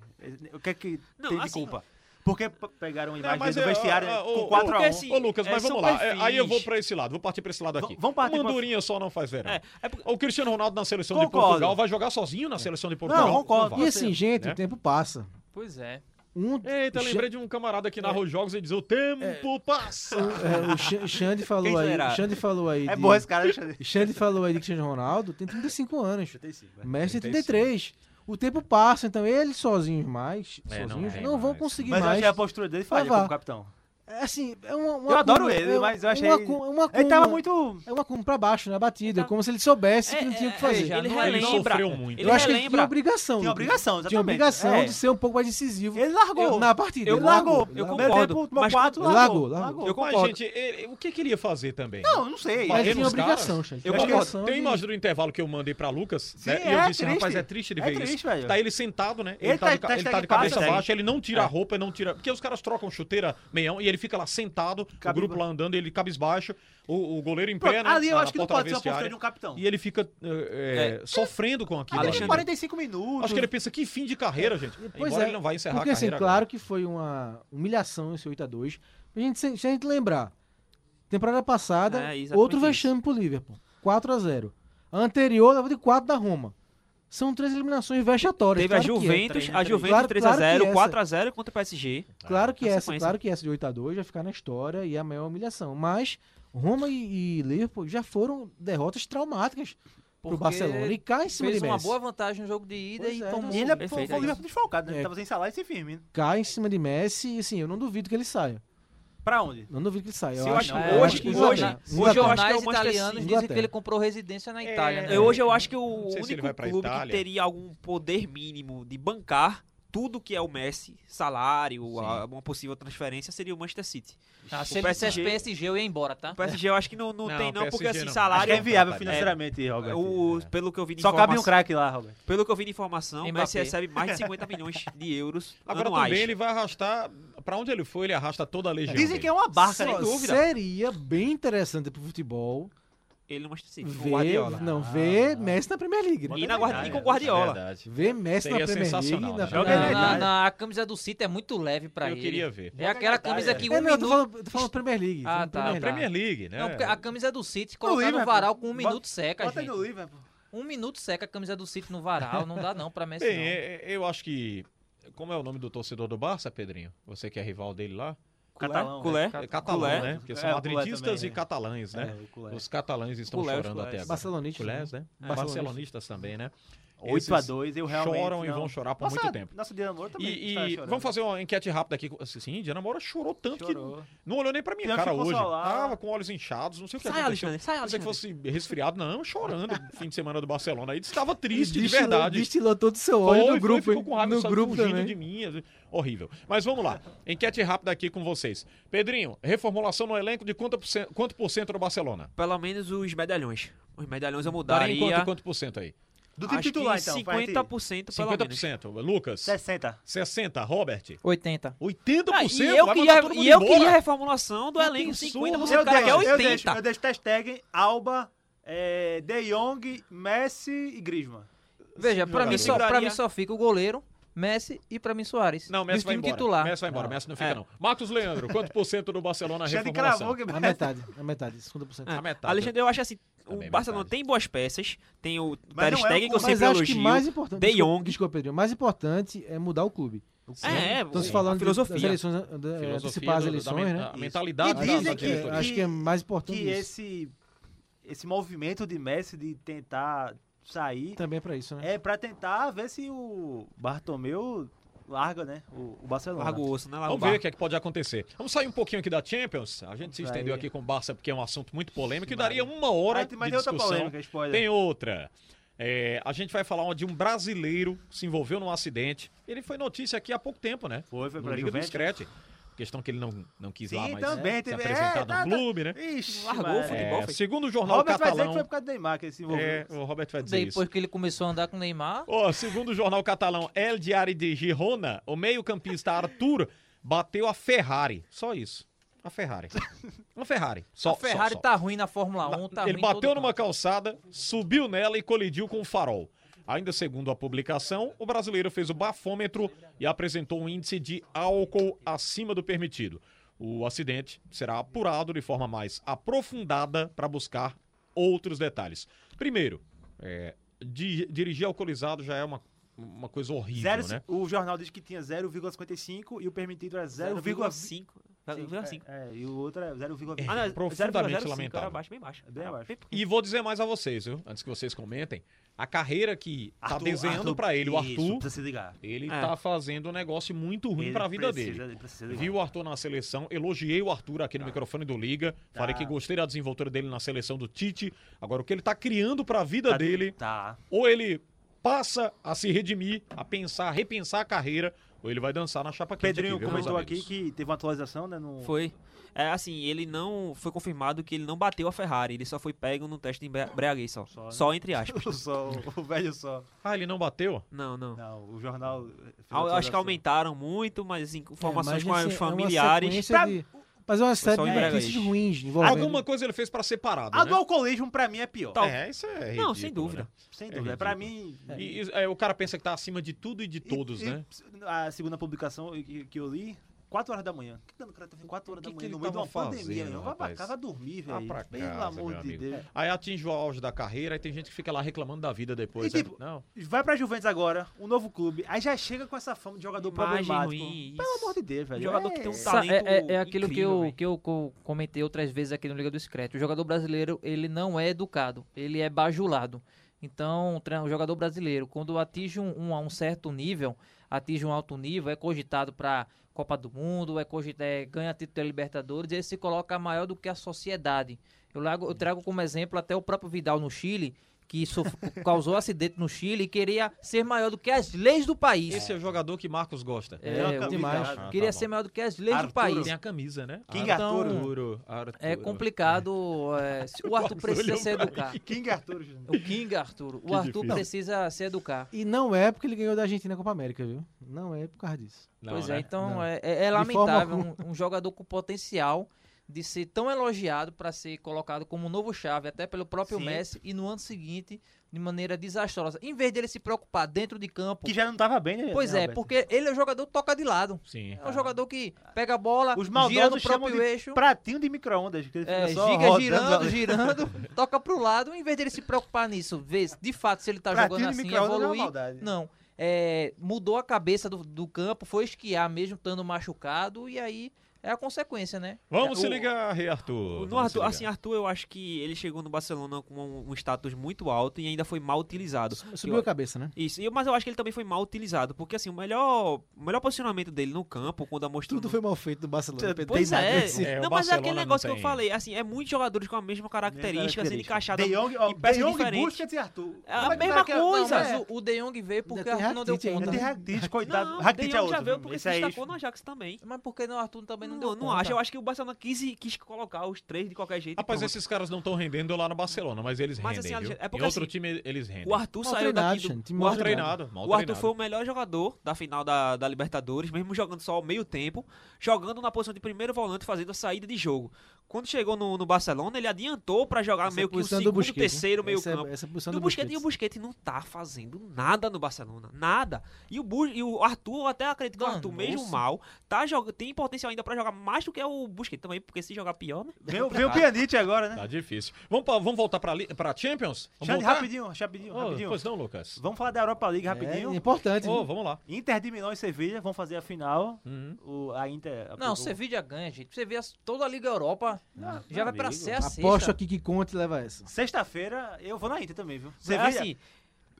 [SPEAKER 9] O que é que
[SPEAKER 6] Não,
[SPEAKER 9] tem de
[SPEAKER 6] assim-
[SPEAKER 9] culpa? Porque p- pegaram a
[SPEAKER 4] Não,
[SPEAKER 9] imagem
[SPEAKER 4] mas
[SPEAKER 9] dele
[SPEAKER 4] é,
[SPEAKER 9] do vestiário
[SPEAKER 4] ah, ah,
[SPEAKER 9] com
[SPEAKER 4] ô,
[SPEAKER 9] 4 a 1
[SPEAKER 6] porque assim-
[SPEAKER 4] Ô, Lucas, mas
[SPEAKER 6] É,
[SPEAKER 4] vamos
[SPEAKER 6] são
[SPEAKER 4] lá. É, aí eu vou
[SPEAKER 6] perfis.
[SPEAKER 4] pra esse lado, vou partir pra esse lado aqui.
[SPEAKER 9] V- vamos partir pra-
[SPEAKER 4] Mandurinha só não faz verão.
[SPEAKER 6] É, é porque- É.
[SPEAKER 4] O Cristiano Ronaldo na seleção de
[SPEAKER 9] Concordo.
[SPEAKER 4] Portugal vai jogar sozinho na seleção de Portugal.
[SPEAKER 9] concordo.
[SPEAKER 4] vai.
[SPEAKER 8] E assim, gente,
[SPEAKER 4] né?
[SPEAKER 8] o tempo passa.
[SPEAKER 5] Pois é.
[SPEAKER 8] Um,
[SPEAKER 4] Eita,
[SPEAKER 8] o Xan-
[SPEAKER 4] lembrei de um camarada que
[SPEAKER 6] É.
[SPEAKER 4] narrou jogos e diz: o tempo passa.
[SPEAKER 8] é, o Xan- Xande falou
[SPEAKER 6] Quem
[SPEAKER 8] aí.
[SPEAKER 6] será?
[SPEAKER 8] O Xande falou aí.
[SPEAKER 9] É
[SPEAKER 8] de-
[SPEAKER 9] bom esse cara, deixa eu ver.
[SPEAKER 8] Xande falou aí de Cristiano Ronaldo, tem 35 anos.
[SPEAKER 9] vai.
[SPEAKER 8] Messi tem
[SPEAKER 4] 35.
[SPEAKER 8] 33. O tempo passa, então eles sozinhos mais,
[SPEAKER 4] É, não
[SPEAKER 8] sozinhos,
[SPEAKER 4] tem
[SPEAKER 8] não, vão
[SPEAKER 4] mais.
[SPEAKER 8] conseguir
[SPEAKER 9] Mas eu
[SPEAKER 8] mais.
[SPEAKER 9] achei a postura dele falha
[SPEAKER 8] Vavá.
[SPEAKER 9] como capitão.
[SPEAKER 8] É assim, é uma, uma
[SPEAKER 9] Eu adoro
[SPEAKER 8] curva-
[SPEAKER 9] ele,
[SPEAKER 8] é
[SPEAKER 9] mas eu
[SPEAKER 8] uma
[SPEAKER 9] achei-
[SPEAKER 8] cu- é uma
[SPEAKER 9] Ele
[SPEAKER 8] curva-
[SPEAKER 9] tava muito.
[SPEAKER 8] É uma cumba pra baixo, né? Batida.
[SPEAKER 6] Ele tá-
[SPEAKER 8] Como se ele soubesse que
[SPEAKER 6] É,
[SPEAKER 8] não tinha o que
[SPEAKER 6] é,
[SPEAKER 8] fazer.
[SPEAKER 6] Ele
[SPEAKER 4] Não, ele
[SPEAKER 6] relembra.
[SPEAKER 4] sofreu muito.
[SPEAKER 6] Ele
[SPEAKER 8] eu acho que ele tinha
[SPEAKER 6] relembra.
[SPEAKER 8] obrigação.
[SPEAKER 9] Tinha obrigação,
[SPEAKER 8] Tinha
[SPEAKER 9] exatamente.
[SPEAKER 8] obrigação
[SPEAKER 9] É.
[SPEAKER 8] de ser um pouco mais decisivo
[SPEAKER 9] Ele largou.
[SPEAKER 8] na partida.
[SPEAKER 6] Eu
[SPEAKER 8] ele
[SPEAKER 9] largou,
[SPEAKER 6] eu
[SPEAKER 8] largou. ele
[SPEAKER 9] Mas
[SPEAKER 6] concordo,
[SPEAKER 9] ele tomou
[SPEAKER 6] mas-
[SPEAKER 9] quatro,
[SPEAKER 8] Largou,
[SPEAKER 9] largou,
[SPEAKER 8] largou.
[SPEAKER 9] largou.
[SPEAKER 6] Eu
[SPEAKER 4] Mas,
[SPEAKER 6] concordo.
[SPEAKER 4] gente, ele- o que, que ele ia fazer também?
[SPEAKER 9] Não, não sei.
[SPEAKER 8] Mas
[SPEAKER 4] Barreiro
[SPEAKER 8] tinha
[SPEAKER 4] nos
[SPEAKER 8] obrigação,
[SPEAKER 4] caras?
[SPEAKER 8] Xande.
[SPEAKER 4] Eu
[SPEAKER 8] Tinha
[SPEAKER 4] concordo.
[SPEAKER 8] obrigação.
[SPEAKER 4] Tem uma imagem do intervalo que eu mandei pra Lucas,
[SPEAKER 9] Sim,
[SPEAKER 4] né? e
[SPEAKER 9] é
[SPEAKER 4] eu disse,
[SPEAKER 9] triste.
[SPEAKER 4] rapaz, é triste de
[SPEAKER 9] É
[SPEAKER 4] ver
[SPEAKER 9] triste,
[SPEAKER 4] isso.
[SPEAKER 9] velho.
[SPEAKER 4] Tá ele sentado, né? Ele,
[SPEAKER 9] Ele
[SPEAKER 4] tá, de,
[SPEAKER 9] tá-
[SPEAKER 4] ca-
[SPEAKER 9] tá
[SPEAKER 4] ele tá
[SPEAKER 9] hashtag
[SPEAKER 4] de cabeça
[SPEAKER 9] passa,
[SPEAKER 4] baixa, ele não tira
[SPEAKER 9] É.
[SPEAKER 4] a roupa, ele não tira... Porque os caras trocam chuteira, meião, e ele fica lá sentado,
[SPEAKER 9] Cabe-
[SPEAKER 4] o grupo lá andando, ele cabisbaixo, o, o goleiro em
[SPEAKER 9] Pronto,
[SPEAKER 4] pé, né?
[SPEAKER 9] ali eu
[SPEAKER 4] na
[SPEAKER 9] acho que não
[SPEAKER 4] porta da
[SPEAKER 9] pode ser uma postura
[SPEAKER 4] vestiária.
[SPEAKER 9] de um É. capitão.
[SPEAKER 4] E ele fica eh, eh, sofrendo com aquilo.
[SPEAKER 9] Ele teve
[SPEAKER 6] Alexandre-
[SPEAKER 9] 45 minutos.
[SPEAKER 4] Acho que ele pensa, que fim de carreira, gente.
[SPEAKER 8] Pois
[SPEAKER 4] Embora
[SPEAKER 8] é,
[SPEAKER 4] ele não vai encerrar
[SPEAKER 8] Porque
[SPEAKER 4] a
[SPEAKER 8] assim,
[SPEAKER 4] carreira
[SPEAKER 8] claro que foi uma humilhação esse 8x2. A gente, se se a gente lembrar, temporada passada,
[SPEAKER 6] É, exatamente
[SPEAKER 8] outro
[SPEAKER 6] isso.
[SPEAKER 8] vexame pro Liverpool. 4x0. A anterior, levou de 4 da Roma. São três eliminações vexatórias.
[SPEAKER 6] Teve a
[SPEAKER 8] claro que é.
[SPEAKER 6] Juventus, a
[SPEAKER 8] Claro-
[SPEAKER 6] Juventus
[SPEAKER 8] claro-
[SPEAKER 6] 3x0,
[SPEAKER 8] claro que é, essa-
[SPEAKER 6] 4x0 contra o PSG.
[SPEAKER 8] Claro que
[SPEAKER 6] na
[SPEAKER 8] essa,
[SPEAKER 6] sequência.
[SPEAKER 8] claro que é essa de 8x2 vai ficar na história e é a maior humilhação. Mas Roma e, e Liverpool já foram derrotas traumáticas pro
[SPEAKER 5] Porque
[SPEAKER 8] Barcelona. E cai em cima
[SPEAKER 5] Fez
[SPEAKER 8] de
[SPEAKER 5] uma
[SPEAKER 8] Messi.
[SPEAKER 5] boa vantagem no jogo de ida
[SPEAKER 8] Pois
[SPEAKER 5] e
[SPEAKER 8] é,
[SPEAKER 5] tomou. um
[SPEAKER 9] E ele é- foi
[SPEAKER 6] Perfeito,
[SPEAKER 9] foi o
[SPEAKER 6] é
[SPEAKER 9] Liverpool desfalcado, né?
[SPEAKER 8] É.
[SPEAKER 9] Tava sem salário e sem firme. né?
[SPEAKER 8] Cai em cima de Messi e assim, eu não duvido que ele saia.
[SPEAKER 9] Pra onde?
[SPEAKER 8] Não duvido que ele saia. Eu
[SPEAKER 6] Se eu
[SPEAKER 8] acho,
[SPEAKER 6] acho-
[SPEAKER 8] eu
[SPEAKER 6] hoje-
[SPEAKER 8] acho que
[SPEAKER 6] hoje-
[SPEAKER 8] Inglaterra.
[SPEAKER 6] hoje
[SPEAKER 5] Os
[SPEAKER 8] Inglaterra.
[SPEAKER 6] eu acho que é
[SPEAKER 5] jornais
[SPEAKER 6] o Manchester
[SPEAKER 5] italianos
[SPEAKER 6] City.
[SPEAKER 8] Inglaterra.
[SPEAKER 5] dizem que ele comprou residência na Itália, né?
[SPEAKER 6] É, Eu- hoje eu acho que o
[SPEAKER 4] Não sei se ele
[SPEAKER 6] único
[SPEAKER 4] vai pra
[SPEAKER 6] clube que
[SPEAKER 4] Itália.
[SPEAKER 6] teria algum poder mínimo de bancar tudo que é o Messi, salário, a- uma possível transferência, seria o Manchester City.
[SPEAKER 5] Ah, se
[SPEAKER 6] o
[SPEAKER 5] ele dissesse
[SPEAKER 6] PSG
[SPEAKER 5] PSG, eu ia embora, tá?
[SPEAKER 6] O PSG eu acho que não, não,
[SPEAKER 4] Não,
[SPEAKER 6] tem não, porque
[SPEAKER 4] PSG
[SPEAKER 6] assim,
[SPEAKER 4] não.
[SPEAKER 9] Acho que
[SPEAKER 6] salário... é,
[SPEAKER 9] é inviável financeiramente, Robert.
[SPEAKER 6] o, pelo que eu vi de
[SPEAKER 9] Só cabe um
[SPEAKER 6] informação-
[SPEAKER 9] craque lá, Robert.
[SPEAKER 6] Pelo que eu vi de informação, o
[SPEAKER 5] Mbappé.
[SPEAKER 6] Messi recebe mais de 50 milhões de euros
[SPEAKER 4] Agora
[SPEAKER 6] anuais.
[SPEAKER 4] também ele vai arrastar... Pra onde ele foi, ele arrasta toda a legião.
[SPEAKER 6] Ah,
[SPEAKER 9] Dizem que
[SPEAKER 4] dele.
[SPEAKER 9] é uma barca,
[SPEAKER 6] Sem
[SPEAKER 9] né?
[SPEAKER 6] dúvida.
[SPEAKER 8] Seria bem interessante pro futebol
[SPEAKER 6] ele no Manchester City. com o
[SPEAKER 8] Vê,
[SPEAKER 6] Guardiola.
[SPEAKER 8] não, vê Messi na Premier
[SPEAKER 9] um-
[SPEAKER 8] League, né?
[SPEAKER 6] E, na Guardi- e com o Guardiola.
[SPEAKER 4] Verdade.
[SPEAKER 8] Vê Messi na
[SPEAKER 4] Seria
[SPEAKER 8] Premier League.
[SPEAKER 4] sensacional,
[SPEAKER 8] Na
[SPEAKER 4] né?
[SPEAKER 5] Não,
[SPEAKER 4] Joga
[SPEAKER 8] Premier
[SPEAKER 4] ele.
[SPEAKER 8] League.
[SPEAKER 5] não, não, a camisa do City é muito leve pra
[SPEAKER 4] Eu
[SPEAKER 5] ele.
[SPEAKER 4] queria ver.
[SPEAKER 5] É aquela camisa que um
[SPEAKER 8] É, não, eu tô
[SPEAKER 5] minuto.
[SPEAKER 8] falando, tô falando Premier League.
[SPEAKER 5] Ah,
[SPEAKER 8] falando
[SPEAKER 5] tá.
[SPEAKER 8] Premier
[SPEAKER 4] Não, Premier League, né?
[SPEAKER 5] Não, porque a camisa do City, colocar no
[SPEAKER 9] Liverpool.
[SPEAKER 5] varal com um
[SPEAKER 9] Bota-
[SPEAKER 5] minuto seca,
[SPEAKER 9] Bota aí no
[SPEAKER 5] gente.
[SPEAKER 9] Liverpool.
[SPEAKER 5] Um minuto seca a camisa do City no varal, não dá não pra Messi
[SPEAKER 4] Bem,
[SPEAKER 5] não.
[SPEAKER 4] é- é- eu acho que. Como é o nome do torcedor do Barça, Pedrinho? Você que é rival dele lá?
[SPEAKER 9] Catalão.
[SPEAKER 6] Culé.
[SPEAKER 4] É catalão,
[SPEAKER 6] Culé.
[SPEAKER 4] né? Porque são
[SPEAKER 9] É, o Culé
[SPEAKER 4] madridistas
[SPEAKER 9] também,
[SPEAKER 4] e
[SPEAKER 9] né?
[SPEAKER 4] catalães, né?
[SPEAKER 9] É, o Culé. é
[SPEAKER 4] Os catalães estão
[SPEAKER 6] Culé, os
[SPEAKER 4] chorando
[SPEAKER 6] culés.
[SPEAKER 4] até agora.
[SPEAKER 8] Barcelonista.
[SPEAKER 4] Culés, né?
[SPEAKER 8] Barcelonistas.
[SPEAKER 4] Barcelonistas também, né?
[SPEAKER 9] 8 É. a
[SPEAKER 4] Esses
[SPEAKER 9] 2 eu realmente
[SPEAKER 4] choram e
[SPEAKER 9] não-
[SPEAKER 4] vão chorar por
[SPEAKER 9] Nossa,
[SPEAKER 4] muito tempo.
[SPEAKER 9] Nosso Dia Namoro também
[SPEAKER 4] E,
[SPEAKER 9] está
[SPEAKER 4] e
[SPEAKER 9] chorando.
[SPEAKER 4] vamos fazer uma enquete rápida aqui. Sim, Diana Moura chorou tanto
[SPEAKER 9] Chorou.
[SPEAKER 4] que não olhou nem pra minha
[SPEAKER 9] Pior que
[SPEAKER 4] cara
[SPEAKER 9] ficou
[SPEAKER 4] hoje.
[SPEAKER 9] só lá.
[SPEAKER 4] Tava com olhos inchados, não sei o que
[SPEAKER 6] Sai,
[SPEAKER 4] aconteceu.
[SPEAKER 6] Alexandre, sai,
[SPEAKER 4] Pensei é que
[SPEAKER 6] Alexandre.
[SPEAKER 4] fosse resfriado, não, chorando. fim de semana do Barcelona. Aí estava triste, de
[SPEAKER 8] Destilou-
[SPEAKER 4] verdade.
[SPEAKER 8] Destilou todo o seu
[SPEAKER 4] Foi,
[SPEAKER 8] ódio
[SPEAKER 4] foi,
[SPEAKER 8] no grupo,
[SPEAKER 4] ficou
[SPEAKER 8] hein?
[SPEAKER 4] com raiva,
[SPEAKER 8] No
[SPEAKER 4] saiu
[SPEAKER 8] grupo
[SPEAKER 4] fugindo
[SPEAKER 8] também.
[SPEAKER 4] de mim. é Horrível. Mas vamos lá. Enquete rápida aqui com vocês. Pedrinho, reformulação no elenco de quanto por cento, quanto por cento do Barcelona?
[SPEAKER 6] Pelo menos os medalhões. Os medalhões eu
[SPEAKER 4] Daria em quanto,
[SPEAKER 6] mudaria.
[SPEAKER 4] quanto por cento aí?
[SPEAKER 9] Do time
[SPEAKER 6] acho
[SPEAKER 9] titular,
[SPEAKER 6] que
[SPEAKER 9] então. vai, Tite.
[SPEAKER 6] 50% pelo menos.
[SPEAKER 4] 50%. Lucas,
[SPEAKER 9] 60.
[SPEAKER 4] 60%. Robert,
[SPEAKER 5] 80.
[SPEAKER 4] 80%.
[SPEAKER 6] Ah, e eu,
[SPEAKER 4] vai
[SPEAKER 6] queria,
[SPEAKER 4] mandar todo mundo
[SPEAKER 6] e eu
[SPEAKER 4] embora.
[SPEAKER 6] queria a reformulação do
[SPEAKER 9] é
[SPEAKER 4] Que
[SPEAKER 6] elenco
[SPEAKER 4] absurdo.
[SPEAKER 6] 50%.
[SPEAKER 4] Eu
[SPEAKER 6] O é um cara quer
[SPEAKER 9] eu deixo,
[SPEAKER 6] 80.
[SPEAKER 9] eu deixo hashtag Alba, é, De Jong, Messi e Griezmann.
[SPEAKER 5] Veja, pra mim, só, pra
[SPEAKER 6] Seguraria.
[SPEAKER 5] mim só fica o goleiro, Messi e pra mim Soares.
[SPEAKER 4] Não,
[SPEAKER 5] E
[SPEAKER 4] Messi
[SPEAKER 5] o
[SPEAKER 4] vai
[SPEAKER 5] time
[SPEAKER 4] embora.
[SPEAKER 5] titular.
[SPEAKER 4] Messi vai embora, Messi não fica
[SPEAKER 6] É.
[SPEAKER 4] não. Marcos Leandro, quanto por cento do Barcelona a
[SPEAKER 9] Já de
[SPEAKER 4] reformulação?
[SPEAKER 9] cravou que
[SPEAKER 8] A metade, a metade, 50%.
[SPEAKER 4] A metade.
[SPEAKER 6] Alexandre, eu acho assim, o
[SPEAKER 4] Também
[SPEAKER 6] Barcelona
[SPEAKER 4] metade.
[SPEAKER 6] tem boas peças, tem o
[SPEAKER 9] Mas
[SPEAKER 6] Ter
[SPEAKER 9] não é
[SPEAKER 6] Stegen
[SPEAKER 9] o-
[SPEAKER 6] que eu
[SPEAKER 8] é Mas
[SPEAKER 6] sempre
[SPEAKER 8] acho que
[SPEAKER 6] elogio.
[SPEAKER 8] mais importante.
[SPEAKER 6] De
[SPEAKER 8] desculpa-
[SPEAKER 6] Jong.
[SPEAKER 8] Desculpa, Pedro. O mais importante é mudar o clube.
[SPEAKER 6] É, é,
[SPEAKER 8] Estão se
[SPEAKER 6] o-
[SPEAKER 8] falando
[SPEAKER 6] a
[SPEAKER 8] de-
[SPEAKER 6] filosofia.
[SPEAKER 8] das eleições, eh, da- eh,
[SPEAKER 4] Filosofia
[SPEAKER 8] antecipar
[SPEAKER 4] do-
[SPEAKER 8] as
[SPEAKER 4] da
[SPEAKER 8] eleições,
[SPEAKER 4] men-
[SPEAKER 8] né?
[SPEAKER 4] A mentalidade
[SPEAKER 9] E
[SPEAKER 4] da-
[SPEAKER 9] dizem
[SPEAKER 4] da
[SPEAKER 9] que-
[SPEAKER 4] diretoria.
[SPEAKER 8] Acho que é mais importante
[SPEAKER 9] que
[SPEAKER 8] isso.
[SPEAKER 9] esse, esse movimento de Messi de tentar sair
[SPEAKER 8] Também é pra isso, né?
[SPEAKER 9] é pra tentar ver se o Bartomeu larga, né? O, o Barcelona.
[SPEAKER 6] Larga o osso, né? Larga o
[SPEAKER 4] Vamos ver o
[SPEAKER 6] barco.
[SPEAKER 4] que é que pode acontecer. Vamos sair um pouquinho aqui da Champions. A gente se
[SPEAKER 9] Vai.
[SPEAKER 4] estendeu aqui com o Barça porque é um assunto muito polêmico e daria uma hora
[SPEAKER 9] Aí tem- mas
[SPEAKER 4] de
[SPEAKER 9] tem outra
[SPEAKER 4] discussão.
[SPEAKER 9] polêmica, é spoiler.
[SPEAKER 4] Tem outra. É, a gente vai falar uma de um brasileiro que se envolveu num acidente. Ele foi notícia aqui há pouco tempo, né?
[SPEAKER 9] Foi, foi
[SPEAKER 4] No
[SPEAKER 9] pra
[SPEAKER 4] Liga do
[SPEAKER 9] Juventus.
[SPEAKER 4] Screte. Questão que ele não, não quis lá
[SPEAKER 9] Sim,
[SPEAKER 4] mais
[SPEAKER 9] também. é,
[SPEAKER 4] se
[SPEAKER 9] Teve,
[SPEAKER 4] apresentar no clube, né?
[SPEAKER 9] Ixi,
[SPEAKER 6] Largou o
[SPEAKER 9] mas-
[SPEAKER 6] futebol.
[SPEAKER 4] É,
[SPEAKER 6] foi.
[SPEAKER 4] segundo o jornal
[SPEAKER 9] Robert vai dizer que
[SPEAKER 4] catalão.
[SPEAKER 9] foi por causa do Neymar que ele se envolveu.
[SPEAKER 4] É, o Robert vai dizer isso.
[SPEAKER 5] Depois que ele começou a andar com o Neymar,
[SPEAKER 4] Ó, segundo o jornal catalão El Diari de Girona, o meio-campista Arthur bateu a Ferrari. Só isso. A Ferrari. Uma Ferrari. Só,
[SPEAKER 5] a Ferrari
[SPEAKER 4] só, só.
[SPEAKER 5] tá ruim na Fórmula 1, tá
[SPEAKER 4] Ele
[SPEAKER 5] ruim em todo
[SPEAKER 4] bateu numa
[SPEAKER 5] canto.
[SPEAKER 4] calçada, subiu nela e colidiu com o farol. Ainda segundo a publicação, o brasileiro fez o bafômetro e apresentou um índice de álcool acima do permitido. O acidente será apurado de forma mais aprofundada para buscar outros detalhes. Primeiro, é, di- dirigir alcoolizado já é uma, uma coisa horrível,
[SPEAKER 9] Zero,
[SPEAKER 4] né?
[SPEAKER 9] O jornal diz que tinha 0,55 e o permitido era 0,5.
[SPEAKER 6] 0,5.
[SPEAKER 4] assim.
[SPEAKER 6] 0,5.
[SPEAKER 9] É, é, e o outro é 0,20.
[SPEAKER 6] Ah, não, 0,05,
[SPEAKER 4] Profundamente
[SPEAKER 6] era
[SPEAKER 4] lamentável.
[SPEAKER 6] baixo, bem baixo.
[SPEAKER 9] Bem abaixo.
[SPEAKER 6] Bem pouquinho.
[SPEAKER 4] E vou dizer mais a vocês, viu? Antes que vocês comentem, a carreira que tá
[SPEAKER 9] Arthur-
[SPEAKER 4] desenhando
[SPEAKER 9] Arthur-
[SPEAKER 4] para ele, o
[SPEAKER 9] Isso,
[SPEAKER 4] Arthur,
[SPEAKER 9] Precisa se ligar.
[SPEAKER 4] Ele
[SPEAKER 6] É.
[SPEAKER 4] tá fazendo um negócio muito ruim
[SPEAKER 9] Ele
[SPEAKER 4] pra vida
[SPEAKER 9] precisa- um Tá.
[SPEAKER 4] dele.
[SPEAKER 9] ele precisa ligar.
[SPEAKER 4] Vi o Arthur na seleção, elogiei o Arthur aqui no microfone do Liga, falei
[SPEAKER 9] Tá.
[SPEAKER 4] que gostei da desenvoltura dele na seleção do Tite. Agora o que ele tá criando pra vida
[SPEAKER 9] Tá-
[SPEAKER 4] dele,
[SPEAKER 9] Tá.
[SPEAKER 4] ou ele passa a se redimir, a pensar, repensar a carreira, ou ele vai dançar na chapa quente
[SPEAKER 9] Pedrinho
[SPEAKER 4] aqui, viu, meus
[SPEAKER 9] comentou aqui
[SPEAKER 4] amigos?
[SPEAKER 9] que teve uma atualização, né? No...
[SPEAKER 6] Foi. É, assim, ele não. Foi confirmado que ele não bateu a Ferrari. Ele só foi pego num teste de embra- embriaguez só. Só,
[SPEAKER 9] né?
[SPEAKER 6] entre aspas.
[SPEAKER 9] O sol, o velho sol.
[SPEAKER 4] Ah, ele não bateu?
[SPEAKER 6] Não, não.
[SPEAKER 9] Não, o jornal.
[SPEAKER 6] Ah, Eu acho que aumentaram muito, mas assim, informações
[SPEAKER 8] É, mas
[SPEAKER 6] com
[SPEAKER 8] assim,
[SPEAKER 6] os
[SPEAKER 8] é uma
[SPEAKER 6] familiares.
[SPEAKER 8] sequência de- Mas é uma série
[SPEAKER 6] só
[SPEAKER 8] de
[SPEAKER 6] embrega
[SPEAKER 8] notícias
[SPEAKER 6] isso.
[SPEAKER 8] ruins envolvendo.
[SPEAKER 4] Alguma coisa ele fez pra ser parado,
[SPEAKER 9] A
[SPEAKER 4] né?
[SPEAKER 9] do alcoolismo, Ah, pra mim, é pior.
[SPEAKER 6] Tá.
[SPEAKER 4] É, isso é ridículo,
[SPEAKER 6] Não, sem dúvida.
[SPEAKER 9] Sem
[SPEAKER 4] É
[SPEAKER 9] dúvida.
[SPEAKER 4] ridículo.
[SPEAKER 9] pra mim.
[SPEAKER 4] né? E, e, é, o cara pensa que tá acima de tudo e de todos,
[SPEAKER 9] e-
[SPEAKER 4] né?
[SPEAKER 9] e A segunda publicação que, que eu li, 4 horas da manhã. Que dano o cara teve 4 horas
[SPEAKER 4] Que
[SPEAKER 9] da
[SPEAKER 4] que
[SPEAKER 9] manhã
[SPEAKER 4] ele
[SPEAKER 9] no meio de
[SPEAKER 4] tava
[SPEAKER 9] uma pandemia,
[SPEAKER 4] fazendo,
[SPEAKER 9] meu? Vai pra
[SPEAKER 4] rapaz?
[SPEAKER 9] casa dormir,
[SPEAKER 4] Vá
[SPEAKER 9] velho.
[SPEAKER 4] pra
[SPEAKER 9] Pelo
[SPEAKER 4] casa,
[SPEAKER 9] amor
[SPEAKER 4] meu
[SPEAKER 9] de
[SPEAKER 4] amigo. É.
[SPEAKER 9] Deus.
[SPEAKER 4] Aí atinge o auge da carreira e tem gente que fica lá reclamando da vida depois.
[SPEAKER 9] E
[SPEAKER 4] né?
[SPEAKER 9] tipo,
[SPEAKER 4] Não.
[SPEAKER 9] Vai pra Juventus agora, um novo clube. Aí já chega com essa fama de jogador
[SPEAKER 6] Imagem
[SPEAKER 9] problemático.
[SPEAKER 6] ruim,
[SPEAKER 9] Pelo
[SPEAKER 6] isso.
[SPEAKER 9] amor de Deus, velho.
[SPEAKER 6] Jogador
[SPEAKER 9] É-
[SPEAKER 6] que tem um
[SPEAKER 5] Sa-
[SPEAKER 6] talento
[SPEAKER 5] é, é, é aquilo
[SPEAKER 6] incrível,
[SPEAKER 5] que, eu,
[SPEAKER 6] velho.
[SPEAKER 5] que eu co- comentei outras vezes aqui no Liga do Scratch. O jogador brasileiro, ele não é educado, ele é bajulado. Então, o tre- o jogador brasileiro, quando atinge um, um- um certo nível, atinge um alto nível, é cogitado para Copa do Mundo, é cogitado, ganha título da Libertadores, e ele se coloca maior do que a sociedade. Eu, lago- eu trago como exemplo até o próprio Vidal no Chile, que sof- causou acidente no Chile e queria ser maior do que as leis do país.
[SPEAKER 4] Esse é o jogador que Marcos gosta.
[SPEAKER 5] É,
[SPEAKER 9] Tem uma
[SPEAKER 5] o-
[SPEAKER 9] camisa,
[SPEAKER 8] demais.
[SPEAKER 9] cara.
[SPEAKER 5] Queria
[SPEAKER 4] tá bom.
[SPEAKER 5] ser maior do que as leis do
[SPEAKER 9] Arturo.
[SPEAKER 5] país.
[SPEAKER 4] Tem a camisa, né?
[SPEAKER 9] King
[SPEAKER 5] Então,
[SPEAKER 4] Arturo. Arturo.
[SPEAKER 5] É complicado. é, se- o Arthur precisa
[SPEAKER 4] olhou
[SPEAKER 5] se
[SPEAKER 4] pra
[SPEAKER 5] educar.
[SPEAKER 9] King Arthur. gente.
[SPEAKER 5] O King Arthur. O Arthur
[SPEAKER 10] difícil.
[SPEAKER 5] precisa se educar.
[SPEAKER 8] E não é porque ele ganhou da Argentina na Copa América, viu? Não é por causa disso.
[SPEAKER 4] Não,
[SPEAKER 5] pois é,
[SPEAKER 4] né?
[SPEAKER 5] então
[SPEAKER 8] Não.
[SPEAKER 5] é, é- é
[SPEAKER 8] De forma
[SPEAKER 5] lamentável um, um jogador com potencial de ser tão elogiado para ser colocado como um novo chave, até pelo próprio
[SPEAKER 9] Sim.
[SPEAKER 5] Messi, e no ano seguinte, de maneira desastrosa. Em vez dele se preocupar dentro de campo.
[SPEAKER 9] Que já não tava bem, né?
[SPEAKER 5] Pois
[SPEAKER 9] né,
[SPEAKER 5] é,
[SPEAKER 9] Roberto?
[SPEAKER 5] porque ele é um jogador que toca de lado.
[SPEAKER 4] Sim.
[SPEAKER 5] É um jogador que pega a bola,
[SPEAKER 9] Os
[SPEAKER 5] gira no
[SPEAKER 9] maldosos chamam
[SPEAKER 5] próprio
[SPEAKER 9] de
[SPEAKER 5] eixo.
[SPEAKER 9] pratinho de micro-ondas. que ele
[SPEAKER 5] É,
[SPEAKER 9] fica só
[SPEAKER 5] giga
[SPEAKER 9] rodando
[SPEAKER 5] girando,
[SPEAKER 9] ali.
[SPEAKER 5] girando, toca pro lado, em vez dele se preocupar nisso, ver se, de fato se ele tá
[SPEAKER 9] Pratinho
[SPEAKER 5] jogando
[SPEAKER 9] de
[SPEAKER 5] assim,
[SPEAKER 9] micro-ondas é uma
[SPEAKER 5] evoluir.
[SPEAKER 9] maldade.
[SPEAKER 5] Não. É, mudou a cabeça do, do campo, foi esquiar mesmo estando machucado, e aí é a consequência, né?
[SPEAKER 4] Vamos
[SPEAKER 6] É,
[SPEAKER 4] se
[SPEAKER 6] o-
[SPEAKER 4] ligar, aí, Arthur.
[SPEAKER 6] No
[SPEAKER 4] Vamos se
[SPEAKER 6] Arthur,
[SPEAKER 4] ligar.
[SPEAKER 6] assim, Arthur, eu acho que ele chegou no Barcelona com um, um status muito alto e ainda foi mal utilizado.
[SPEAKER 8] Subiu
[SPEAKER 6] Eu-
[SPEAKER 8] a cabeça, né?
[SPEAKER 6] Isso, e eu- mas eu acho que ele também foi mal utilizado, porque assim, o melhor, o melhor posicionamento dele no campo, quando amostrou.
[SPEAKER 8] Tudo
[SPEAKER 6] no-
[SPEAKER 8] foi mal feito do Barcelona. Pedro.
[SPEAKER 6] Pois
[SPEAKER 8] Tem nada
[SPEAKER 6] é,
[SPEAKER 9] assim.
[SPEAKER 8] desse-
[SPEAKER 4] É, o
[SPEAKER 6] não, mas é aquele
[SPEAKER 4] Barcelona
[SPEAKER 6] negócio
[SPEAKER 4] não
[SPEAKER 6] que eu
[SPEAKER 4] tem.
[SPEAKER 6] falei, assim, é muitos jogadores com a mesma característica, assim, sendo encaixados
[SPEAKER 9] De Jong, ó,
[SPEAKER 6] em peças
[SPEAKER 9] De Jong,
[SPEAKER 6] diferentes.
[SPEAKER 9] Busquets e Arthur.
[SPEAKER 6] É a
[SPEAKER 9] Como que
[SPEAKER 6] mesma
[SPEAKER 9] vai que- não,
[SPEAKER 6] coisa,
[SPEAKER 9] é-
[SPEAKER 5] Mas o, o De Jong veio porque
[SPEAKER 8] Ainda tem
[SPEAKER 5] Arthur É. não deu
[SPEAKER 8] Rakitic ainda,
[SPEAKER 5] conta.
[SPEAKER 9] Tem
[SPEAKER 8] né?
[SPEAKER 9] Rakitic, coitado.
[SPEAKER 6] Não, o De
[SPEAKER 9] Rakitic é
[SPEAKER 6] Jong já
[SPEAKER 9] outro.
[SPEAKER 6] veio porque tá
[SPEAKER 9] Esse
[SPEAKER 6] se
[SPEAKER 9] aí
[SPEAKER 6] destacou no Ajax também.
[SPEAKER 5] Mas por que não, Arthur também não,
[SPEAKER 6] Não,
[SPEAKER 5] deu
[SPEAKER 6] não,
[SPEAKER 5] conta?
[SPEAKER 6] acho,
[SPEAKER 9] tá.
[SPEAKER 6] eu acho que o Barcelona quis, quis colocar os três de qualquer jeito. e
[SPEAKER 4] Rapaz,
[SPEAKER 6] pronto.
[SPEAKER 4] esses caras não estão rendendo lá no Barcelona, mas eles
[SPEAKER 6] Mas,
[SPEAKER 4] rendem.
[SPEAKER 6] assim,
[SPEAKER 4] viu?
[SPEAKER 6] é porque,
[SPEAKER 4] em outro
[SPEAKER 6] assim,
[SPEAKER 4] time eles rendem.
[SPEAKER 6] O Arthur
[SPEAKER 8] Mal
[SPEAKER 6] saiu
[SPEAKER 8] treinado,
[SPEAKER 6] daqui. Do... O
[SPEAKER 8] gente, mal
[SPEAKER 4] mal
[SPEAKER 6] Arthur,
[SPEAKER 4] treinado, mal
[SPEAKER 6] o Arthur
[SPEAKER 4] treinado.
[SPEAKER 6] foi um o melhor jogador da final da, da Libertadores, mesmo jogando só ao meio tempo, jogando na posição de primeiro volante, fazendo a saída de jogo. Quando chegou no, no Barcelona, ele adiantou pra jogar
[SPEAKER 8] Essa
[SPEAKER 6] tá meio que o
[SPEAKER 8] posição do
[SPEAKER 6] segundo,
[SPEAKER 8] Busquets, né?
[SPEAKER 6] terceiro meio
[SPEAKER 8] Essa-
[SPEAKER 6] campo.
[SPEAKER 8] Essa posição
[SPEAKER 6] do
[SPEAKER 8] do
[SPEAKER 6] Busquets.
[SPEAKER 8] Busquets.
[SPEAKER 6] E o Busquets não tá fazendo nada no Barcelona. Nada. E o, Bu- e o Arthur, eu até acredito que o
[SPEAKER 5] Mano,
[SPEAKER 6] Arthur, mesmo
[SPEAKER 5] nossa.
[SPEAKER 6] mal, tá joga, tem potencial ainda pra jogar mais do que o Busquets também, porque se jogar pior, né?
[SPEAKER 9] Veio veio o Pjanic agora, né?
[SPEAKER 4] Tá difícil. Vamos, pra, vamos voltar pra, li- pra Champions? Vamos
[SPEAKER 9] Xande,
[SPEAKER 4] voltar?
[SPEAKER 9] rapidinho, rapidinho,
[SPEAKER 4] Ô,
[SPEAKER 9] rapidinho.
[SPEAKER 4] Pois não, Lucas.
[SPEAKER 9] Vamos falar da Europa League
[SPEAKER 8] É
[SPEAKER 9] rapidinho.
[SPEAKER 8] importante.
[SPEAKER 4] Ô,
[SPEAKER 8] viu?
[SPEAKER 4] vamos lá.
[SPEAKER 9] Inter de Milão e Sevilha vão fazer a final.
[SPEAKER 4] Uhum.
[SPEAKER 9] O, a Inter. a-
[SPEAKER 5] Não,
[SPEAKER 9] o-
[SPEAKER 5] Sevilha ganha, gente. Você vê as- toda a Liga Europa, já vai pra
[SPEAKER 9] amigo.
[SPEAKER 5] ser
[SPEAKER 6] é
[SPEAKER 5] a
[SPEAKER 6] assim,
[SPEAKER 8] Aposto
[SPEAKER 5] sexta.
[SPEAKER 8] aqui que Conte leva essa.
[SPEAKER 9] Sexta-feira eu vou na Inter também, viu?
[SPEAKER 6] Sevilha.
[SPEAKER 5] É
[SPEAKER 9] Sevilha.
[SPEAKER 6] Assim,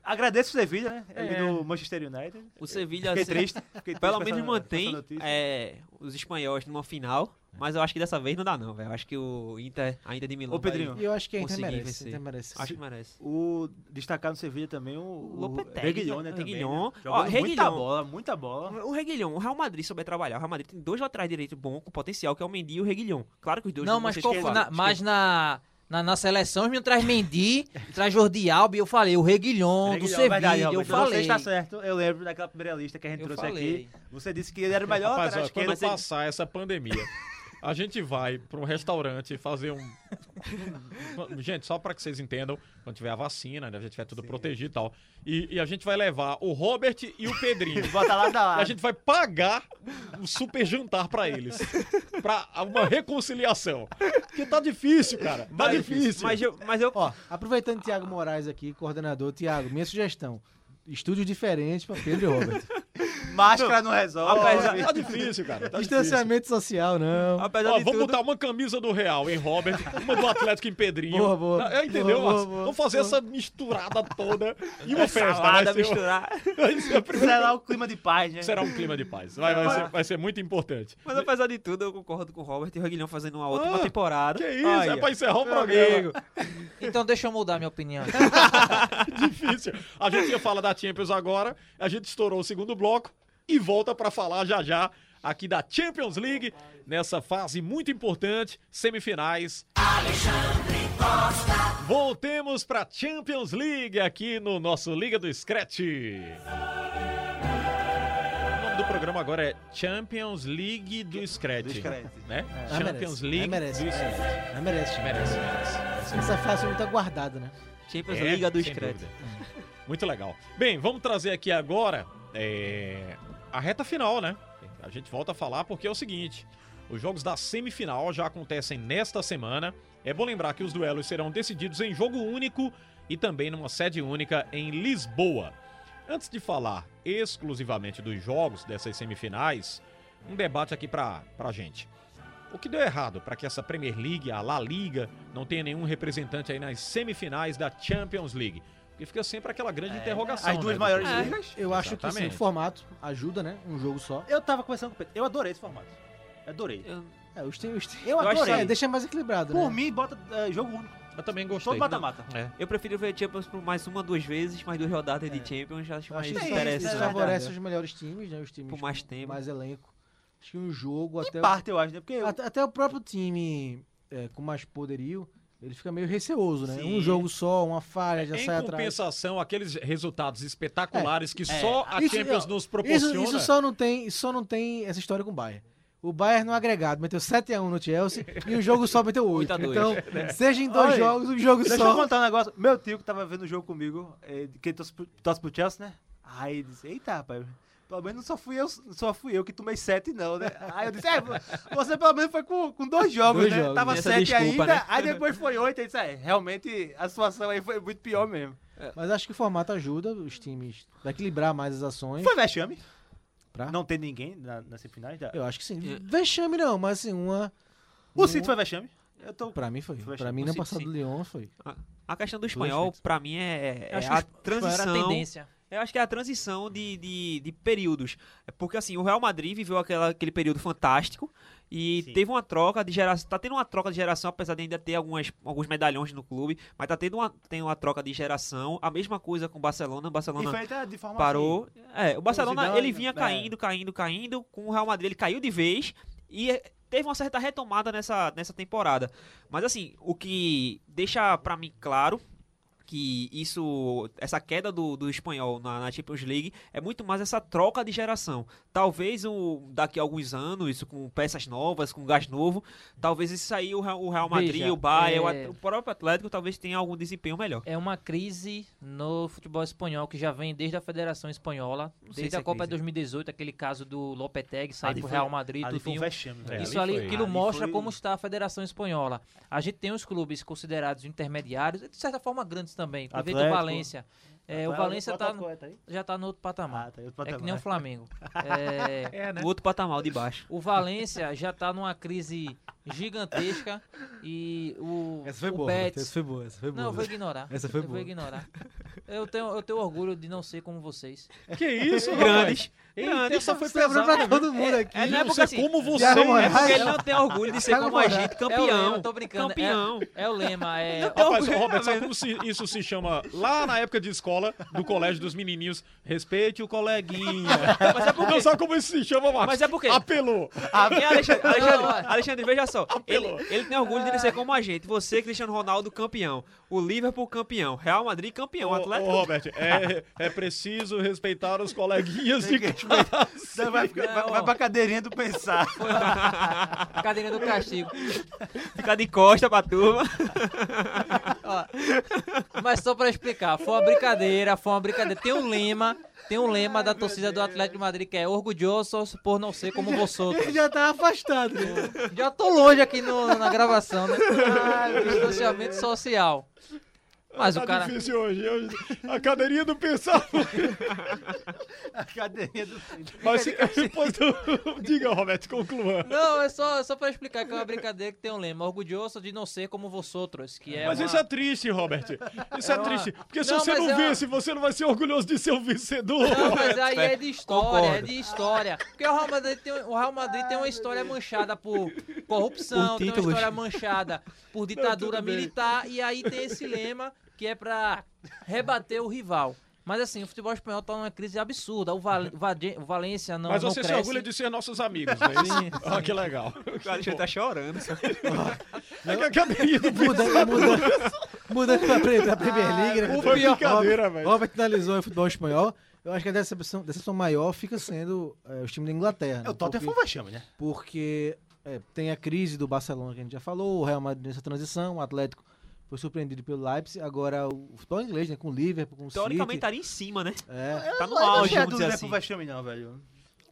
[SPEAKER 9] Agradeço o Sevilha, né? Ele do Manchester United.
[SPEAKER 6] o Sevilha...
[SPEAKER 9] Fiquei
[SPEAKER 6] se-
[SPEAKER 9] triste. Fiquei triste
[SPEAKER 6] é- Pelo
[SPEAKER 9] com essa-
[SPEAKER 6] menos
[SPEAKER 9] com essa
[SPEAKER 6] mantém
[SPEAKER 9] notícia.
[SPEAKER 6] é, os espanhóis numa final, mas eu acho que dessa vez não dá não, velho. Eu Acho que o Inter, a Inter de Milão
[SPEAKER 9] Ô, Pedrinho.
[SPEAKER 6] vai-
[SPEAKER 8] E eu acho que a Inter
[SPEAKER 6] Consegui
[SPEAKER 8] merece.
[SPEAKER 6] vencer.
[SPEAKER 8] a Inter merece.
[SPEAKER 6] acho que merece.
[SPEAKER 9] O destacar no Sevilha também o,
[SPEAKER 6] O
[SPEAKER 9] o
[SPEAKER 6] Lopetegui,
[SPEAKER 9] Reguilhão, né?
[SPEAKER 6] né?
[SPEAKER 9] também,
[SPEAKER 6] Reguilhão.
[SPEAKER 9] né?
[SPEAKER 6] Ó,
[SPEAKER 9] Jogando muita
[SPEAKER 6] Reguilhão.
[SPEAKER 9] bola, muita bola.
[SPEAKER 6] O Reguilhão, o Real Madrid souber trabalhar. O Real Madrid tem dois laterais direitos bons com potencial, que é o Mendy e o Reguilhão. Claro que os dois
[SPEAKER 5] Não,
[SPEAKER 6] vão
[SPEAKER 5] mas,
[SPEAKER 6] ser
[SPEAKER 5] qual foi?
[SPEAKER 6] esquerda-
[SPEAKER 5] na, mas na, na, na seleção, me traz Mendy, traz Jordi Alba, e eu falei, o Reguilhão, do
[SPEAKER 9] Reguilhão,
[SPEAKER 5] Sevilha,
[SPEAKER 9] verdade,
[SPEAKER 5] eu
[SPEAKER 9] Roberto, Você
[SPEAKER 5] falei.
[SPEAKER 9] está certo. Eu lembro daquela primeira lista que a gente
[SPEAKER 5] Eu
[SPEAKER 9] trouxe
[SPEAKER 5] falei.
[SPEAKER 9] aqui. Você disse que ele era o melhor
[SPEAKER 4] Rapaz,
[SPEAKER 9] lateral
[SPEAKER 4] ó, quando
[SPEAKER 9] esquerdo.
[SPEAKER 4] passar essa pandemia, a gente vai pra um restaurante fazer um. gente, só pra que vocês entendam, quando tiver a vacina, né? A gente tiver tudo protegido e tal. E, e a gente vai levar o Robert e o Pedrinho.
[SPEAKER 9] Bota lá da
[SPEAKER 4] E a gente vai pagar um super jantar pra eles. Pra uma reconciliação. Porque tá difícil, cara. Tá difícil.
[SPEAKER 6] Mas eu, mas eu
[SPEAKER 8] Ó, aproveitando o Tiago Moraes aqui, coordenador. Tiago, minha sugestão. Estúdios diferentes para Pedro e Robert.
[SPEAKER 6] Tá
[SPEAKER 9] Máscara não resolve.
[SPEAKER 4] Tá difícil, cara. Tá difícil.
[SPEAKER 8] Distanciamento social, não.
[SPEAKER 6] apesar
[SPEAKER 4] Ó,
[SPEAKER 6] de
[SPEAKER 4] vamos
[SPEAKER 6] tudo,
[SPEAKER 4] botar uma camisa do Real em Robert, uma do Atlético em Pedrinho.
[SPEAKER 8] Boa, boa.
[SPEAKER 4] É, entendeu?
[SPEAKER 8] Boa, boa,
[SPEAKER 4] Márcio?
[SPEAKER 8] boa.
[SPEAKER 4] vamos fazer essa misturada toda e uma festa.
[SPEAKER 6] salada,
[SPEAKER 4] vai ser um-
[SPEAKER 6] misturar.
[SPEAKER 4] vai ser a primeira-
[SPEAKER 9] Será o clima de paz, né?
[SPEAKER 4] Será um clima de paz. Vai, vai, ser, vai ser muito importante.
[SPEAKER 6] Mas apesar de tudo, eu concordo com o Robert e o Reguilhão fazendo uma outra
[SPEAKER 4] Ah,
[SPEAKER 6] temporada.
[SPEAKER 4] Que isso,
[SPEAKER 6] Aí,
[SPEAKER 4] é
[SPEAKER 6] ó.
[SPEAKER 4] pra encerrar o programa.
[SPEAKER 5] Então deixa eu mudar minha opinião.
[SPEAKER 4] Difícil. A gente ia falar da Champions agora, a gente estourou o segundo bloco e volta pra falar já já aqui da Champions League, nessa fase muito importante, semifinais. Voltemos pra Champions League aqui no nosso Liga do Scratch. O nome do programa agora é Champions League do Scratch.
[SPEAKER 9] Scratch.
[SPEAKER 4] Né?
[SPEAKER 8] Ah,
[SPEAKER 4] Champions
[SPEAKER 8] merece.
[SPEAKER 4] League
[SPEAKER 8] Ah, merece.
[SPEAKER 4] do Scratch.
[SPEAKER 8] merece. Ah, merece. gente.
[SPEAKER 4] Merece, merece.
[SPEAKER 8] Essa frase foi muito aguardada, né?
[SPEAKER 6] Champions
[SPEAKER 4] É,
[SPEAKER 6] Liga do
[SPEAKER 4] sem
[SPEAKER 6] Scratch.
[SPEAKER 4] dúvida. Hum. Muito legal. Bem, vamos trazer aqui agora é, a reta final, né? A gente volta a falar porque é o seguinte: os jogos da semifinal já acontecem nesta semana. É bom lembrar que os duelos serão decididos em jogo único e também numa sede única em Lisboa. Antes de falar exclusivamente dos jogos dessas semifinais, um debate aqui pra, pra gente. O que deu errado para que essa Premier League, a La Liga, não tenha nenhum representante aí nas semifinais da Champions League? Porque fica sempre aquela grande interrogação.
[SPEAKER 9] As duas
[SPEAKER 4] né,
[SPEAKER 9] maiores
[SPEAKER 4] doutor?
[SPEAKER 9] ligas.
[SPEAKER 8] Eu acho que sim, o
[SPEAKER 4] Exatamente.
[SPEAKER 8] formato ajuda, né? Um jogo só.
[SPEAKER 4] É.
[SPEAKER 9] Eu tava conversando com o Pedro. Eu adorei esse formato. Adorei.
[SPEAKER 6] Eu-
[SPEAKER 8] É, os tem, os tem.
[SPEAKER 9] Eu
[SPEAKER 8] acho que
[SPEAKER 9] adorei.
[SPEAKER 8] é, deixa mais equilibrado,
[SPEAKER 9] Por
[SPEAKER 8] né?
[SPEAKER 9] mim, bota eh, jogo único.
[SPEAKER 4] Eu também gostei.
[SPEAKER 9] Todo mata-mata.
[SPEAKER 4] Não, é.
[SPEAKER 6] Eu prefiro ver Champions por mais uma, duas vezes, mais duas rodadas de Champions, acho
[SPEAKER 8] Eu
[SPEAKER 6] mais
[SPEAKER 8] acho que
[SPEAKER 9] isso
[SPEAKER 8] isso,
[SPEAKER 6] interessante.
[SPEAKER 9] é verdade.
[SPEAKER 8] favorece os melhores times, né? Os times
[SPEAKER 6] Por mais tempo.
[SPEAKER 8] mais elenco. Acho que um jogo até o,
[SPEAKER 9] Parte, eu acho, né? Porque eu-
[SPEAKER 8] até, até o próprio time é, com mais poderio, ele fica meio receoso, né?
[SPEAKER 9] Sim.
[SPEAKER 8] Um jogo só, uma falha, já
[SPEAKER 4] Em
[SPEAKER 8] sai atrás.
[SPEAKER 4] compensação, aqueles resultados espetaculares que
[SPEAKER 9] é.
[SPEAKER 4] só a
[SPEAKER 8] Isso,
[SPEAKER 4] Champions
[SPEAKER 8] ó,
[SPEAKER 4] nos
[SPEAKER 8] Isso,
[SPEAKER 4] proporciona.
[SPEAKER 8] isso só não tem, só não tem essa história com o Bayern. O Bayern no agregado meteu 7x1 no Chelsea e o jogo só meteu 8.
[SPEAKER 6] 8 a 2.
[SPEAKER 8] Então, seja em dois
[SPEAKER 9] Olha,
[SPEAKER 8] jogos, um jogo
[SPEAKER 9] Deixa eu
[SPEAKER 8] só.
[SPEAKER 9] contar um negócio. Meu tio que tava vendo o jogo comigo, eh, que torce pro, torce pro Chelsea, né? Aí ele disse, eita, rapaz, pelo menos só fui eu, só fui eu que tomei sete, não, né? Aí eu disse, é, você pelo menos foi com, com dois jogos,
[SPEAKER 8] Dois
[SPEAKER 9] né?
[SPEAKER 8] jogos.
[SPEAKER 9] Tava
[SPEAKER 6] Essa
[SPEAKER 9] sete
[SPEAKER 6] desculpa,
[SPEAKER 9] ainda,
[SPEAKER 6] né?
[SPEAKER 9] aí depois foi oito, aí disse, é, realmente a situação aí foi muito pior mesmo.
[SPEAKER 8] Mas acho que o formato ajuda os times a equilibrar mais as ações.
[SPEAKER 9] Foi vexame.
[SPEAKER 8] Pra?
[SPEAKER 9] Não tem ninguém na, nas semifinais. Da...
[SPEAKER 8] Eu acho que sim.
[SPEAKER 6] É.
[SPEAKER 8] Vexame não, mas assim, uma.
[SPEAKER 9] O City foi vexame. Eu tô...
[SPEAKER 8] Pra mim foi.
[SPEAKER 9] Foi
[SPEAKER 8] Pra mim,
[SPEAKER 9] vexame.
[SPEAKER 6] O
[SPEAKER 8] na
[SPEAKER 6] City,
[SPEAKER 8] passada
[SPEAKER 6] sim.
[SPEAKER 8] do Leão foi.
[SPEAKER 6] A questão do espanhol, pra mim, é, é
[SPEAKER 5] acho que
[SPEAKER 6] a
[SPEAKER 5] Era a
[SPEAKER 6] transição.
[SPEAKER 5] tendência.
[SPEAKER 6] Eu acho que é a transição de, de, de períodos. É Porque assim, o Real Madrid viveu aquela, aquele período fantástico e
[SPEAKER 9] Sim.
[SPEAKER 6] teve uma troca de geração. Tá tendo uma troca de geração, apesar de ainda ter algumas, alguns medalhões no clube, mas tá tendo uma, tem uma troca de geração. A mesma coisa com o Barcelona. O
[SPEAKER 9] E
[SPEAKER 6] Barcelona
[SPEAKER 9] foi até de forma assim.
[SPEAKER 6] parou. É, o Barcelona
[SPEAKER 9] Zidane,
[SPEAKER 6] ele vinha
[SPEAKER 9] né?
[SPEAKER 6] caindo, caindo, caindo. Com o Real Madrid ele caiu de vez e eh, teve uma certa retomada nessa, nessa temporada. Mas assim, o que deixa pra mim claro que isso, essa queda do, do espanhol na, na Champions League é muito mais essa troca de geração. Talvez o, daqui a alguns anos, isso com peças novas, com gás novo, talvez isso aí o, Real- o Real Madrid,
[SPEAKER 5] Veja,
[SPEAKER 6] o Bayern, o
[SPEAKER 5] é-
[SPEAKER 6] at- o próprio Atlético talvez tenha algum desempenho melhor.
[SPEAKER 5] É uma crise no futebol espanhol que já vem desde a Federação Espanhola,
[SPEAKER 6] sei
[SPEAKER 5] desde
[SPEAKER 6] se
[SPEAKER 5] a
[SPEAKER 6] é
[SPEAKER 5] Copa
[SPEAKER 6] crise.
[SPEAKER 5] de 2018, aquele caso do Lopeteg sair tá
[SPEAKER 9] Ali
[SPEAKER 5] pro
[SPEAKER 9] foi-
[SPEAKER 5] Real Madrid,
[SPEAKER 9] Ali foi um
[SPEAKER 5] tudinho.
[SPEAKER 9] vexame. velho.
[SPEAKER 5] Isso
[SPEAKER 9] Ali
[SPEAKER 5] ali,
[SPEAKER 9] foi-
[SPEAKER 5] aquilo
[SPEAKER 9] ali
[SPEAKER 5] mostra
[SPEAKER 9] foi-
[SPEAKER 5] como está a Federação Espanhola. A gente tem os clubes considerados intermediários, e de certa forma grandes também. Por exemplo, o
[SPEAKER 9] Atlético.
[SPEAKER 5] Valência. É, o
[SPEAKER 9] Vai,
[SPEAKER 5] Valência tá,
[SPEAKER 9] Botafogo, aí?
[SPEAKER 5] já está no outro patamar.
[SPEAKER 9] Ah, tá, eu
[SPEAKER 5] É que
[SPEAKER 9] patamar.
[SPEAKER 5] nem o Flamengo. É,
[SPEAKER 6] O outro patamar, o de baixo.
[SPEAKER 5] o Valência já está numa crise gigantesca e o, o Betis...
[SPEAKER 8] foi boa, essa foi
[SPEAKER 5] Não, eu vou ignorar.
[SPEAKER 8] Essa foi
[SPEAKER 5] eu
[SPEAKER 8] boa.
[SPEAKER 5] vou ignorar. Eu tenho, eu tenho orgulho de não ser como vocês.
[SPEAKER 4] Que isso,
[SPEAKER 6] Grandes.
[SPEAKER 4] Eita, essa foi
[SPEAKER 8] Quebrou pra
[SPEAKER 4] pesada.
[SPEAKER 8] todo mundo aqui.
[SPEAKER 6] É, não é
[SPEAKER 4] Não
[SPEAKER 6] porque
[SPEAKER 4] sei
[SPEAKER 6] assim,
[SPEAKER 4] como você...
[SPEAKER 8] Thiago
[SPEAKER 6] É
[SPEAKER 8] Moraes.
[SPEAKER 6] porque ele não tem orgulho de ser
[SPEAKER 8] Thiago
[SPEAKER 6] como a
[SPEAKER 8] Moraís.
[SPEAKER 6] gente,
[SPEAKER 5] É o lema,
[SPEAKER 6] campeão.
[SPEAKER 5] eu tô brincando. é-
[SPEAKER 6] Campeão.
[SPEAKER 5] É, o lema, é...
[SPEAKER 4] Rapaz, ô, Roberto, sabe como se- isso se chama lá na época de escola, do colégio dos menininhos? Respeite o coleguinha. Mas é porque... Não sabe como isso se chama, Marcos?
[SPEAKER 6] Mas é porque-
[SPEAKER 4] Apelou.
[SPEAKER 5] É
[SPEAKER 6] Ah, e Alexandre,
[SPEAKER 5] Não,
[SPEAKER 6] Alexandre,
[SPEAKER 5] olha.
[SPEAKER 6] Alexandre, veja só. Ele, ele tem orgulho de ser como a gente. Você, Cristiano Ronaldo, campeão. O Liverpool, campeão. Real Madrid, campeão.
[SPEAKER 4] Ô, ô,
[SPEAKER 6] Atlético.
[SPEAKER 4] Robert, é, é preciso respeitar os coleguinhas de
[SPEAKER 9] Então Vai, ficar- vai,
[SPEAKER 5] Não.
[SPEAKER 9] vai pra cadeirinha do pensar.
[SPEAKER 5] a cadeira do castigo.
[SPEAKER 6] Fica de costa pra turma.
[SPEAKER 5] Mas só pra explicar, foi uma brincadeira, foi uma brincadeira. Tem um lema, tem um lema da torcida do Atlético de Madrid que é orgulhosos por não ser como
[SPEAKER 8] Ele
[SPEAKER 5] vosotros.
[SPEAKER 8] já tá afastado. né?
[SPEAKER 5] Já tô longe aqui no- na gravação, né? Distanciamento social. Mas o cara...
[SPEAKER 4] Tá difícil hoje, hoje. A cadeirinha do pensar.
[SPEAKER 9] A cadeirinha do
[SPEAKER 4] Mas se- depois do... Diga, Roberto, conclua.
[SPEAKER 5] Não, é só, é só pra explicar que é uma brincadeira que tem um lema. Orgulhoso de não ser como vosotros, que é
[SPEAKER 4] Mas
[SPEAKER 5] uma...
[SPEAKER 4] isso é triste, Robert. Isso é,
[SPEAKER 5] É uma-
[SPEAKER 4] triste. Porque se
[SPEAKER 5] Não,
[SPEAKER 4] você
[SPEAKER 5] mas
[SPEAKER 4] não
[SPEAKER 5] é uma-
[SPEAKER 4] vence, você não vai ser orgulhoso de ser um vencedor.
[SPEAKER 5] Não, mas aí é de história, é
[SPEAKER 6] Concordo.
[SPEAKER 5] de história. Porque o Real Madrid tem, o Real Madrid tem uma história manchada por corrupção,
[SPEAKER 6] Por
[SPEAKER 5] tem uma
[SPEAKER 6] títulos.
[SPEAKER 5] história manchada por ditadura militar, e aí tem esse lema que é pra rebater o rival. Mas assim, o futebol espanhol tá numa crise absurda. O, Val, Vade- o Valência não
[SPEAKER 4] Mas
[SPEAKER 5] não
[SPEAKER 4] você se
[SPEAKER 5] cresce.
[SPEAKER 4] orgulha de ser nossos amigos, não é isso? Ah, que legal.
[SPEAKER 6] O Alexandre tá chorando.
[SPEAKER 4] É que a cadeirinha do pensar.
[SPEAKER 8] Mudando, mudando, mudando pra, pre- pra
[SPEAKER 6] Ah,
[SPEAKER 8] Premier League, né?
[SPEAKER 4] Foi brincadeira,
[SPEAKER 8] Robert-
[SPEAKER 4] velho.
[SPEAKER 8] Robert finalizou o futebol espanhol. Eu acho que a decepção, decepção maior fica sendo é, os times da Inglaterra. né?
[SPEAKER 9] O Tottenham
[SPEAKER 8] Porque-
[SPEAKER 9] foi um vexame, né?
[SPEAKER 8] porque é, tem a crise do Barcelona que a gente já falou, o Real Madrid nessa transição, o Atlético foi surpreendido pelo Leipzig, agora o futebol inglês, né, com o Liverpool, com o
[SPEAKER 6] Teoricamente
[SPEAKER 8] City.
[SPEAKER 6] estaria em cima, né?
[SPEAKER 8] É.
[SPEAKER 6] Tá no
[SPEAKER 9] Eu não
[SPEAKER 6] auge,
[SPEAKER 9] achei a
[SPEAKER 6] vamos
[SPEAKER 9] dúvida
[SPEAKER 6] dizer
[SPEAKER 9] não é
[SPEAKER 6] assim.
[SPEAKER 9] pro vexame, não, velho.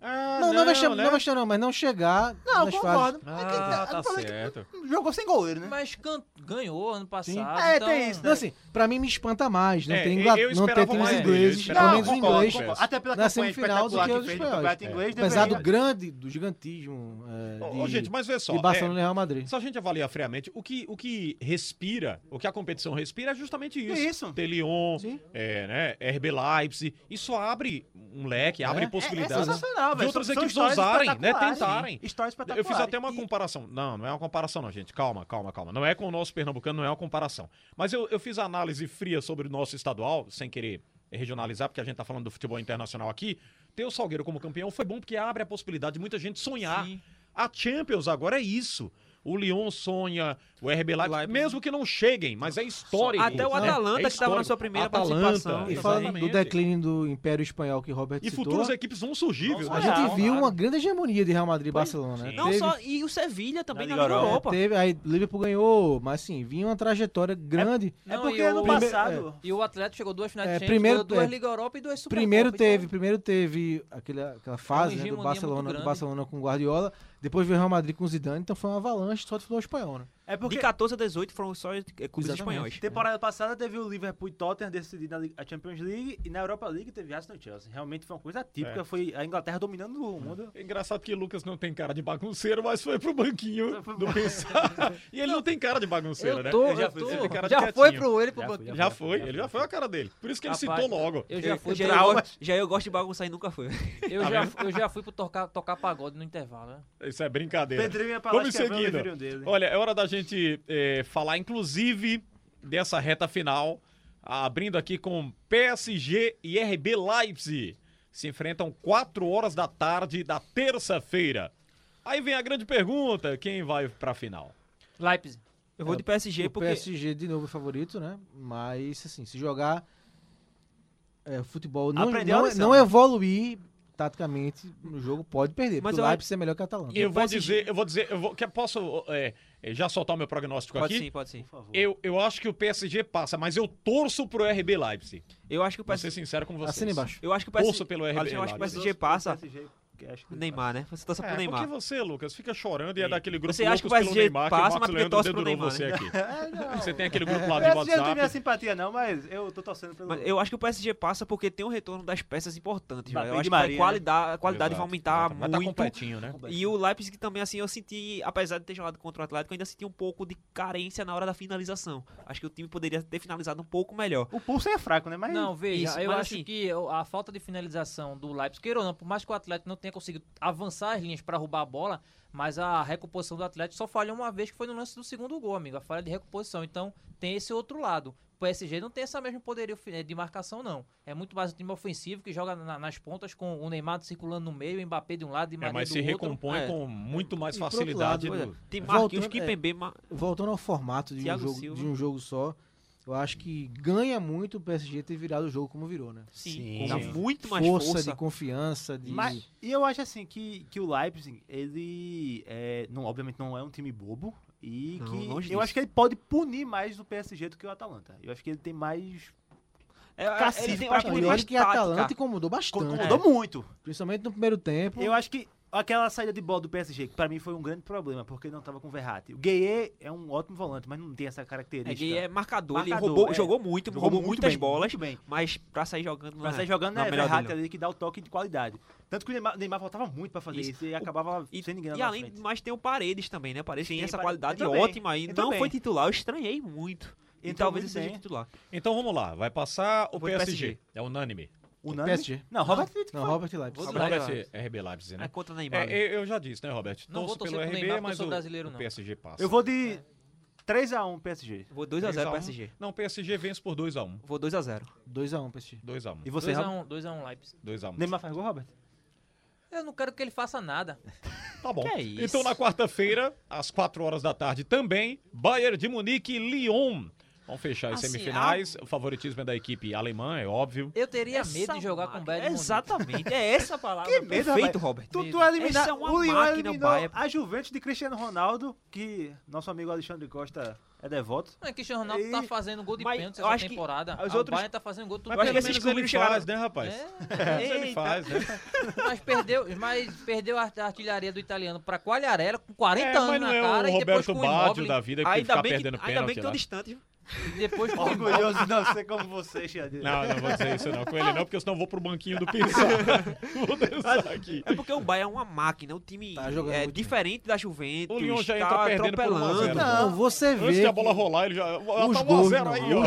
[SPEAKER 4] Ah,
[SPEAKER 8] Não, não vai chamar,
[SPEAKER 4] né?
[SPEAKER 8] não vai chamar não, mas não chegar
[SPEAKER 9] Não,
[SPEAKER 8] nas
[SPEAKER 9] concordo.
[SPEAKER 8] fases.
[SPEAKER 9] É que-
[SPEAKER 4] Ah, tá
[SPEAKER 9] o problema é
[SPEAKER 4] certo.
[SPEAKER 9] que Jogou sem goleiro, né?
[SPEAKER 5] Mas can- ganhou ano passado.
[SPEAKER 9] É,
[SPEAKER 5] então...
[SPEAKER 9] tem isso, né?
[SPEAKER 8] Não, assim, pra mim me espanta mais né? não
[SPEAKER 4] É,
[SPEAKER 8] ter
[SPEAKER 4] eu-
[SPEAKER 8] Ingla...
[SPEAKER 4] eu
[SPEAKER 8] não ter
[SPEAKER 4] esperava
[SPEAKER 8] times
[SPEAKER 4] mais
[SPEAKER 8] ingleses,
[SPEAKER 4] deles,
[SPEAKER 8] pelo menos
[SPEAKER 4] esperava
[SPEAKER 8] o
[SPEAKER 4] mais.
[SPEAKER 8] inglês,
[SPEAKER 4] Concordo,
[SPEAKER 9] Até pela
[SPEAKER 8] na
[SPEAKER 9] campanha
[SPEAKER 8] semifinal do
[SPEAKER 9] espetacular
[SPEAKER 8] que
[SPEAKER 9] que
[SPEAKER 8] os
[SPEAKER 9] fez no
[SPEAKER 8] espanhóis.
[SPEAKER 9] campeonato inglês,
[SPEAKER 8] apesar do
[SPEAKER 9] deveria-
[SPEAKER 8] grande, do gigantismo é, de,
[SPEAKER 4] Ô, gente, mas vê só.
[SPEAKER 8] de Barcelona
[SPEAKER 4] é,
[SPEAKER 8] e Real Madrid.
[SPEAKER 4] Se a gente avaliar friamente, o que, o que respira, o que a competição respira é justamente isso.
[SPEAKER 9] Isso.
[SPEAKER 4] Ter Lyon,
[SPEAKER 8] Sim.
[SPEAKER 4] é, né, RB Leipzig. Isso abre um leque, abre
[SPEAKER 9] É, é
[SPEAKER 4] possibilidades.
[SPEAKER 9] sensacional, velho.
[SPEAKER 4] de outras
[SPEAKER 9] São- são
[SPEAKER 4] equipes
[SPEAKER 9] histórias
[SPEAKER 4] ousarem, né,
[SPEAKER 9] espetaculares.
[SPEAKER 4] tentarem.
[SPEAKER 9] Histórias
[SPEAKER 4] eu
[SPEAKER 9] espetaculares.
[SPEAKER 4] fiz até uma
[SPEAKER 9] E-
[SPEAKER 4] comparação. Não, não é uma comparação, não, gente. Calma, calma, calma. Não é com o nosso pernambucano, não é uma comparação. Mas eu, eu fiz a análise fria sobre o nosso estadual, sem querer regionalizar, porque a gente tá falando do futebol internacional aqui. Ter o Salgueiro como campeão foi bom porque abre a possibilidade de muita gente sonhar. A Champions agora é isso. o Lyon sonha, o RB Leipzig, mesmo que não cheguem, mas é histórico.
[SPEAKER 6] Até o
[SPEAKER 4] né?
[SPEAKER 6] Atalanta,
[SPEAKER 4] É
[SPEAKER 6] que tava na
[SPEAKER 4] histórico.
[SPEAKER 6] sua primeira
[SPEAKER 4] Atalanta,
[SPEAKER 6] participação.
[SPEAKER 8] E falando do
[SPEAKER 4] exatamente.
[SPEAKER 8] declínio do Império Espanhol que Robert
[SPEAKER 4] E
[SPEAKER 8] citou,
[SPEAKER 4] futuras equipes vão surgir, viu?
[SPEAKER 8] a gente viu uma grande hegemonia de Real Madrid e Barcelona. né?
[SPEAKER 4] né? sim.
[SPEAKER 6] Não
[SPEAKER 8] Teve-
[SPEAKER 6] só, e o Sevilha também na
[SPEAKER 9] Na
[SPEAKER 6] Liga
[SPEAKER 9] Liga
[SPEAKER 8] é,
[SPEAKER 6] Europa.
[SPEAKER 8] teve, aí Liverpool ganhou, mas assim, vinha uma trajetória grande.
[SPEAKER 9] É
[SPEAKER 5] Não,
[SPEAKER 9] porque
[SPEAKER 5] e
[SPEAKER 9] ano
[SPEAKER 5] o-
[SPEAKER 9] passado.
[SPEAKER 5] E o Atlético chegou duas finais
[SPEAKER 8] É,
[SPEAKER 5] de Champions,
[SPEAKER 8] primeiro
[SPEAKER 5] ganhou duas
[SPEAKER 8] teve-
[SPEAKER 5] Liga Europa e duas Supercopa.
[SPEAKER 8] Primeiro
[SPEAKER 5] então-
[SPEAKER 8] teve, primeiro teve aquele, aquela fase né, do
[SPEAKER 5] hegemonia muito
[SPEAKER 8] Barcelona, do
[SPEAKER 5] grande.
[SPEAKER 8] Barcelona com Guardiola, depois veio o Real Madrid com Zidane, então foi uma avalanche só do futebol espanhol, né?
[SPEAKER 9] É porque
[SPEAKER 6] De 14 a 18 foram só é, clubes
[SPEAKER 8] Exatamente.
[SPEAKER 6] espanhóis.
[SPEAKER 9] temporada passada teve o Liverpool e Tottenham decidindo a Li- a Champions League e na Europa League teve Arsenal e Chelsea. Realmente foi uma coisa típica, foi a Inglaterra dominando o mundo.
[SPEAKER 4] É Engraçado que Lucas não tem cara de bagunceiro, mas foi pro banquinho do pensar. E ele não tem cara de bagunceiro,
[SPEAKER 5] Eu
[SPEAKER 4] né?
[SPEAKER 5] tô,
[SPEAKER 4] ele já,
[SPEAKER 5] eu
[SPEAKER 4] fez-
[SPEAKER 5] tô.
[SPEAKER 4] ele tem cara de
[SPEAKER 5] já foi
[SPEAKER 4] quietinho.
[SPEAKER 5] pro ele pro banquinho.
[SPEAKER 9] fui,
[SPEAKER 4] Já foi, ele já foi a cara dele. Por isso que ele
[SPEAKER 5] Rapaz,
[SPEAKER 4] citou logo.
[SPEAKER 5] Eu já fui,
[SPEAKER 6] É, já,
[SPEAKER 5] já,
[SPEAKER 6] eu, gosto- já eu gosto de bagunçar e nunca foi.
[SPEAKER 4] Tá
[SPEAKER 5] eu, já, eu já fui pro tocar, tocar pagode no intervalo, né?
[SPEAKER 4] Isso é brincadeira.
[SPEAKER 9] Pedrinho e a palavra
[SPEAKER 4] Vamos em
[SPEAKER 9] quebrando,
[SPEAKER 4] seguida.
[SPEAKER 9] viram dele.
[SPEAKER 4] Olha, é hora da gente eh, falar, inclusive, dessa reta final, abrindo aqui com PSG e RB Leipzig. Se enfrentam 4 horas da tarde da terça-feira. Aí vem a grande pergunta: quem vai pra final?
[SPEAKER 5] Leipzig.
[SPEAKER 6] Eu vou de PSG
[SPEAKER 8] o
[SPEAKER 6] porque.
[SPEAKER 8] PSG de novo é favorito, né? Mas assim, se jogar é, futebol não,
[SPEAKER 9] Aprendeu a
[SPEAKER 8] não,
[SPEAKER 9] lição,
[SPEAKER 8] não
[SPEAKER 9] né?
[SPEAKER 8] evoluir taticamente no jogo, pode perder,
[SPEAKER 6] Mas
[SPEAKER 8] porque
[SPEAKER 6] eu
[SPEAKER 8] o
[SPEAKER 6] acho-
[SPEAKER 8] Leipzig é melhor que o Atalanta.
[SPEAKER 4] Eu vou dizer, eu vou dizer, eu vou, que posso eh, eh, já soltar o meu prognóstico
[SPEAKER 6] Pode
[SPEAKER 4] aqui?
[SPEAKER 6] sim, pode sim.
[SPEAKER 4] Eu, eu acho que o PSG passa, mas eu torço pro RB Leipzig.
[SPEAKER 6] Eu acho que o
[SPEAKER 4] Pra ser
[SPEAKER 6] PSG.
[SPEAKER 4] sincero com vocês.
[SPEAKER 8] Assina embaixo.
[SPEAKER 6] Eu acho que o
[SPEAKER 4] Torço
[SPEAKER 6] PSG.
[SPEAKER 4] pelo RB
[SPEAKER 6] Eu acho que o
[SPEAKER 4] Leipzig.
[SPEAKER 9] né?
[SPEAKER 6] PSG passa.
[SPEAKER 9] PSG, que acho que-
[SPEAKER 6] Neymar, né? Você torce
[SPEAKER 4] É,
[SPEAKER 6] pro
[SPEAKER 4] porque
[SPEAKER 6] Neymar.
[SPEAKER 4] você, Lucas, fica chorando e é daquele grupo
[SPEAKER 6] Você acha que
[SPEAKER 4] loucos
[SPEAKER 6] o PSG
[SPEAKER 4] pelo Neymar
[SPEAKER 6] passa,
[SPEAKER 4] que o
[SPEAKER 6] mas
[SPEAKER 4] Marcos
[SPEAKER 6] porque
[SPEAKER 4] Leandro
[SPEAKER 6] torce pro
[SPEAKER 4] dedurou
[SPEAKER 6] Neymar,
[SPEAKER 4] você
[SPEAKER 6] né?
[SPEAKER 4] aqui. Você tem aquele grupo lá
[SPEAKER 9] PSG
[SPEAKER 4] de
[SPEAKER 9] não tem minha
[SPEAKER 4] WhatsApp.
[SPEAKER 9] simpatia, não, mas eu tô torcendo pelo.
[SPEAKER 6] Mas eu acho que o PSG passa porque tem um retorno das peças importantes. velho.
[SPEAKER 9] Mbappé
[SPEAKER 6] Eu
[SPEAKER 9] e
[SPEAKER 6] acho
[SPEAKER 9] Di
[SPEAKER 6] que a
[SPEAKER 9] Maria,
[SPEAKER 6] qualidade, a qualidade
[SPEAKER 4] né?
[SPEAKER 6] vai
[SPEAKER 4] Exato,
[SPEAKER 6] aumentar
[SPEAKER 4] exato. Mas tá
[SPEAKER 6] muito.
[SPEAKER 4] completinho, né?
[SPEAKER 6] E o Leipzig também, assim, eu senti, apesar de ter jogado contra o Atlético, eu ainda senti um pouco de carência na hora da finalização. Acho que o time poderia ter finalizado um pouco melhor.
[SPEAKER 9] O pulso é fraco, né? Mas
[SPEAKER 5] Não, veja,
[SPEAKER 6] Isso,
[SPEAKER 5] eu
[SPEAKER 6] mas
[SPEAKER 5] acho
[SPEAKER 6] assim-
[SPEAKER 5] que eu- a falta de finalização do Leipzig, queira ou não, por mais que o Atlético não tenha conseguido avançar as linhas para roubar a bola, mas a recomposição do Atlético só falhou uma vez que foi no lance do segundo gol, amigo, a falha de recomposição. Então, tem esse outro lado. O PSG não tem essa mesma poderio fi- eh, de marcação, não. É muito mais um time ofensivo que joga na- nas pontas com o Neymar circulando no meio, o Mbappé de um lado e
[SPEAKER 4] É,
[SPEAKER 5] Maria
[SPEAKER 4] mas
[SPEAKER 5] do
[SPEAKER 4] se
[SPEAKER 5] outro.
[SPEAKER 4] recompõe
[SPEAKER 6] é.
[SPEAKER 4] com muito mais
[SPEAKER 8] E pro outro
[SPEAKER 4] facilidade.
[SPEAKER 8] lado,
[SPEAKER 4] do-
[SPEAKER 6] Tem
[SPEAKER 8] Voltando,
[SPEAKER 6] Marquinhos,
[SPEAKER 8] é.
[SPEAKER 6] Kipembe, Ma-
[SPEAKER 8] Voltando ao formato de um,
[SPEAKER 6] Thiago
[SPEAKER 8] jogo,
[SPEAKER 6] Silva.
[SPEAKER 8] de um jogo só, eu acho que ganha muito o PSG ter virado o jogo como virou, né?
[SPEAKER 6] sim,
[SPEAKER 4] Sim.
[SPEAKER 6] dá muito mais
[SPEAKER 8] força,
[SPEAKER 6] força.
[SPEAKER 8] de confiança, de
[SPEAKER 9] Mas, e eu acho assim que, que o Leipzig, ele é, não, obviamente não é um time bobo. E
[SPEAKER 6] Não,
[SPEAKER 9] que eu
[SPEAKER 6] longe disso.
[SPEAKER 9] acho que ele pode punir mais o PSG do que o Atalanta. Eu acho que ele tem mais.
[SPEAKER 6] É, é,
[SPEAKER 9] Cacifo
[SPEAKER 6] ele tem- eu
[SPEAKER 9] pra
[SPEAKER 6] acho que ele tem
[SPEAKER 8] Olha
[SPEAKER 6] mais
[SPEAKER 9] é
[SPEAKER 8] que a Atalanta
[SPEAKER 6] tática.
[SPEAKER 8] incomodou bastante.
[SPEAKER 6] é.
[SPEAKER 8] né?
[SPEAKER 9] Mudou muito.
[SPEAKER 8] Principalmente no primeiro tempo.
[SPEAKER 9] Eu acho que aquela saída de bola do PSG, que pra mim foi um grande problema, porque não tava com o Verratti. O Gueye é um ótimo volante, mas não tem essa
[SPEAKER 6] É,
[SPEAKER 9] característica.
[SPEAKER 6] que é marcador, ele
[SPEAKER 9] né? Marcador,
[SPEAKER 6] roubou,
[SPEAKER 9] é.
[SPEAKER 6] jogou muito,
[SPEAKER 9] Jogou
[SPEAKER 6] roubou
[SPEAKER 9] muito
[SPEAKER 6] muitas
[SPEAKER 9] bem,
[SPEAKER 6] bolas,
[SPEAKER 9] muito bem.
[SPEAKER 6] mas pra sair jogando não
[SPEAKER 9] Mas
[SPEAKER 6] é.
[SPEAKER 9] aí jogando
[SPEAKER 6] não
[SPEAKER 9] é
[SPEAKER 6] é melhor
[SPEAKER 9] Verratti
[SPEAKER 6] dele.
[SPEAKER 9] ali que dá o toque de qualidade. Tanto que o Neymar, Neymar voltava muito pra fazer
[SPEAKER 6] Isso.
[SPEAKER 9] isso, e acabava
[SPEAKER 6] E,
[SPEAKER 9] sem ninguém lá
[SPEAKER 6] e
[SPEAKER 9] na
[SPEAKER 6] além
[SPEAKER 9] frente.
[SPEAKER 6] do mais tem o Paredes também, né? O Paredes
[SPEAKER 9] Sim,
[SPEAKER 6] tem essa
[SPEAKER 9] Paredes-
[SPEAKER 6] qualidade
[SPEAKER 9] entrou bem,
[SPEAKER 6] ótima aí.
[SPEAKER 9] entrou
[SPEAKER 6] Não foi
[SPEAKER 9] bem.
[SPEAKER 6] titular, eu estranhei muito. E
[SPEAKER 9] Entrou
[SPEAKER 6] talvez
[SPEAKER 9] muito
[SPEAKER 6] ele seja
[SPEAKER 9] bem.
[SPEAKER 6] titular.
[SPEAKER 4] Então vamos lá, vai passar o
[SPEAKER 6] Vou de
[SPEAKER 4] PSG.
[SPEAKER 6] PSG.
[SPEAKER 4] É unânime.
[SPEAKER 9] O
[SPEAKER 8] PSG.
[SPEAKER 9] Não,
[SPEAKER 6] Ah,
[SPEAKER 9] Robert
[SPEAKER 8] Não, Robert Leipzig.
[SPEAKER 6] Vou
[SPEAKER 4] Não
[SPEAKER 6] do Leipzig.
[SPEAKER 4] vai ser RB Leipzig,
[SPEAKER 6] É
[SPEAKER 4] né?
[SPEAKER 6] contra Neymar. né?
[SPEAKER 4] É, eu- eu já disse, né, Robert?
[SPEAKER 5] Não vou
[SPEAKER 4] Torço pelo
[SPEAKER 5] torcer pro
[SPEAKER 4] RB,
[SPEAKER 5] Neymar, porque
[SPEAKER 4] mas
[SPEAKER 5] eu sou
[SPEAKER 4] o,
[SPEAKER 5] brasileiro,
[SPEAKER 4] o
[SPEAKER 5] não.
[SPEAKER 4] PSG passa.
[SPEAKER 9] Eu vou de 3x1 PSG.
[SPEAKER 6] Vou
[SPEAKER 4] 3x1.
[SPEAKER 6] 2x0 PSG.
[SPEAKER 4] Então, Não, PSG vence por 2x1.
[SPEAKER 6] Vou 2x0.
[SPEAKER 8] 2x1 PSG.
[SPEAKER 4] 2x1.
[SPEAKER 9] E você,
[SPEAKER 6] um.
[SPEAKER 9] Robert?
[SPEAKER 5] 2x1 2 a 1 Leipzig.
[SPEAKER 4] 2x1.
[SPEAKER 9] Neymar faz gol, Robert?
[SPEAKER 5] Eu não quero que ele faça nada.
[SPEAKER 4] Tá bom.
[SPEAKER 6] Que é isso?
[SPEAKER 4] Então, na quarta-feira, às 4 horas da tarde também, Bayern de Munique e Lyon. Vamos fechar as
[SPEAKER 6] Assim,
[SPEAKER 4] semifinais. O favoritismo é da equipe alemã, é óbvio.
[SPEAKER 5] Eu teria
[SPEAKER 6] Essa
[SPEAKER 5] medo de jogar com o
[SPEAKER 6] máquina-
[SPEAKER 5] Bayern de Munique.
[SPEAKER 6] Exatamente. É essa a palavra.
[SPEAKER 9] Que medo,
[SPEAKER 6] Perfeito, Robert.
[SPEAKER 9] Tu,
[SPEAKER 5] Medo.
[SPEAKER 9] tu eliminar,
[SPEAKER 6] Essa é uma
[SPEAKER 9] o Lyon
[SPEAKER 6] máquina,
[SPEAKER 9] eliminou
[SPEAKER 6] Baia.
[SPEAKER 9] a Juventus de Cristiano Ronaldo, que nosso amigo Alexandre Costa é devoto.
[SPEAKER 5] Não, é que Cristiano Ronaldo
[SPEAKER 9] E-
[SPEAKER 5] tá fazendo gol de
[SPEAKER 6] mas
[SPEAKER 5] pênalti
[SPEAKER 6] eu
[SPEAKER 5] essa
[SPEAKER 6] acho que
[SPEAKER 5] temporada.
[SPEAKER 9] os
[SPEAKER 5] Ah, O
[SPEAKER 9] outros-
[SPEAKER 5] Bayern tá fazendo gol. É,
[SPEAKER 4] Mas
[SPEAKER 6] acho que
[SPEAKER 4] pelo
[SPEAKER 6] esses
[SPEAKER 4] menos
[SPEAKER 6] clubes
[SPEAKER 4] ele
[SPEAKER 6] chegaram- É,
[SPEAKER 4] faz, né, rapaz? Pelo menos ele
[SPEAKER 6] Eita.
[SPEAKER 4] faz, né?
[SPEAKER 5] Mas perdeu, mas perdeu a artilharia do italiano pra Qualharela com 40
[SPEAKER 6] Então,
[SPEAKER 4] É,
[SPEAKER 5] anos
[SPEAKER 4] mas não
[SPEAKER 5] na
[SPEAKER 4] é
[SPEAKER 5] cara
[SPEAKER 4] o
[SPEAKER 5] e depois com
[SPEAKER 4] Roberto
[SPEAKER 5] o
[SPEAKER 4] Baggio
[SPEAKER 5] Immobile,
[SPEAKER 4] da vida que
[SPEAKER 6] Ainda
[SPEAKER 4] fica
[SPEAKER 6] bem que,
[SPEAKER 4] perdendo
[SPEAKER 6] ainda bem
[SPEAKER 4] pênalti
[SPEAKER 6] que tô
[SPEAKER 4] lá.
[SPEAKER 6] distante.
[SPEAKER 5] e depois com o Immobile.
[SPEAKER 9] Orgulhoso de não ser como você, Xadir.
[SPEAKER 4] né? Não, não vou dizer isso não com ele não, porque senão eu vou pro banquinho do pensar. vou dançar aqui.
[SPEAKER 6] É porque o Bayern é uma máquina. O time
[SPEAKER 8] Tá jogando
[SPEAKER 6] é
[SPEAKER 8] muito bem.
[SPEAKER 6] diferente da Juventus.
[SPEAKER 4] O Lyon já
[SPEAKER 6] tá
[SPEAKER 4] entra perdendo por 1 a 0.
[SPEAKER 6] atropelando.
[SPEAKER 8] Não, você vê.
[SPEAKER 4] Antes de a
[SPEAKER 8] que
[SPEAKER 4] bola rolar, ele já...
[SPEAKER 8] Os
[SPEAKER 4] tá 1 a
[SPEAKER 8] gols,
[SPEAKER 4] 0
[SPEAKER 8] não,
[SPEAKER 4] aí, ó.
[SPEAKER 8] os, gols,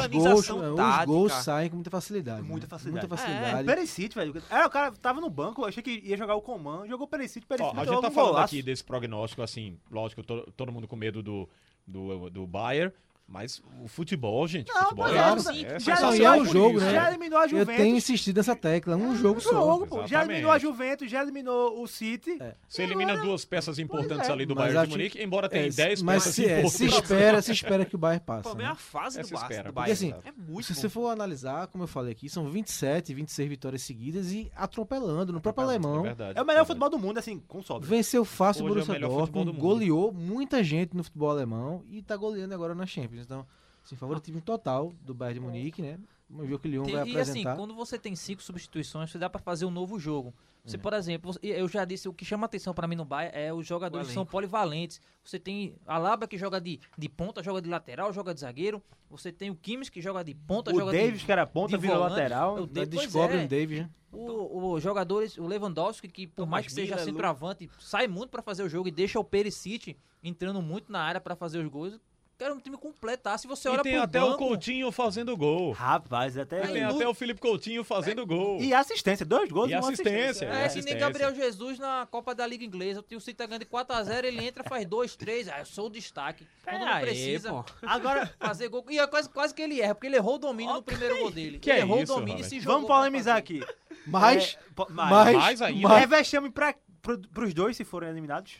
[SPEAKER 6] Organização
[SPEAKER 8] os gols
[SPEAKER 6] tática.
[SPEAKER 8] saem com muita facilidade. né?
[SPEAKER 9] Muita facilidade.
[SPEAKER 8] Muita
[SPEAKER 9] É,
[SPEAKER 8] facilidade.
[SPEAKER 9] Perisic, velho. É, o cara tava no banco, eu achei que ia jogar o comando, jogou Perisic, Perisic
[SPEAKER 4] Ó, a
[SPEAKER 9] meteu
[SPEAKER 4] gente tá
[SPEAKER 9] logo um
[SPEAKER 4] falando
[SPEAKER 9] golaço.
[SPEAKER 4] aqui desse prognóstico, assim, lógico, to- todo mundo com medo do, do, do Bayern, Mas o futebol, gente,
[SPEAKER 9] Não,
[SPEAKER 4] futebol
[SPEAKER 9] pois
[SPEAKER 8] é,
[SPEAKER 4] isso,
[SPEAKER 9] sim.
[SPEAKER 4] é,
[SPEAKER 9] Já
[SPEAKER 4] faz
[SPEAKER 8] Só
[SPEAKER 4] parte.
[SPEAKER 8] é o
[SPEAKER 9] eliminou a
[SPEAKER 8] jogo,
[SPEAKER 9] Juventus,
[SPEAKER 8] né?
[SPEAKER 9] Já um eliminou a
[SPEAKER 8] Eu
[SPEAKER 9] Juventus.
[SPEAKER 8] tenho insistido nessa tecla, um jogo só.
[SPEAKER 9] jogo, pô. Já eliminou a
[SPEAKER 4] Exatamente.
[SPEAKER 9] Juventus, já eliminou o City.
[SPEAKER 5] É.
[SPEAKER 4] Você elimina duas peças importantes
[SPEAKER 9] é,
[SPEAKER 4] ali do
[SPEAKER 8] mas
[SPEAKER 4] Bayern de
[SPEAKER 8] acho-
[SPEAKER 4] Munique, embora tenha
[SPEAKER 8] É,
[SPEAKER 4] 10
[SPEAKER 8] mas
[SPEAKER 4] peças
[SPEAKER 8] se, é,
[SPEAKER 4] importantes.
[SPEAKER 8] se espera, se espera que o Bayern passa.
[SPEAKER 6] Pô, é
[SPEAKER 8] né?
[SPEAKER 6] a fase do
[SPEAKER 4] Essa
[SPEAKER 6] Barça,
[SPEAKER 4] espera,
[SPEAKER 6] do
[SPEAKER 4] porque
[SPEAKER 6] Bayern.
[SPEAKER 8] assim,
[SPEAKER 6] é muito
[SPEAKER 8] Se
[SPEAKER 6] bom.
[SPEAKER 8] você for analisar, como eu falei aqui, são 27, 26 vitórias seguidas e atropelando no próprio alemão.
[SPEAKER 4] verdade,
[SPEAKER 9] É o melhor
[SPEAKER 4] verdade.
[SPEAKER 9] futebol do mundo, assim, com sobra.
[SPEAKER 8] Venceu fácil
[SPEAKER 4] Hoje é o
[SPEAKER 8] o Borussia
[SPEAKER 4] melhor futebol
[SPEAKER 8] Dortmund,
[SPEAKER 4] do mundo.
[SPEAKER 8] goleou muita gente no futebol alemão e tá goleando agora na Champions. Então, assim, favoritismo total do Bayern de Munique, né? Vamos ver o que o Lyon vai
[SPEAKER 5] Tem- e assim,
[SPEAKER 8] apresentar.
[SPEAKER 5] quando você tem cinco substituições, você dá pra fazer um novo jogo.
[SPEAKER 8] Hum.
[SPEAKER 5] Você, por exemplo, você- eu já disse, o que chama atenção pra mim no Bayern é os jogadores
[SPEAKER 6] O
[SPEAKER 5] que são
[SPEAKER 6] elenco.
[SPEAKER 5] polivalentes. Você tem a Labra que joga de, de ponta, joga de lateral, joga de zagueiro. Você tem o Kimmich que joga de ponta,
[SPEAKER 9] O
[SPEAKER 5] joga de-
[SPEAKER 9] Davis, que era ponta,
[SPEAKER 5] tá de
[SPEAKER 9] virou
[SPEAKER 5] volante.
[SPEAKER 9] lateral.
[SPEAKER 5] Eu-
[SPEAKER 8] Ainda
[SPEAKER 5] pois
[SPEAKER 8] descobre
[SPEAKER 5] é.
[SPEAKER 8] um Davis, né?
[SPEAKER 5] O, o jogadores, o Lewandowski, que por
[SPEAKER 6] Thomas
[SPEAKER 5] mais que seja
[SPEAKER 6] Miller,
[SPEAKER 5] centroavante, sai muito pra fazer o jogo e deixa o Perisic entrando muito na área pra fazer os gols. Quero um time completo, tá? Se você olha
[SPEAKER 4] E tem
[SPEAKER 5] pro
[SPEAKER 4] até o
[SPEAKER 5] banco,
[SPEAKER 4] Coutinho fazendo gol.
[SPEAKER 9] Rapaz, até.
[SPEAKER 4] E tem até o Felipe Coutinho fazendo gol.
[SPEAKER 9] É, E assistência, dois gols
[SPEAKER 4] E
[SPEAKER 9] e uma
[SPEAKER 4] assistência,
[SPEAKER 9] assistência.
[SPEAKER 5] É,
[SPEAKER 4] É,
[SPEAKER 5] que
[SPEAKER 4] assistência.
[SPEAKER 5] nem Gabriel Jesus na Copa da Liga Inglesa. O tio City tá ganhando de 4x0, ele entra, faz 2, 3. Ah, eu sou o destaque. Quando não
[SPEAKER 6] Peraí,
[SPEAKER 5] precisa
[SPEAKER 6] pô.
[SPEAKER 9] Agora,
[SPEAKER 5] fazer gol. E é quase, quase que ele erra, porque ele errou o domínio no primeiro gol dele.
[SPEAKER 4] Que
[SPEAKER 5] ele
[SPEAKER 4] é
[SPEAKER 5] errou
[SPEAKER 4] isso,
[SPEAKER 5] o domínio
[SPEAKER 4] Robert?
[SPEAKER 5] e se jogou.
[SPEAKER 9] vamos
[SPEAKER 5] pra
[SPEAKER 9] polemizar
[SPEAKER 5] fazer.
[SPEAKER 9] aqui.
[SPEAKER 8] Mas,
[SPEAKER 9] É, po-
[SPEAKER 4] Ah,
[SPEAKER 8] mas,
[SPEAKER 4] mais ainda.
[SPEAKER 8] mas-
[SPEAKER 9] É vexame pra, pro, pros dois se forem eliminados?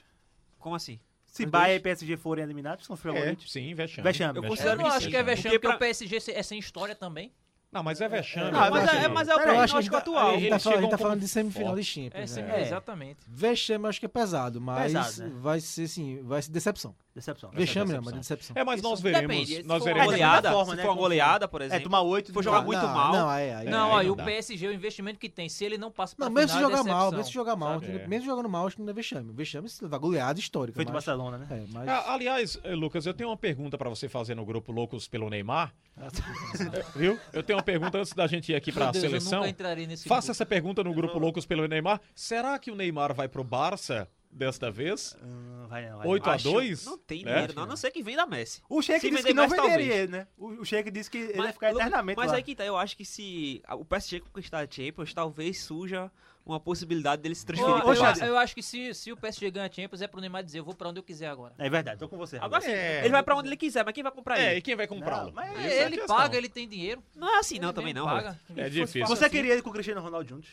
[SPEAKER 6] Como assim?
[SPEAKER 9] Se
[SPEAKER 6] Os
[SPEAKER 9] Bayern e PSG forem eliminados, não foi
[SPEAKER 4] É,
[SPEAKER 9] favorito?
[SPEAKER 4] sim, vexame.
[SPEAKER 9] Vexame. Eu
[SPEAKER 5] Eu
[SPEAKER 9] considero
[SPEAKER 5] não acho que é vexame, porque,
[SPEAKER 9] Porque pra-
[SPEAKER 5] o PSG se- é sem história também.
[SPEAKER 4] Não, mas é vexame.
[SPEAKER 9] Não, mas
[SPEAKER 4] vexame.
[SPEAKER 9] é-
[SPEAKER 6] mas é o
[SPEAKER 8] Pera, eu acho que
[SPEAKER 6] prognóstico
[SPEAKER 8] a gente tá-
[SPEAKER 6] atual.
[SPEAKER 8] A gente tá,
[SPEAKER 4] Eles
[SPEAKER 8] falando, a gente
[SPEAKER 4] chegam
[SPEAKER 8] tá falando
[SPEAKER 4] como
[SPEAKER 8] de semifinal
[SPEAKER 4] forte.
[SPEAKER 8] de
[SPEAKER 5] É,
[SPEAKER 8] Champions.
[SPEAKER 5] sem-
[SPEAKER 8] né?
[SPEAKER 9] É.
[SPEAKER 5] exatamente.
[SPEAKER 8] Vexame eu acho que é pesado, mas
[SPEAKER 9] Pesado, né?
[SPEAKER 8] vai ser assim, vai ser decepção.
[SPEAKER 9] Decepção. né?
[SPEAKER 8] Vexame não, mas decepção.
[SPEAKER 4] É, mas nós
[SPEAKER 5] Depende,
[SPEAKER 4] veremos.
[SPEAKER 5] se
[SPEAKER 4] nós
[SPEAKER 5] for uma
[SPEAKER 4] veremos.
[SPEAKER 6] goleada,
[SPEAKER 9] forma,
[SPEAKER 6] se
[SPEAKER 9] né,
[SPEAKER 6] for uma
[SPEAKER 9] como-
[SPEAKER 6] goleada, por
[SPEAKER 9] É,
[SPEAKER 6] exemplo.
[SPEAKER 9] tomar oito.
[SPEAKER 6] Foi
[SPEAKER 9] de
[SPEAKER 6] jogar
[SPEAKER 9] novo.
[SPEAKER 6] muito
[SPEAKER 8] não,
[SPEAKER 6] mal.
[SPEAKER 8] Não, aí, aí, é.
[SPEAKER 5] não,
[SPEAKER 4] aí
[SPEAKER 5] aí
[SPEAKER 4] não
[SPEAKER 5] o
[SPEAKER 4] dá.
[SPEAKER 5] PSG, é o investimento que tem, se ele não passa pra
[SPEAKER 8] Não,
[SPEAKER 5] final,
[SPEAKER 8] mesmo se jogar
[SPEAKER 5] é
[SPEAKER 8] mal,
[SPEAKER 5] decepção.
[SPEAKER 8] mesmo se jogar mal,
[SPEAKER 5] sabe?
[SPEAKER 8] acho que-
[SPEAKER 4] É.
[SPEAKER 8] mesmo jogando mal, acho que não é vexame. Vexame se levar goleada histórica.
[SPEAKER 9] Feito
[SPEAKER 8] mas-
[SPEAKER 9] Barcelona, né?
[SPEAKER 8] É, mas.
[SPEAKER 4] Ah, aliás, eh, Lucas, eu tenho uma pergunta pra você fazer no grupo Loucos pelo Neymar. Eh, Viu? Eu tenho uma pergunta antes da gente ir aqui pra
[SPEAKER 5] Meu Deus, Eu
[SPEAKER 4] seleção.
[SPEAKER 5] nunca entrarei nesse
[SPEAKER 4] Faça
[SPEAKER 5] grupo.
[SPEAKER 4] essa pergunta no grupo Loucos pelo Neymar. Será que o Neymar vai pro Barça desta vez?
[SPEAKER 9] Não vai não, vai não.
[SPEAKER 4] 8 a
[SPEAKER 6] Acho-
[SPEAKER 4] 2
[SPEAKER 6] Não tem
[SPEAKER 4] né?
[SPEAKER 6] dinheiro, não, a não ser que vem da Messi.
[SPEAKER 9] O Sheik
[SPEAKER 6] Se
[SPEAKER 9] disse
[SPEAKER 6] vender
[SPEAKER 9] que não
[SPEAKER 6] mais, talvez.
[SPEAKER 9] venderia ele, né? O o Sheik disse que ele ia ficar
[SPEAKER 6] Lucas,
[SPEAKER 9] eternamente
[SPEAKER 6] mas
[SPEAKER 9] lá.
[SPEAKER 6] aí que tá, eu acho que se a- o PSG conquistar a Champions, talvez surja uma possibilidade dele se transferir
[SPEAKER 5] Ó,
[SPEAKER 6] pro
[SPEAKER 9] Ô,
[SPEAKER 5] Eu,
[SPEAKER 9] Xavi.
[SPEAKER 6] Barça.
[SPEAKER 5] eu acho que se, se o PSG ganhar a Champions, é pro Neymar dizer, eu vou pra onde eu quiser agora.
[SPEAKER 9] É verdade, tô com você.
[SPEAKER 6] Agora
[SPEAKER 9] Roberto.
[SPEAKER 6] sim,
[SPEAKER 4] É.
[SPEAKER 6] ele vai pra onde ele quiser, mas quem vai comprar
[SPEAKER 4] É, e
[SPEAKER 6] ele?
[SPEAKER 4] quem vai comprá-lo?
[SPEAKER 9] Não,
[SPEAKER 5] É,
[SPEAKER 9] mas
[SPEAKER 4] Essa é a
[SPEAKER 5] ele
[SPEAKER 4] questão.
[SPEAKER 5] paga, ele tem dinheiro.
[SPEAKER 6] Não é assim não
[SPEAKER 5] ele
[SPEAKER 6] também
[SPEAKER 5] mesmo
[SPEAKER 6] não,
[SPEAKER 5] paga.
[SPEAKER 4] É
[SPEAKER 5] Se fosse
[SPEAKER 4] difícil.
[SPEAKER 5] fácil
[SPEAKER 9] Você
[SPEAKER 5] assim,
[SPEAKER 9] queria ele com o Cristiano Ronaldo juntos?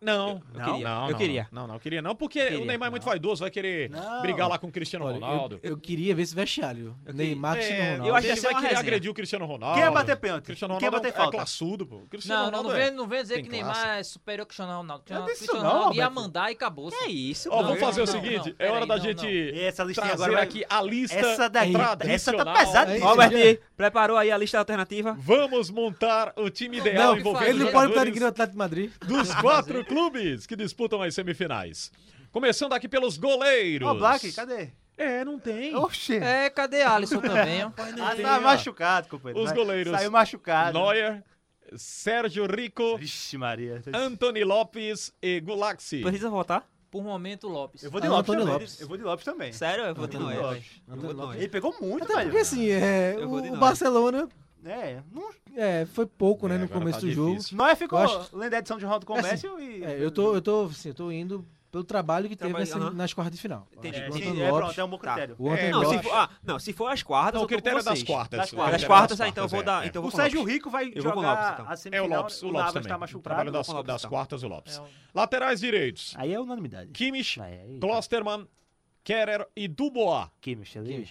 [SPEAKER 4] Não,
[SPEAKER 6] Eu queria, eu
[SPEAKER 4] não,
[SPEAKER 6] queria.
[SPEAKER 4] Não, não, não queria não, porque o Neymar é muito vaidoso, vai querer
[SPEAKER 9] Não.
[SPEAKER 4] brigar lá com o Cristiano
[SPEAKER 8] olha, eu-
[SPEAKER 4] Ronaldo.
[SPEAKER 8] eu, queria ver esse vestiário.
[SPEAKER 4] É,
[SPEAKER 8] Neymar Cristiano Ronaldo.
[SPEAKER 4] Eu acho que
[SPEAKER 6] Deve
[SPEAKER 4] ele vai
[SPEAKER 6] ser uma
[SPEAKER 4] querer
[SPEAKER 6] resenha.
[SPEAKER 4] agredir o Cristiano Ronaldo.
[SPEAKER 9] Quem ia bater pênalti?
[SPEAKER 4] Cristiano
[SPEAKER 9] Quem ia
[SPEAKER 4] Ronaldo é um-
[SPEAKER 9] bater
[SPEAKER 4] é
[SPEAKER 9] falta?
[SPEAKER 4] classudo, pô. Cristiano
[SPEAKER 5] Não, não, não
[SPEAKER 4] Ronaldo é-
[SPEAKER 5] vem, não vem dizer
[SPEAKER 4] tem
[SPEAKER 5] que Neymar
[SPEAKER 4] classe.
[SPEAKER 5] é superior que Cristiano Ronaldo.
[SPEAKER 9] Eu disse
[SPEAKER 5] Cristiano
[SPEAKER 9] não,
[SPEAKER 5] Ronaldo ia
[SPEAKER 9] Roberto.
[SPEAKER 5] mandar e acabou.
[SPEAKER 6] Que é isso,
[SPEAKER 4] Ó,
[SPEAKER 6] não,
[SPEAKER 4] vamos fazer
[SPEAKER 5] não,
[SPEAKER 4] o
[SPEAKER 5] não,
[SPEAKER 4] seguinte,
[SPEAKER 5] não,
[SPEAKER 4] é hora
[SPEAKER 5] peraí,
[SPEAKER 4] da
[SPEAKER 5] não,
[SPEAKER 4] gente
[SPEAKER 9] não. Essa listinha
[SPEAKER 4] trazer
[SPEAKER 9] agora vai-
[SPEAKER 4] aqui a lista
[SPEAKER 9] Essa daí, essa tá
[SPEAKER 4] é tradicional.
[SPEAKER 9] pesada.
[SPEAKER 8] É isso,
[SPEAKER 6] Robert, preparou aí a lista alternativa?
[SPEAKER 4] Vamos montar o time ideal
[SPEAKER 8] Não,
[SPEAKER 4] envolvendo
[SPEAKER 8] ele
[SPEAKER 4] os
[SPEAKER 8] não pode
[SPEAKER 4] jogadores
[SPEAKER 8] estar de Atlético de Madrid.
[SPEAKER 4] dos quatro clubes que disputam as semifinais. Começando aqui pelos goleiros.
[SPEAKER 9] Ó, Black, cadê?
[SPEAKER 4] É, não tem.
[SPEAKER 9] Oxê.
[SPEAKER 5] É, cadê Alisson também? ó?
[SPEAKER 9] Ah,
[SPEAKER 4] tem,
[SPEAKER 9] tá
[SPEAKER 4] ó.
[SPEAKER 9] machucado, companheiro.
[SPEAKER 4] Os
[SPEAKER 9] Vai-
[SPEAKER 4] goleiros.
[SPEAKER 9] Saiu machucado.
[SPEAKER 4] Neuer, Sérgio Rico,
[SPEAKER 9] Vixe, Maria.
[SPEAKER 4] Anthony Lopes e Gulaxi.
[SPEAKER 6] Precisa votar?
[SPEAKER 5] Por momento, Lopes.
[SPEAKER 9] Eu vou de
[SPEAKER 8] Ah,
[SPEAKER 9] Lopes
[SPEAKER 8] Antônio
[SPEAKER 9] também.
[SPEAKER 8] Lopes.
[SPEAKER 9] Eu vou de Lopes também.
[SPEAKER 6] Sério? Eu vou de Noé.
[SPEAKER 9] Lopes.
[SPEAKER 6] velho. Eu vou de Noé.
[SPEAKER 9] Ele pegou muito,
[SPEAKER 8] Até
[SPEAKER 9] velho.
[SPEAKER 8] porque assim, é,
[SPEAKER 6] Eu vou de
[SPEAKER 8] o, o
[SPEAKER 6] Neuer.
[SPEAKER 8] Barcelona
[SPEAKER 9] É, não...
[SPEAKER 8] é, foi pouco, né,
[SPEAKER 4] É,
[SPEAKER 8] no
[SPEAKER 4] agora
[SPEAKER 8] começo
[SPEAKER 4] tá
[SPEAKER 8] do jogo.
[SPEAKER 4] difícil.
[SPEAKER 9] Noé ficou
[SPEAKER 8] Eu acho-
[SPEAKER 9] lendo a edição de Ronaldo Comércio e...
[SPEAKER 8] É, eu tô, eu tô, assim, eu tô indo pelo trabalho que
[SPEAKER 6] Trabalho,
[SPEAKER 8] teve nessa-
[SPEAKER 6] aham.
[SPEAKER 8] nas quartas de final.
[SPEAKER 6] Entendi.
[SPEAKER 8] Acho
[SPEAKER 9] É,
[SPEAKER 8] que
[SPEAKER 9] sim,
[SPEAKER 8] o Antônio
[SPEAKER 9] é,
[SPEAKER 8] Lopes,
[SPEAKER 9] pronto, é um bom critério.
[SPEAKER 8] o Antônio
[SPEAKER 4] É,
[SPEAKER 6] Não,
[SPEAKER 4] eu
[SPEAKER 6] se
[SPEAKER 8] Lopes
[SPEAKER 4] acho-
[SPEAKER 6] for, ah, não, se for as quartas,
[SPEAKER 4] Não,
[SPEAKER 6] eu
[SPEAKER 4] o
[SPEAKER 6] tô com
[SPEAKER 4] critério é das
[SPEAKER 6] vocês.
[SPEAKER 4] quartas.
[SPEAKER 9] Das
[SPEAKER 4] O
[SPEAKER 9] quartas.
[SPEAKER 4] critério
[SPEAKER 6] Das
[SPEAKER 4] é
[SPEAKER 6] quartas, aí,
[SPEAKER 4] das
[SPEAKER 6] então eu vou
[SPEAKER 4] quartas,
[SPEAKER 6] dar.
[SPEAKER 4] é, é.
[SPEAKER 6] Então eu vou
[SPEAKER 9] O
[SPEAKER 6] com
[SPEAKER 9] Sérgio
[SPEAKER 6] Lopes.
[SPEAKER 9] Rico vai
[SPEAKER 6] Eu vou com
[SPEAKER 9] jogar
[SPEAKER 6] Lopes, então.
[SPEAKER 9] a
[SPEAKER 4] É o
[SPEAKER 9] semifinal.
[SPEAKER 4] Lopes, o Lopes
[SPEAKER 9] Navas
[SPEAKER 4] também.
[SPEAKER 9] tá
[SPEAKER 4] O trabalho das,
[SPEAKER 6] vou
[SPEAKER 9] machucado.
[SPEAKER 6] com o Lopes,
[SPEAKER 4] das
[SPEAKER 6] então.
[SPEAKER 4] quartas, o Lopes.
[SPEAKER 5] É um-
[SPEAKER 4] Laterais direitos.
[SPEAKER 9] Aí é unanimidade.
[SPEAKER 4] Kimmich,
[SPEAKER 9] Vai, aí,
[SPEAKER 4] Klosterman, Kerer e Dubois.
[SPEAKER 9] Kimmich ali.
[SPEAKER 5] Não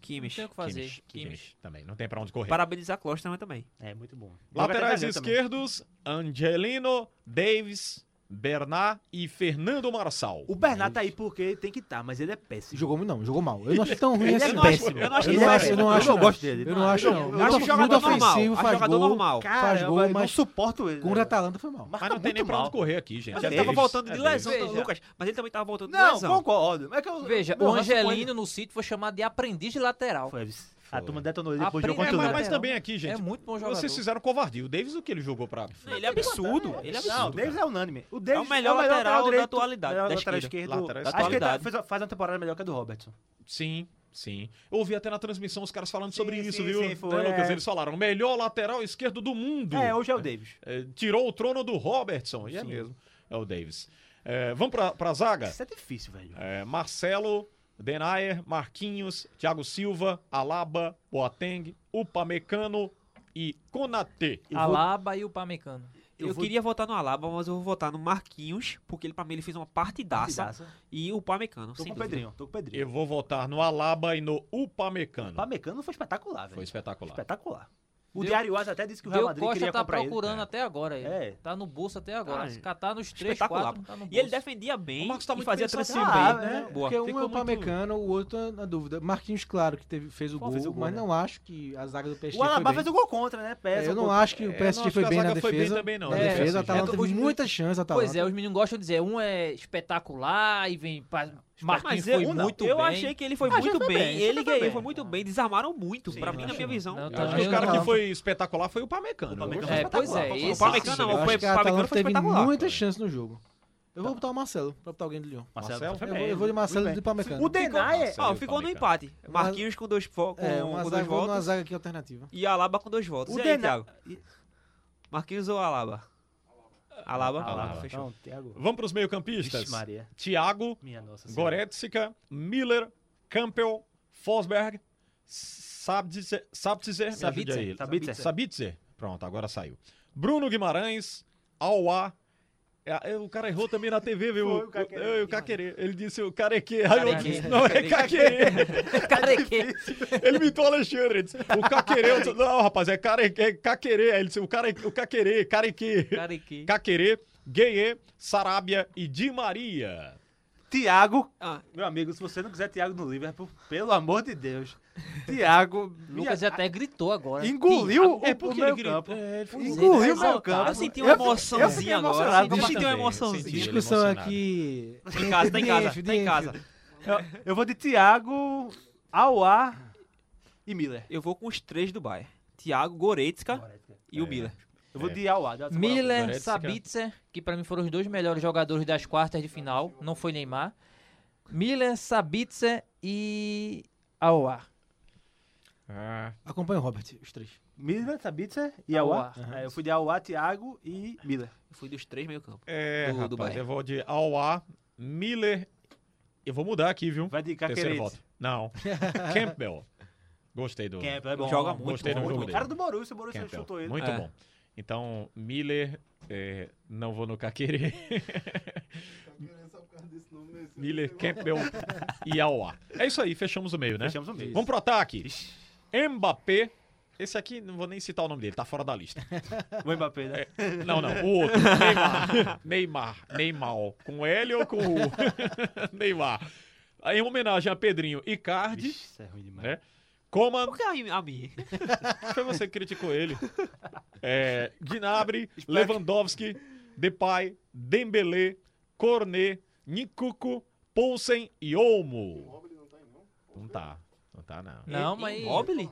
[SPEAKER 6] Kimmich.
[SPEAKER 5] tem o que fazer. Kimmich.
[SPEAKER 4] Também, não tem pra onde correr.
[SPEAKER 6] Parabenizar Klosterman também.
[SPEAKER 9] É, muito bom. Joga até
[SPEAKER 4] Laterais
[SPEAKER 9] zagueiro também.
[SPEAKER 4] esquerdos, Angelino, Davis, Bernard e Fernando Marçal.
[SPEAKER 9] O Bernat tá aí porque tem que estar, tá, mas ele é péssimo.
[SPEAKER 8] Jogou muito, não. Jogou mal. Eu não acho tão ruim
[SPEAKER 9] Ele
[SPEAKER 8] assim.
[SPEAKER 9] é
[SPEAKER 8] não.
[SPEAKER 9] péssimo.
[SPEAKER 6] Eu não acho
[SPEAKER 8] Eu
[SPEAKER 6] que
[SPEAKER 8] não
[SPEAKER 6] ele
[SPEAKER 8] acho, eu não
[SPEAKER 6] é.
[SPEAKER 8] acho.
[SPEAKER 9] Eu não gosto
[SPEAKER 8] não.
[SPEAKER 9] dele.
[SPEAKER 8] Eu não acho, não.
[SPEAKER 6] Eu acho um
[SPEAKER 8] Muito
[SPEAKER 6] jogador normal,
[SPEAKER 8] ofensivo,
[SPEAKER 6] acho
[SPEAKER 8] faz
[SPEAKER 6] jogador
[SPEAKER 8] gol.
[SPEAKER 6] normal.
[SPEAKER 8] Faz
[SPEAKER 9] Caramba,
[SPEAKER 8] gol,
[SPEAKER 9] eu não
[SPEAKER 8] mas
[SPEAKER 9] suporto ele.
[SPEAKER 8] Contra o Atalanta foi mal.
[SPEAKER 4] Mas
[SPEAKER 9] Mas tá
[SPEAKER 4] não tem
[SPEAKER 9] muito
[SPEAKER 4] nem pra
[SPEAKER 9] mal.
[SPEAKER 4] onde correr aqui, gente.
[SPEAKER 6] Mas
[SPEAKER 4] É
[SPEAKER 6] ele tava
[SPEAKER 4] Davis.
[SPEAKER 6] voltando
[SPEAKER 4] É
[SPEAKER 6] de
[SPEAKER 4] Davis.
[SPEAKER 6] lesão,
[SPEAKER 5] Veja.
[SPEAKER 6] Lucas. Mas ele também tava voltando de
[SPEAKER 9] Não,
[SPEAKER 6] lesão.
[SPEAKER 9] concordo. É que eu,
[SPEAKER 5] Veja,
[SPEAKER 9] meu
[SPEAKER 5] o
[SPEAKER 9] ranço com ele-
[SPEAKER 5] Angelino no sítio foi chamado de aprendiz de lateral.
[SPEAKER 9] Foi. A turma detonou ele
[SPEAKER 5] A
[SPEAKER 9] depois do jogo
[SPEAKER 5] prima-
[SPEAKER 4] É,
[SPEAKER 9] contra o
[SPEAKER 4] mas,
[SPEAKER 9] Liverpool.
[SPEAKER 4] mas também aqui, gente.
[SPEAKER 5] É muito bom jogador.
[SPEAKER 4] Vocês fizeram covardia. O Davis, o que ele jogou pra.
[SPEAKER 6] Não, Ele é absurdo. Ele é
[SPEAKER 9] Não, o
[SPEAKER 6] absurdo.
[SPEAKER 9] Davis é unânime. O Davis
[SPEAKER 6] É o melhor lateral da
[SPEAKER 9] direito,
[SPEAKER 6] atualidade,
[SPEAKER 9] melhor
[SPEAKER 6] da
[SPEAKER 9] lateral
[SPEAKER 6] esquerda.
[SPEAKER 9] esquerdo.
[SPEAKER 4] Lateral
[SPEAKER 9] Acho que ele
[SPEAKER 6] esquerda.
[SPEAKER 9] tá- fez, faz uma temporada melhor que a do Robertson.
[SPEAKER 4] Sim, sim. Eu ouvi até na transmissão os caras falando
[SPEAKER 9] Sim,
[SPEAKER 4] sobre
[SPEAKER 9] sim,
[SPEAKER 4] isso, viu?
[SPEAKER 9] sim, foi.
[SPEAKER 4] Né, Lucas? Eles falaram: melhor lateral esquerdo do mundo.
[SPEAKER 9] É, hoje é o Davis.
[SPEAKER 4] É, tirou o trono do Robertson. E é mesmo. É o Davis. É, vamos pra, pra zaga?
[SPEAKER 9] Isso é difícil, velho.
[SPEAKER 4] É, Marcelo, Denayer, Marquinhos, Thiago Silva, Alaba, Boateng, Upamecano e Konatê.
[SPEAKER 5] Alaba e o Pamecano.
[SPEAKER 6] Eu, queria votar no Alaba, mas eu vou votar no Marquinhos, porque ele, pra mim ele fez uma partidaça.
[SPEAKER 9] Partidaça.
[SPEAKER 6] E o Pamecano,
[SPEAKER 9] Tô
[SPEAKER 6] sem
[SPEAKER 9] com o
[SPEAKER 6] dúvida.
[SPEAKER 9] Pedrinho, tô com o Pedrinho.
[SPEAKER 4] Eu vou votar no Alaba e no Upamecano.
[SPEAKER 9] Pamecano foi espetacular, velho.
[SPEAKER 4] Foi espetacular.
[SPEAKER 9] espetacular. O
[SPEAKER 5] Deu-
[SPEAKER 9] Diário Asa até disse que o Real
[SPEAKER 5] Deu
[SPEAKER 9] Madrid
[SPEAKER 5] Costa
[SPEAKER 9] queria
[SPEAKER 5] tá
[SPEAKER 9] comprar ele.
[SPEAKER 5] procurando até agora. Ele.
[SPEAKER 9] É.
[SPEAKER 5] Tá no bolso até agora.
[SPEAKER 6] Ah,
[SPEAKER 5] Se catar nos três,
[SPEAKER 6] Espetacular.
[SPEAKER 5] quatro, tá no bolso.
[SPEAKER 6] E ele defendia bem
[SPEAKER 4] O Marcos tá
[SPEAKER 6] e
[SPEAKER 4] muito
[SPEAKER 6] fazia
[SPEAKER 4] bem
[SPEAKER 6] transição bem.
[SPEAKER 4] selecionado,
[SPEAKER 8] Ah, né?
[SPEAKER 6] Boa.
[SPEAKER 8] Porque um
[SPEAKER 4] Ficou
[SPEAKER 8] é o
[SPEAKER 4] muito-
[SPEAKER 8] Pamecano, o outro é na dúvida. Marquinhos, claro, que teve, fez, o
[SPEAKER 9] Pô,
[SPEAKER 8] gol,
[SPEAKER 9] fez o gol,
[SPEAKER 8] mas
[SPEAKER 9] né?
[SPEAKER 8] não acho que a zaga do PSG
[SPEAKER 9] O Alaba
[SPEAKER 8] foi
[SPEAKER 9] fez
[SPEAKER 8] bem.
[SPEAKER 9] o gol contra, né? Pesa
[SPEAKER 8] É, eu
[SPEAKER 9] um
[SPEAKER 8] não
[SPEAKER 9] pouco.
[SPEAKER 8] acho que
[SPEAKER 4] É, eu
[SPEAKER 8] o PSG
[SPEAKER 4] não acho
[SPEAKER 8] foi
[SPEAKER 4] que a
[SPEAKER 8] bem na
[SPEAKER 4] zaga foi bem
[SPEAKER 8] defesa.
[SPEAKER 4] também, não, assim,
[SPEAKER 8] Na
[SPEAKER 4] a
[SPEAKER 8] defesa, tá
[SPEAKER 4] defesa.
[SPEAKER 8] a Atalanta
[SPEAKER 5] É, os
[SPEAKER 8] teve
[SPEAKER 5] meninos-
[SPEAKER 8] muita chance, a Atalanta.
[SPEAKER 5] Pois é, os meninos gostam de dizer, um é espetacular e vem... pra- Marquinhos
[SPEAKER 6] Mas
[SPEAKER 5] foi
[SPEAKER 6] eu,
[SPEAKER 5] muito
[SPEAKER 6] eu
[SPEAKER 5] bem.
[SPEAKER 6] achei que ele foi
[SPEAKER 9] Achei
[SPEAKER 6] muito
[SPEAKER 9] foi
[SPEAKER 6] bem.
[SPEAKER 9] bem, achei
[SPEAKER 6] Ele
[SPEAKER 9] que foi
[SPEAKER 6] ganhou,
[SPEAKER 9] bem.
[SPEAKER 6] foi muito bem. Desarmaram muito, pra mim, na minha visão.
[SPEAKER 5] Não,
[SPEAKER 4] Eu acho
[SPEAKER 5] também
[SPEAKER 4] que o
[SPEAKER 5] eu
[SPEAKER 4] cara
[SPEAKER 5] não.
[SPEAKER 4] que foi espetacular foi o Upamecano.
[SPEAKER 9] Upamecano
[SPEAKER 4] Eu
[SPEAKER 9] foi
[SPEAKER 4] gostei.
[SPEAKER 5] É, pois é.
[SPEAKER 6] O
[SPEAKER 5] Esse,
[SPEAKER 6] Pamecano
[SPEAKER 5] sim.
[SPEAKER 6] não,
[SPEAKER 8] Eu
[SPEAKER 6] o
[SPEAKER 8] acho que a
[SPEAKER 6] Pamecano
[SPEAKER 8] Atalanta
[SPEAKER 6] foi
[SPEAKER 8] teve
[SPEAKER 6] espetacular.
[SPEAKER 8] muita chance no jogo. Eu vou botar o Marcelo, pra botar alguém do Lyon.
[SPEAKER 9] É,
[SPEAKER 4] Marcelo foi
[SPEAKER 8] Eu vou,
[SPEAKER 4] bem.
[SPEAKER 8] eu vou de Marcelo
[SPEAKER 9] Muito
[SPEAKER 8] e de
[SPEAKER 9] bem.
[SPEAKER 8] Pamecano.
[SPEAKER 9] O Denayer...
[SPEAKER 4] Marcelo
[SPEAKER 6] Ó,
[SPEAKER 4] e o
[SPEAKER 6] ficou no
[SPEAKER 4] Pamecano.
[SPEAKER 6] empate. Marquinhos com dois, fo- com,
[SPEAKER 8] É, uma
[SPEAKER 6] com
[SPEAKER 8] zaga,
[SPEAKER 6] dois
[SPEAKER 8] vou numa
[SPEAKER 6] votos
[SPEAKER 8] zaga aqui alternativa.
[SPEAKER 6] e Alaba com dois votos.
[SPEAKER 9] O
[SPEAKER 6] e aí,
[SPEAKER 9] Dena-
[SPEAKER 6] Thiago? Marquinhos ou Alaba? Alaba?
[SPEAKER 4] Alaba.
[SPEAKER 6] Fechou.
[SPEAKER 9] Então, Thiago...
[SPEAKER 4] Vamos para os
[SPEAKER 9] Vixe
[SPEAKER 4] meio-campistas.
[SPEAKER 9] Maria.
[SPEAKER 4] Thiago,
[SPEAKER 9] Minha nossa senhora.
[SPEAKER 4] Goretzka, Miller, Campbell, Fosberg, Sabitzer. Sabitzer, me ajude
[SPEAKER 5] Sabitzer,
[SPEAKER 4] aí.
[SPEAKER 9] Sabitzer.
[SPEAKER 4] Sabitzer. Pronto, agora saiu. Bruno Guimarães, Auá. É, é, O cara errou também na TV, viu?
[SPEAKER 9] Foi, o
[SPEAKER 4] O-
[SPEAKER 9] Caquerê.
[SPEAKER 4] é, o Caquerê. Ele disse o é Carequê. Aí eu
[SPEAKER 5] Caquerê.
[SPEAKER 4] disse, não, é Caquerê.
[SPEAKER 5] Carequê.
[SPEAKER 4] Ele imitou o Alexandre. Ele disse, o Caquerê. Eu disse, não, rapaz, é Carequê, é Caquerê. Aí ele disse, o, care, o Caquerê, Carequê.
[SPEAKER 5] Carequê.
[SPEAKER 4] Caquerê, Gueye, Sarabia e Di Maria.
[SPEAKER 9] Thiago...
[SPEAKER 6] Ah,
[SPEAKER 9] Meu amigo, se você não quiser Thiago no Liverpool, pelo amor de Deus. Thiago...
[SPEAKER 5] Lucas
[SPEAKER 9] minha-
[SPEAKER 5] até gritou agora.
[SPEAKER 9] Engoliu o,
[SPEAKER 4] É
[SPEAKER 9] o
[SPEAKER 4] porque
[SPEAKER 9] meu
[SPEAKER 4] ele grita-
[SPEAKER 9] campo.
[SPEAKER 4] é, ele Assim, foi-
[SPEAKER 9] Engoliu o meu campo.
[SPEAKER 5] exaltado.
[SPEAKER 6] eu senti uma
[SPEAKER 9] fiquei- eu
[SPEAKER 4] né?
[SPEAKER 9] fiquei
[SPEAKER 6] emoçãozinha agora. Eu senti
[SPEAKER 9] emocionado.
[SPEAKER 6] uma
[SPEAKER 4] Também, senti.
[SPEAKER 6] emoçãozinha.
[SPEAKER 4] Ele
[SPEAKER 8] Discussão
[SPEAKER 4] emocionado.
[SPEAKER 8] aqui.
[SPEAKER 4] então.
[SPEAKER 6] Tá em casa, tá em casa, tá em casa.
[SPEAKER 9] Eu- Eu vou de Thiago, Auá e Miller.
[SPEAKER 6] Eu vou com os três do Bayern. Thiago, Goretzka e
[SPEAKER 4] É.
[SPEAKER 6] o Miller.
[SPEAKER 9] Eu vou de Auá. dá essa moral.
[SPEAKER 5] Miller,
[SPEAKER 4] Goretzka.
[SPEAKER 5] Sabitzer, que pra mim foram os dois melhores jogadores das quartas de final, não foi Neymar. Miller, Sabitzer e Aouar.
[SPEAKER 4] Ah,
[SPEAKER 8] Acompanha o Robert, os três.
[SPEAKER 9] Miller, Sabitzer e Auá.
[SPEAKER 5] Auá.
[SPEAKER 9] É, Eu fui de Auá, Thiago e Miller.
[SPEAKER 6] Eu fui dos três meio campo.
[SPEAKER 4] É,
[SPEAKER 6] Do- do
[SPEAKER 4] rapaz,
[SPEAKER 6] Bayern.
[SPEAKER 4] eu vou de Auá, Miller. Eu vou mudar aqui, viu?
[SPEAKER 9] Vai de
[SPEAKER 4] Terceiro
[SPEAKER 9] Caquerete.
[SPEAKER 4] voto. Não. Campbell. Gostei do.
[SPEAKER 9] Campbell é bom.
[SPEAKER 6] Joga muito,
[SPEAKER 4] Gostei do
[SPEAKER 6] bom,
[SPEAKER 4] jogo
[SPEAKER 6] muito
[SPEAKER 9] O
[SPEAKER 6] bom.
[SPEAKER 4] dele.
[SPEAKER 9] cara do Borussia, o Borussia
[SPEAKER 4] Campbell.
[SPEAKER 9] chutou ele.
[SPEAKER 4] Muito
[SPEAKER 6] É.
[SPEAKER 4] bom. Então, Miller, é, não vou no Caquerê. Miller, Campbell e Auá. É isso aí, fechamos o meio, né?
[SPEAKER 9] Fechamos o meio.
[SPEAKER 4] Vamos pro ataque. Mbappé. Esse aqui, não vou nem citar o nome dele, tá fora da lista.
[SPEAKER 9] O Mbappé,
[SPEAKER 4] É.
[SPEAKER 9] né?
[SPEAKER 4] Não, não, o outro. Neymar. Neymar. Neymar. Com L ou com U? Neymar. Em homenagem a Pedrinho e
[SPEAKER 9] Vixe,
[SPEAKER 4] Cardi,
[SPEAKER 9] isso é ruim demais.
[SPEAKER 4] né? Coman,
[SPEAKER 6] Por que a mim- a mim?
[SPEAKER 4] foi você que criticou ele. É, Gnabry, Lewandowski, Depay, Dembélé, Cornet, Nkuku, Poulsen e Olmo. Não tá, não tá não.
[SPEAKER 5] Não, mas.
[SPEAKER 6] Mobile?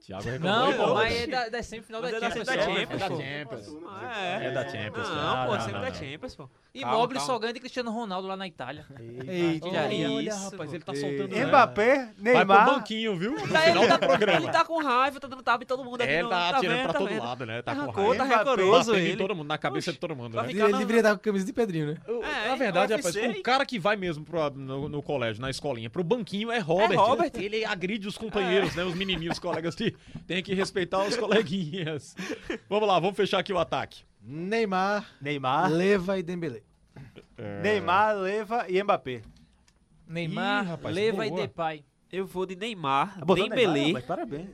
[SPEAKER 4] Thiago reclamou.
[SPEAKER 5] Não,
[SPEAKER 4] e
[SPEAKER 5] pô,
[SPEAKER 4] Olmo.
[SPEAKER 5] mas é da, da semifinal
[SPEAKER 6] Mas
[SPEAKER 5] da
[SPEAKER 6] é da
[SPEAKER 5] Champions.
[SPEAKER 6] semi- da
[SPEAKER 5] pô.
[SPEAKER 6] Champions,
[SPEAKER 5] É
[SPEAKER 6] pô.
[SPEAKER 4] Champions.
[SPEAKER 6] Ah, é.
[SPEAKER 4] É da Champions. tá,
[SPEAKER 6] Não, pô,
[SPEAKER 4] não,
[SPEAKER 6] sempre
[SPEAKER 4] não,
[SPEAKER 6] da
[SPEAKER 4] não.
[SPEAKER 6] Champions, pô. Tá,
[SPEAKER 5] E
[SPEAKER 6] Calma,
[SPEAKER 5] Mobile
[SPEAKER 6] calma.
[SPEAKER 5] só ganha de Cristiano Ronaldo lá na Itália.
[SPEAKER 8] Eita,
[SPEAKER 5] Olha
[SPEAKER 6] Olha,
[SPEAKER 5] isso,
[SPEAKER 6] rapaz,
[SPEAKER 5] pô.
[SPEAKER 6] ele tá soltando.
[SPEAKER 8] Ei.
[SPEAKER 9] Mbappé,
[SPEAKER 4] Vai pro
[SPEAKER 9] Neymar.
[SPEAKER 4] banquinho, viu? No
[SPEAKER 6] Tá, ele,
[SPEAKER 4] final
[SPEAKER 6] tá,
[SPEAKER 4] do programa.
[SPEAKER 6] ele tá com raiva, tá dando tapa em todo mundo aqui.
[SPEAKER 4] É,
[SPEAKER 6] não,
[SPEAKER 4] tá
[SPEAKER 6] tá
[SPEAKER 4] atirando
[SPEAKER 6] vendo,
[SPEAKER 4] pra
[SPEAKER 6] tá
[SPEAKER 4] todo
[SPEAKER 6] vendo.
[SPEAKER 4] lado, né? Tá com
[SPEAKER 6] Arrancou,
[SPEAKER 4] raiva.
[SPEAKER 6] tá
[SPEAKER 9] Mbappé
[SPEAKER 6] recoroso
[SPEAKER 4] Batendo em
[SPEAKER 6] ele.
[SPEAKER 4] todo mundo, na cabeça de todo mundo,
[SPEAKER 6] Vai
[SPEAKER 4] né?
[SPEAKER 6] ficar
[SPEAKER 8] Ele
[SPEAKER 6] na-
[SPEAKER 8] deveria dar com a camisa de Pedrinho, né?
[SPEAKER 6] É,
[SPEAKER 4] Na verdade,
[SPEAKER 6] é
[SPEAKER 4] rapaz,
[SPEAKER 6] UFC.
[SPEAKER 4] o cara que vai mesmo pra- no, no colégio, na escolinha, pro banquinho é Robert.
[SPEAKER 6] É Robert.
[SPEAKER 4] Ele agride os companheiros, né? Os menininhos, os colegas. que Tem que respeitar os coleguinhas. Vamos lá, vamos fechar aqui o ataque.
[SPEAKER 8] Neymar,
[SPEAKER 9] Neymar,
[SPEAKER 8] Leva e Dembélé.
[SPEAKER 4] É.
[SPEAKER 9] Neymar, Leva e Mbappé. Tá
[SPEAKER 5] Neymar,
[SPEAKER 4] Ih, rapaz,
[SPEAKER 5] Leva
[SPEAKER 4] boa.
[SPEAKER 5] e Depay.
[SPEAKER 6] Eu vou de Neymar,
[SPEAKER 9] Tá botando Neymar,
[SPEAKER 6] Dembélé,
[SPEAKER 9] mas Parabéns.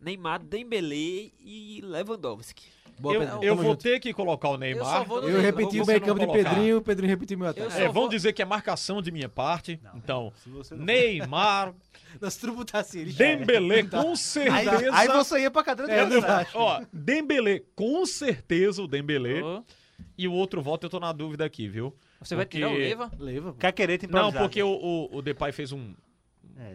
[SPEAKER 6] Neymar, Dembélé e Lewandowski.
[SPEAKER 8] Boa,
[SPEAKER 4] eu
[SPEAKER 8] Pedrinho.
[SPEAKER 4] eu
[SPEAKER 8] Tamo
[SPEAKER 4] vou
[SPEAKER 8] junto.
[SPEAKER 4] ter que colocar o
[SPEAKER 5] Eu
[SPEAKER 4] Neymar.
[SPEAKER 5] só vou no
[SPEAKER 8] Eu
[SPEAKER 5] Neymar.
[SPEAKER 8] repeti o
[SPEAKER 4] você
[SPEAKER 8] meio
[SPEAKER 4] não
[SPEAKER 8] campo de
[SPEAKER 4] colocar.
[SPEAKER 8] Pedrinho, o Pedrinho repetiu o meu
[SPEAKER 5] Eu
[SPEAKER 8] ataque.
[SPEAKER 5] só
[SPEAKER 4] É, vão
[SPEAKER 5] vou-
[SPEAKER 4] dizer que é marcação de minha parte. então,
[SPEAKER 9] você não-
[SPEAKER 4] Neymar,
[SPEAKER 8] Nós tributasse ele.
[SPEAKER 4] Dembélé, com
[SPEAKER 9] Aí,
[SPEAKER 4] certeza.
[SPEAKER 9] aí você ia pra cadeira de
[SPEAKER 4] É,
[SPEAKER 9] rodas,
[SPEAKER 4] eu-
[SPEAKER 9] acho.
[SPEAKER 4] ó, Dembélé, com certeza o Dembélé.
[SPEAKER 5] Ô,
[SPEAKER 4] E o outro voto eu tô na dúvida aqui, viu?
[SPEAKER 5] Você vai
[SPEAKER 4] Porque-
[SPEAKER 5] tirar o Leva?
[SPEAKER 8] Leva, pô.
[SPEAKER 9] Caquerete
[SPEAKER 4] Não,
[SPEAKER 9] improvisado. É,
[SPEAKER 4] porque o, o, o Depay fez um.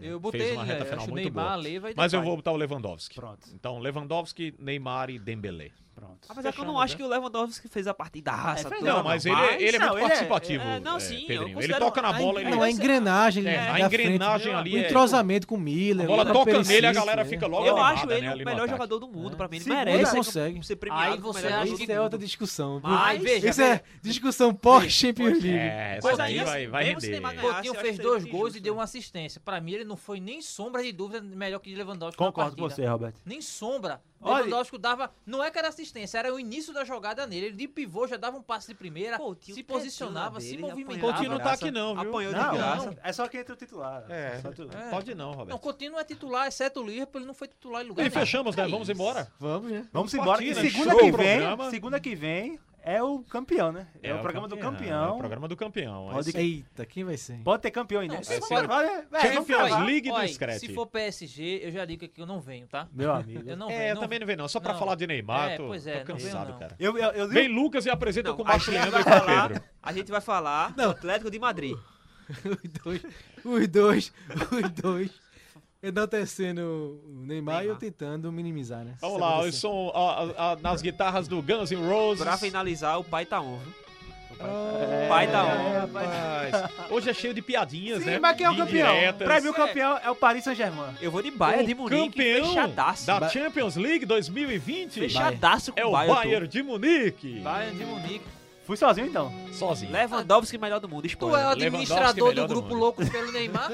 [SPEAKER 5] Eu
[SPEAKER 4] Fez
[SPEAKER 5] botei
[SPEAKER 4] uma
[SPEAKER 5] ele,
[SPEAKER 4] reta
[SPEAKER 5] né?
[SPEAKER 4] final
[SPEAKER 5] Acho
[SPEAKER 4] muito
[SPEAKER 5] Neymar,
[SPEAKER 4] boa.
[SPEAKER 5] Leva e Depay.
[SPEAKER 4] Mas eu vou botar o Lewandowski.
[SPEAKER 9] Pronto.
[SPEAKER 4] Então, Lewandowski, Neymar e Dembélé.
[SPEAKER 9] Pronto.
[SPEAKER 6] Apesar que eu não acho que o Lewandowski fez a partida raça
[SPEAKER 9] fez
[SPEAKER 6] toda.
[SPEAKER 4] Não, mas ele, ele é
[SPEAKER 9] não,
[SPEAKER 4] muito
[SPEAKER 9] ele é-
[SPEAKER 4] participativo.
[SPEAKER 6] é, não,
[SPEAKER 4] é,
[SPEAKER 6] sim, eu
[SPEAKER 4] Pedrinho. Ele
[SPEAKER 6] considero-
[SPEAKER 4] toca na
[SPEAKER 6] a-
[SPEAKER 4] bola, ele.
[SPEAKER 8] Não, a engrenagem.
[SPEAKER 4] É,
[SPEAKER 8] né,
[SPEAKER 4] a
[SPEAKER 8] da
[SPEAKER 4] engrenagem
[SPEAKER 8] frente,
[SPEAKER 4] ali
[SPEAKER 8] O
[SPEAKER 4] é-
[SPEAKER 8] entrosamento com o Miller.
[SPEAKER 4] A bola
[SPEAKER 8] com
[SPEAKER 4] toca nele, a
[SPEAKER 8] Perisic,
[SPEAKER 4] galera
[SPEAKER 8] é.
[SPEAKER 4] fica logo
[SPEAKER 6] tá Eu
[SPEAKER 4] animada,
[SPEAKER 6] acho
[SPEAKER 4] né,
[SPEAKER 6] ele
[SPEAKER 4] ali no
[SPEAKER 6] o melhor
[SPEAKER 4] ataque.
[SPEAKER 6] jogador do mundo, pra mim. Ele
[SPEAKER 8] Segura,
[SPEAKER 6] merece
[SPEAKER 8] consegue.
[SPEAKER 6] ser premiado
[SPEAKER 5] Aí
[SPEAKER 6] como
[SPEAKER 5] você
[SPEAKER 6] melhor
[SPEAKER 5] acha
[SPEAKER 6] jogador
[SPEAKER 5] que
[SPEAKER 6] do
[SPEAKER 8] Isso é
[SPEAKER 6] mundo.
[SPEAKER 8] outra discussão. viu?
[SPEAKER 5] Mas-
[SPEAKER 6] veja,
[SPEAKER 8] Isso é discussão pós-Champions League.
[SPEAKER 4] É, essa
[SPEAKER 6] Mas
[SPEAKER 4] daí
[SPEAKER 6] aí,
[SPEAKER 4] vai,
[SPEAKER 6] assim,
[SPEAKER 4] vai
[SPEAKER 6] mesmo se
[SPEAKER 4] render.
[SPEAKER 6] Neymar ganhar,
[SPEAKER 5] Coutinho
[SPEAKER 6] eu acho
[SPEAKER 5] Um fez
[SPEAKER 6] que
[SPEAKER 5] dois
[SPEAKER 6] seria
[SPEAKER 5] gols e
[SPEAKER 6] injusto.
[SPEAKER 5] deu uma assistência. Pra mim, ele não foi nem sombra de dúvida melhor que Lewandowski
[SPEAKER 9] Concordo
[SPEAKER 5] na
[SPEAKER 9] com
[SPEAKER 5] partida.
[SPEAKER 9] você, Roberto.
[SPEAKER 5] Nem sombra.
[SPEAKER 9] Olha-
[SPEAKER 5] Lewandowski dava. Não é que era assistência, era o início da jogada nele. Ele de pivô já dava um passe de primeira,
[SPEAKER 6] Coutinho
[SPEAKER 5] se
[SPEAKER 6] perdeu na
[SPEAKER 5] posicionava, se
[SPEAKER 6] dele, ele né,
[SPEAKER 5] movimentava.
[SPEAKER 6] apanhou.
[SPEAKER 4] Coutinho não tá
[SPEAKER 6] Graça.
[SPEAKER 4] aqui não, viu?
[SPEAKER 6] Apanhou
[SPEAKER 9] Não,
[SPEAKER 6] de graça.
[SPEAKER 9] não, é só quem entra o titular.
[SPEAKER 4] É,
[SPEAKER 9] Só tu-
[SPEAKER 4] é, pode não,
[SPEAKER 5] Não,
[SPEAKER 4] Roberto.
[SPEAKER 5] Coutinho não é titular, exceto o Liverpool, ele não foi titular em lugar
[SPEAKER 4] E
[SPEAKER 5] nenhum.
[SPEAKER 4] fechamos,
[SPEAKER 6] é
[SPEAKER 4] né? Vamos embora?
[SPEAKER 8] Vamos, né?
[SPEAKER 9] Vamos
[SPEAKER 4] Vamos
[SPEAKER 9] embora.
[SPEAKER 4] partir,
[SPEAKER 9] que
[SPEAKER 4] né?
[SPEAKER 9] segunda
[SPEAKER 4] Show
[SPEAKER 9] que
[SPEAKER 4] o
[SPEAKER 9] vem,
[SPEAKER 4] programa.
[SPEAKER 9] segunda que vem é o campeão, né? É, o programa do
[SPEAKER 4] É
[SPEAKER 9] campeão.
[SPEAKER 4] o programa do campeão.
[SPEAKER 9] Pode-
[SPEAKER 4] Esse-
[SPEAKER 8] Eita, quem vai ser? hein?
[SPEAKER 9] Pode ter campeão ainda.
[SPEAKER 5] Não,
[SPEAKER 9] É,
[SPEAKER 5] se
[SPEAKER 9] vamos
[SPEAKER 5] for-
[SPEAKER 9] gravar, né? É, vamos
[SPEAKER 4] Champions
[SPEAKER 9] gravar.
[SPEAKER 4] League do
[SPEAKER 5] Olha,
[SPEAKER 4] Scratch.
[SPEAKER 5] Se for PSG, eu já digo aqui que eu não venho, tá?
[SPEAKER 9] Meu amigo.
[SPEAKER 5] Eu não venho.
[SPEAKER 4] É,
[SPEAKER 5] não
[SPEAKER 4] também não vem não. Só pra
[SPEAKER 5] Não.
[SPEAKER 4] falar de Neymar,
[SPEAKER 5] É,
[SPEAKER 4] tô,
[SPEAKER 5] pois é,
[SPEAKER 4] tô
[SPEAKER 5] não veio
[SPEAKER 4] cansado,
[SPEAKER 5] não.
[SPEAKER 4] cara.
[SPEAKER 9] Eu, eu, eu li
[SPEAKER 4] Vem Lucas e apresenta
[SPEAKER 6] Não,
[SPEAKER 4] com o
[SPEAKER 6] a
[SPEAKER 4] Marcos
[SPEAKER 6] gente
[SPEAKER 4] Leandro e
[SPEAKER 6] vai
[SPEAKER 4] com o
[SPEAKER 6] falar-
[SPEAKER 4] Pedro.
[SPEAKER 6] A gente vai falar do Atlético de Madrid.
[SPEAKER 8] Os dois, os dois, os dois. Enaltecendo o Neymar e eu
[SPEAKER 6] Neymar.
[SPEAKER 8] tentando minimizar, né?
[SPEAKER 4] Vamos
[SPEAKER 8] Isso
[SPEAKER 4] lá,
[SPEAKER 8] aconteceu.
[SPEAKER 4] o som a- a- a- nas guitarras do Guns N' Roses.
[SPEAKER 6] Pra finalizar, o pai tá on. viu?
[SPEAKER 9] É,
[SPEAKER 6] Pai da honra.
[SPEAKER 9] é, pai da-
[SPEAKER 4] Rapaz, Hoje é cheio de piadinhas,
[SPEAKER 9] Sim,
[SPEAKER 4] né?
[SPEAKER 9] mas quem é o campeão?
[SPEAKER 4] Indiretas.
[SPEAKER 9] Pra mim, o campeão é o Paris Saint-Germain.
[SPEAKER 6] Eu vou de Bayern é de
[SPEAKER 4] o
[SPEAKER 6] Munique,
[SPEAKER 4] campeão
[SPEAKER 6] fechadaço.
[SPEAKER 4] da Champions League 2020
[SPEAKER 6] Fechadaço com
[SPEAKER 4] é
[SPEAKER 6] o
[SPEAKER 4] o
[SPEAKER 6] Bayern. eu tô.
[SPEAKER 4] Bayern de Munique.
[SPEAKER 5] Bayern de Munique.
[SPEAKER 9] Fui sozinho, então.
[SPEAKER 4] Sozinho.
[SPEAKER 6] Lewandowski, melhor do mundo.
[SPEAKER 5] Tu é o
[SPEAKER 6] Spoiler.
[SPEAKER 5] administrador
[SPEAKER 4] melhor
[SPEAKER 5] do
[SPEAKER 4] do
[SPEAKER 5] grupo
[SPEAKER 4] mundo.
[SPEAKER 5] Loucos pelo Neymar?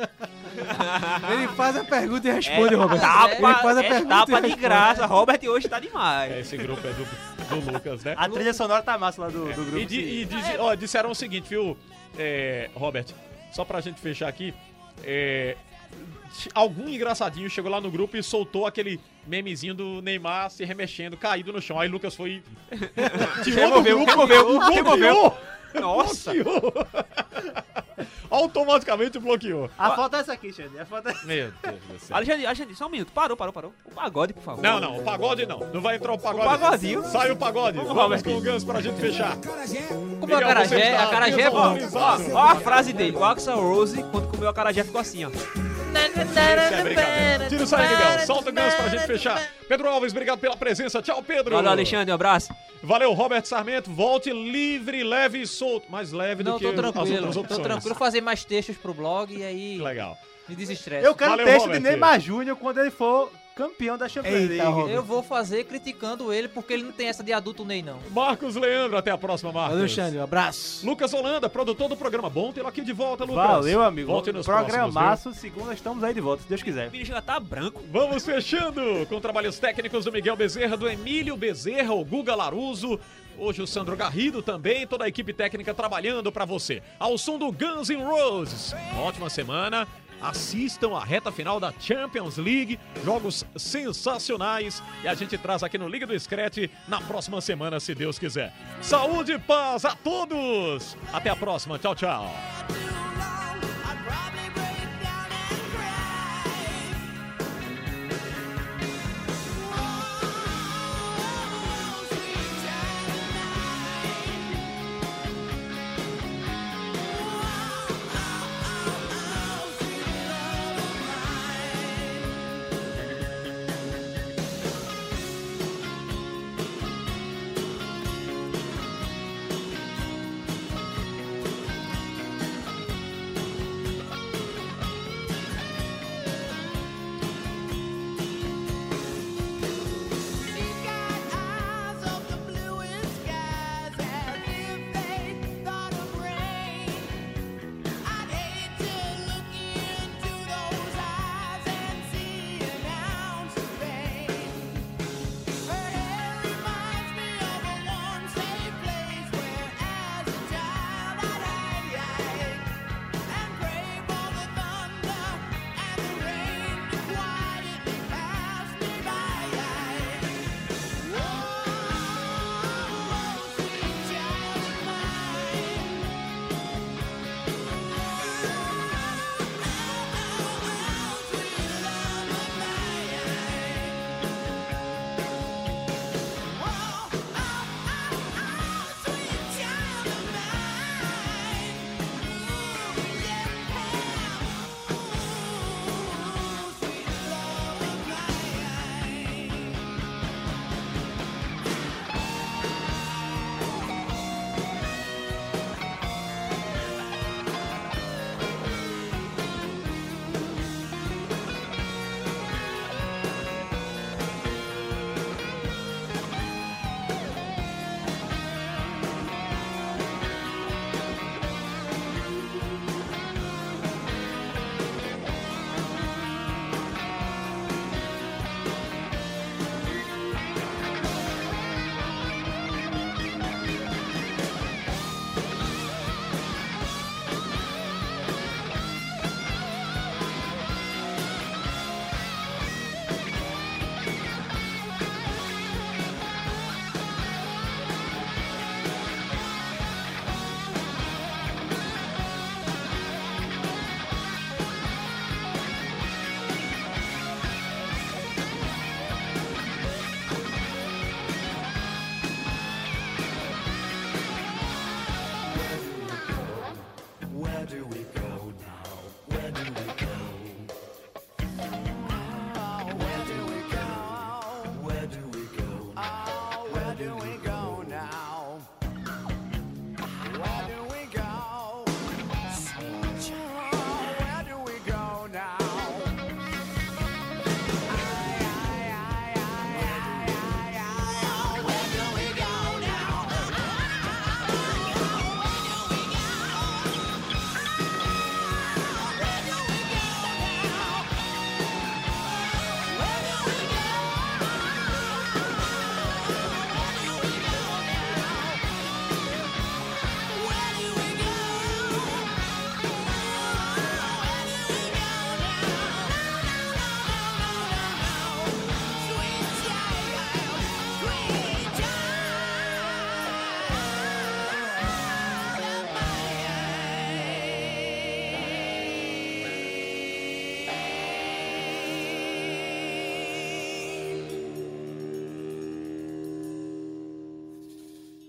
[SPEAKER 8] é Ele faz a pergunta e responde, Roberto.
[SPEAKER 6] Tapa,
[SPEAKER 8] Ele faz a
[SPEAKER 6] é
[SPEAKER 8] pergunta e
[SPEAKER 6] tapa de
[SPEAKER 8] responde.
[SPEAKER 6] graça. Robert hoje tá demais.
[SPEAKER 4] É, Esse grupo é do, do Lucas, né?
[SPEAKER 9] A trilha sonora tá massa lá do, do grupo.
[SPEAKER 4] E, di- e diz- ó, disseram o seguinte, viu, é, Robert? Só pra gente fechar aqui, é, ch- algum engraçadinho chegou lá no grupo e soltou aquele memezinho do Neymar se remexendo, caído no chão. Aí Lucas foi. e- Tirou do
[SPEAKER 6] Removeu,
[SPEAKER 4] grupo,
[SPEAKER 6] removeu,
[SPEAKER 4] bloqueou,
[SPEAKER 6] removeu. Nossa.
[SPEAKER 4] bloqueou. Automaticamente bloqueou.
[SPEAKER 9] A foto é essa aqui, Xande. A foto é...
[SPEAKER 4] Meu Deus do céu.
[SPEAKER 6] Alexandre, Alexandre, só um minuto. Parou, parou, parou. O pagode, por favor.
[SPEAKER 4] Não, não, o pagode não. Não vai entrar o pagode.
[SPEAKER 6] pagodinho.
[SPEAKER 4] Sai o pagode. Vamos,
[SPEAKER 6] Robert.
[SPEAKER 4] com o Gans pra gente fechar.
[SPEAKER 7] Carajé,
[SPEAKER 5] Como é
[SPEAKER 4] Miguel,
[SPEAKER 5] o
[SPEAKER 4] você
[SPEAKER 5] Acarajé?
[SPEAKER 4] está
[SPEAKER 5] Acarajé é bom.
[SPEAKER 4] desatualizado.
[SPEAKER 6] Ó a frase dele. O Axel Rose, quando comeu a carajé, ficou assim, ó.
[SPEAKER 4] Isso é brincadeira. Tira isso aí, Miguel. Solta o ganso pra gente fechar. Pedro Alves, obrigado pela presença. Tchau, Pedro.
[SPEAKER 6] Valeu, Alexandre. Um abraço.
[SPEAKER 4] Valeu, Robert Sarmento. Volte livre, leve e solto. Mais leve
[SPEAKER 5] Não,
[SPEAKER 4] do que
[SPEAKER 5] tô
[SPEAKER 4] as
[SPEAKER 5] tranquilo.
[SPEAKER 4] outras
[SPEAKER 5] Tô
[SPEAKER 4] opções.
[SPEAKER 5] tranquilo. Fazer mais textos pro blog e aí
[SPEAKER 4] Legal.
[SPEAKER 5] me desestressa.
[SPEAKER 9] Eu quero
[SPEAKER 4] Valeu,
[SPEAKER 9] texto
[SPEAKER 4] Robert.
[SPEAKER 9] de Neymar Júnior quando ele for campeão da Champions
[SPEAKER 8] Eita,
[SPEAKER 9] League.
[SPEAKER 8] Robert.
[SPEAKER 5] Eu vou fazer criticando ele porque ele não tem essa de adulto Ney, não.
[SPEAKER 4] Marcos Leandro, até a próxima, Marcos.
[SPEAKER 8] Valeu, Xande. Um abraço.
[SPEAKER 4] Lucas Holanda, produtor do programa. Bom tê-lo aqui de volta, Lucas.
[SPEAKER 9] Valeu, amigo.
[SPEAKER 4] Volte nos próximos,
[SPEAKER 9] Programaço, segunda estamos aí de volta, se Deus quiser.
[SPEAKER 6] O menino já tá branco.
[SPEAKER 4] Vamos fechando com trabalhos técnicos do Miguel Bezerra, do Emílio Bezerra, o Guga Laruso. Hoje o Sandro Garrido também, toda a equipe técnica trabalhando pra você. Ao som do Guns N' Roses. Ótima semana. Assistam a reta final da Champions League, jogos sensacionais e a gente traz aqui no Liga do Scratch na próxima semana, se Deus quiser. Saúde e paz a todos. Até a próxima. Tchau, tchau.
[SPEAKER 1] Thank Malhadão, hein, galera?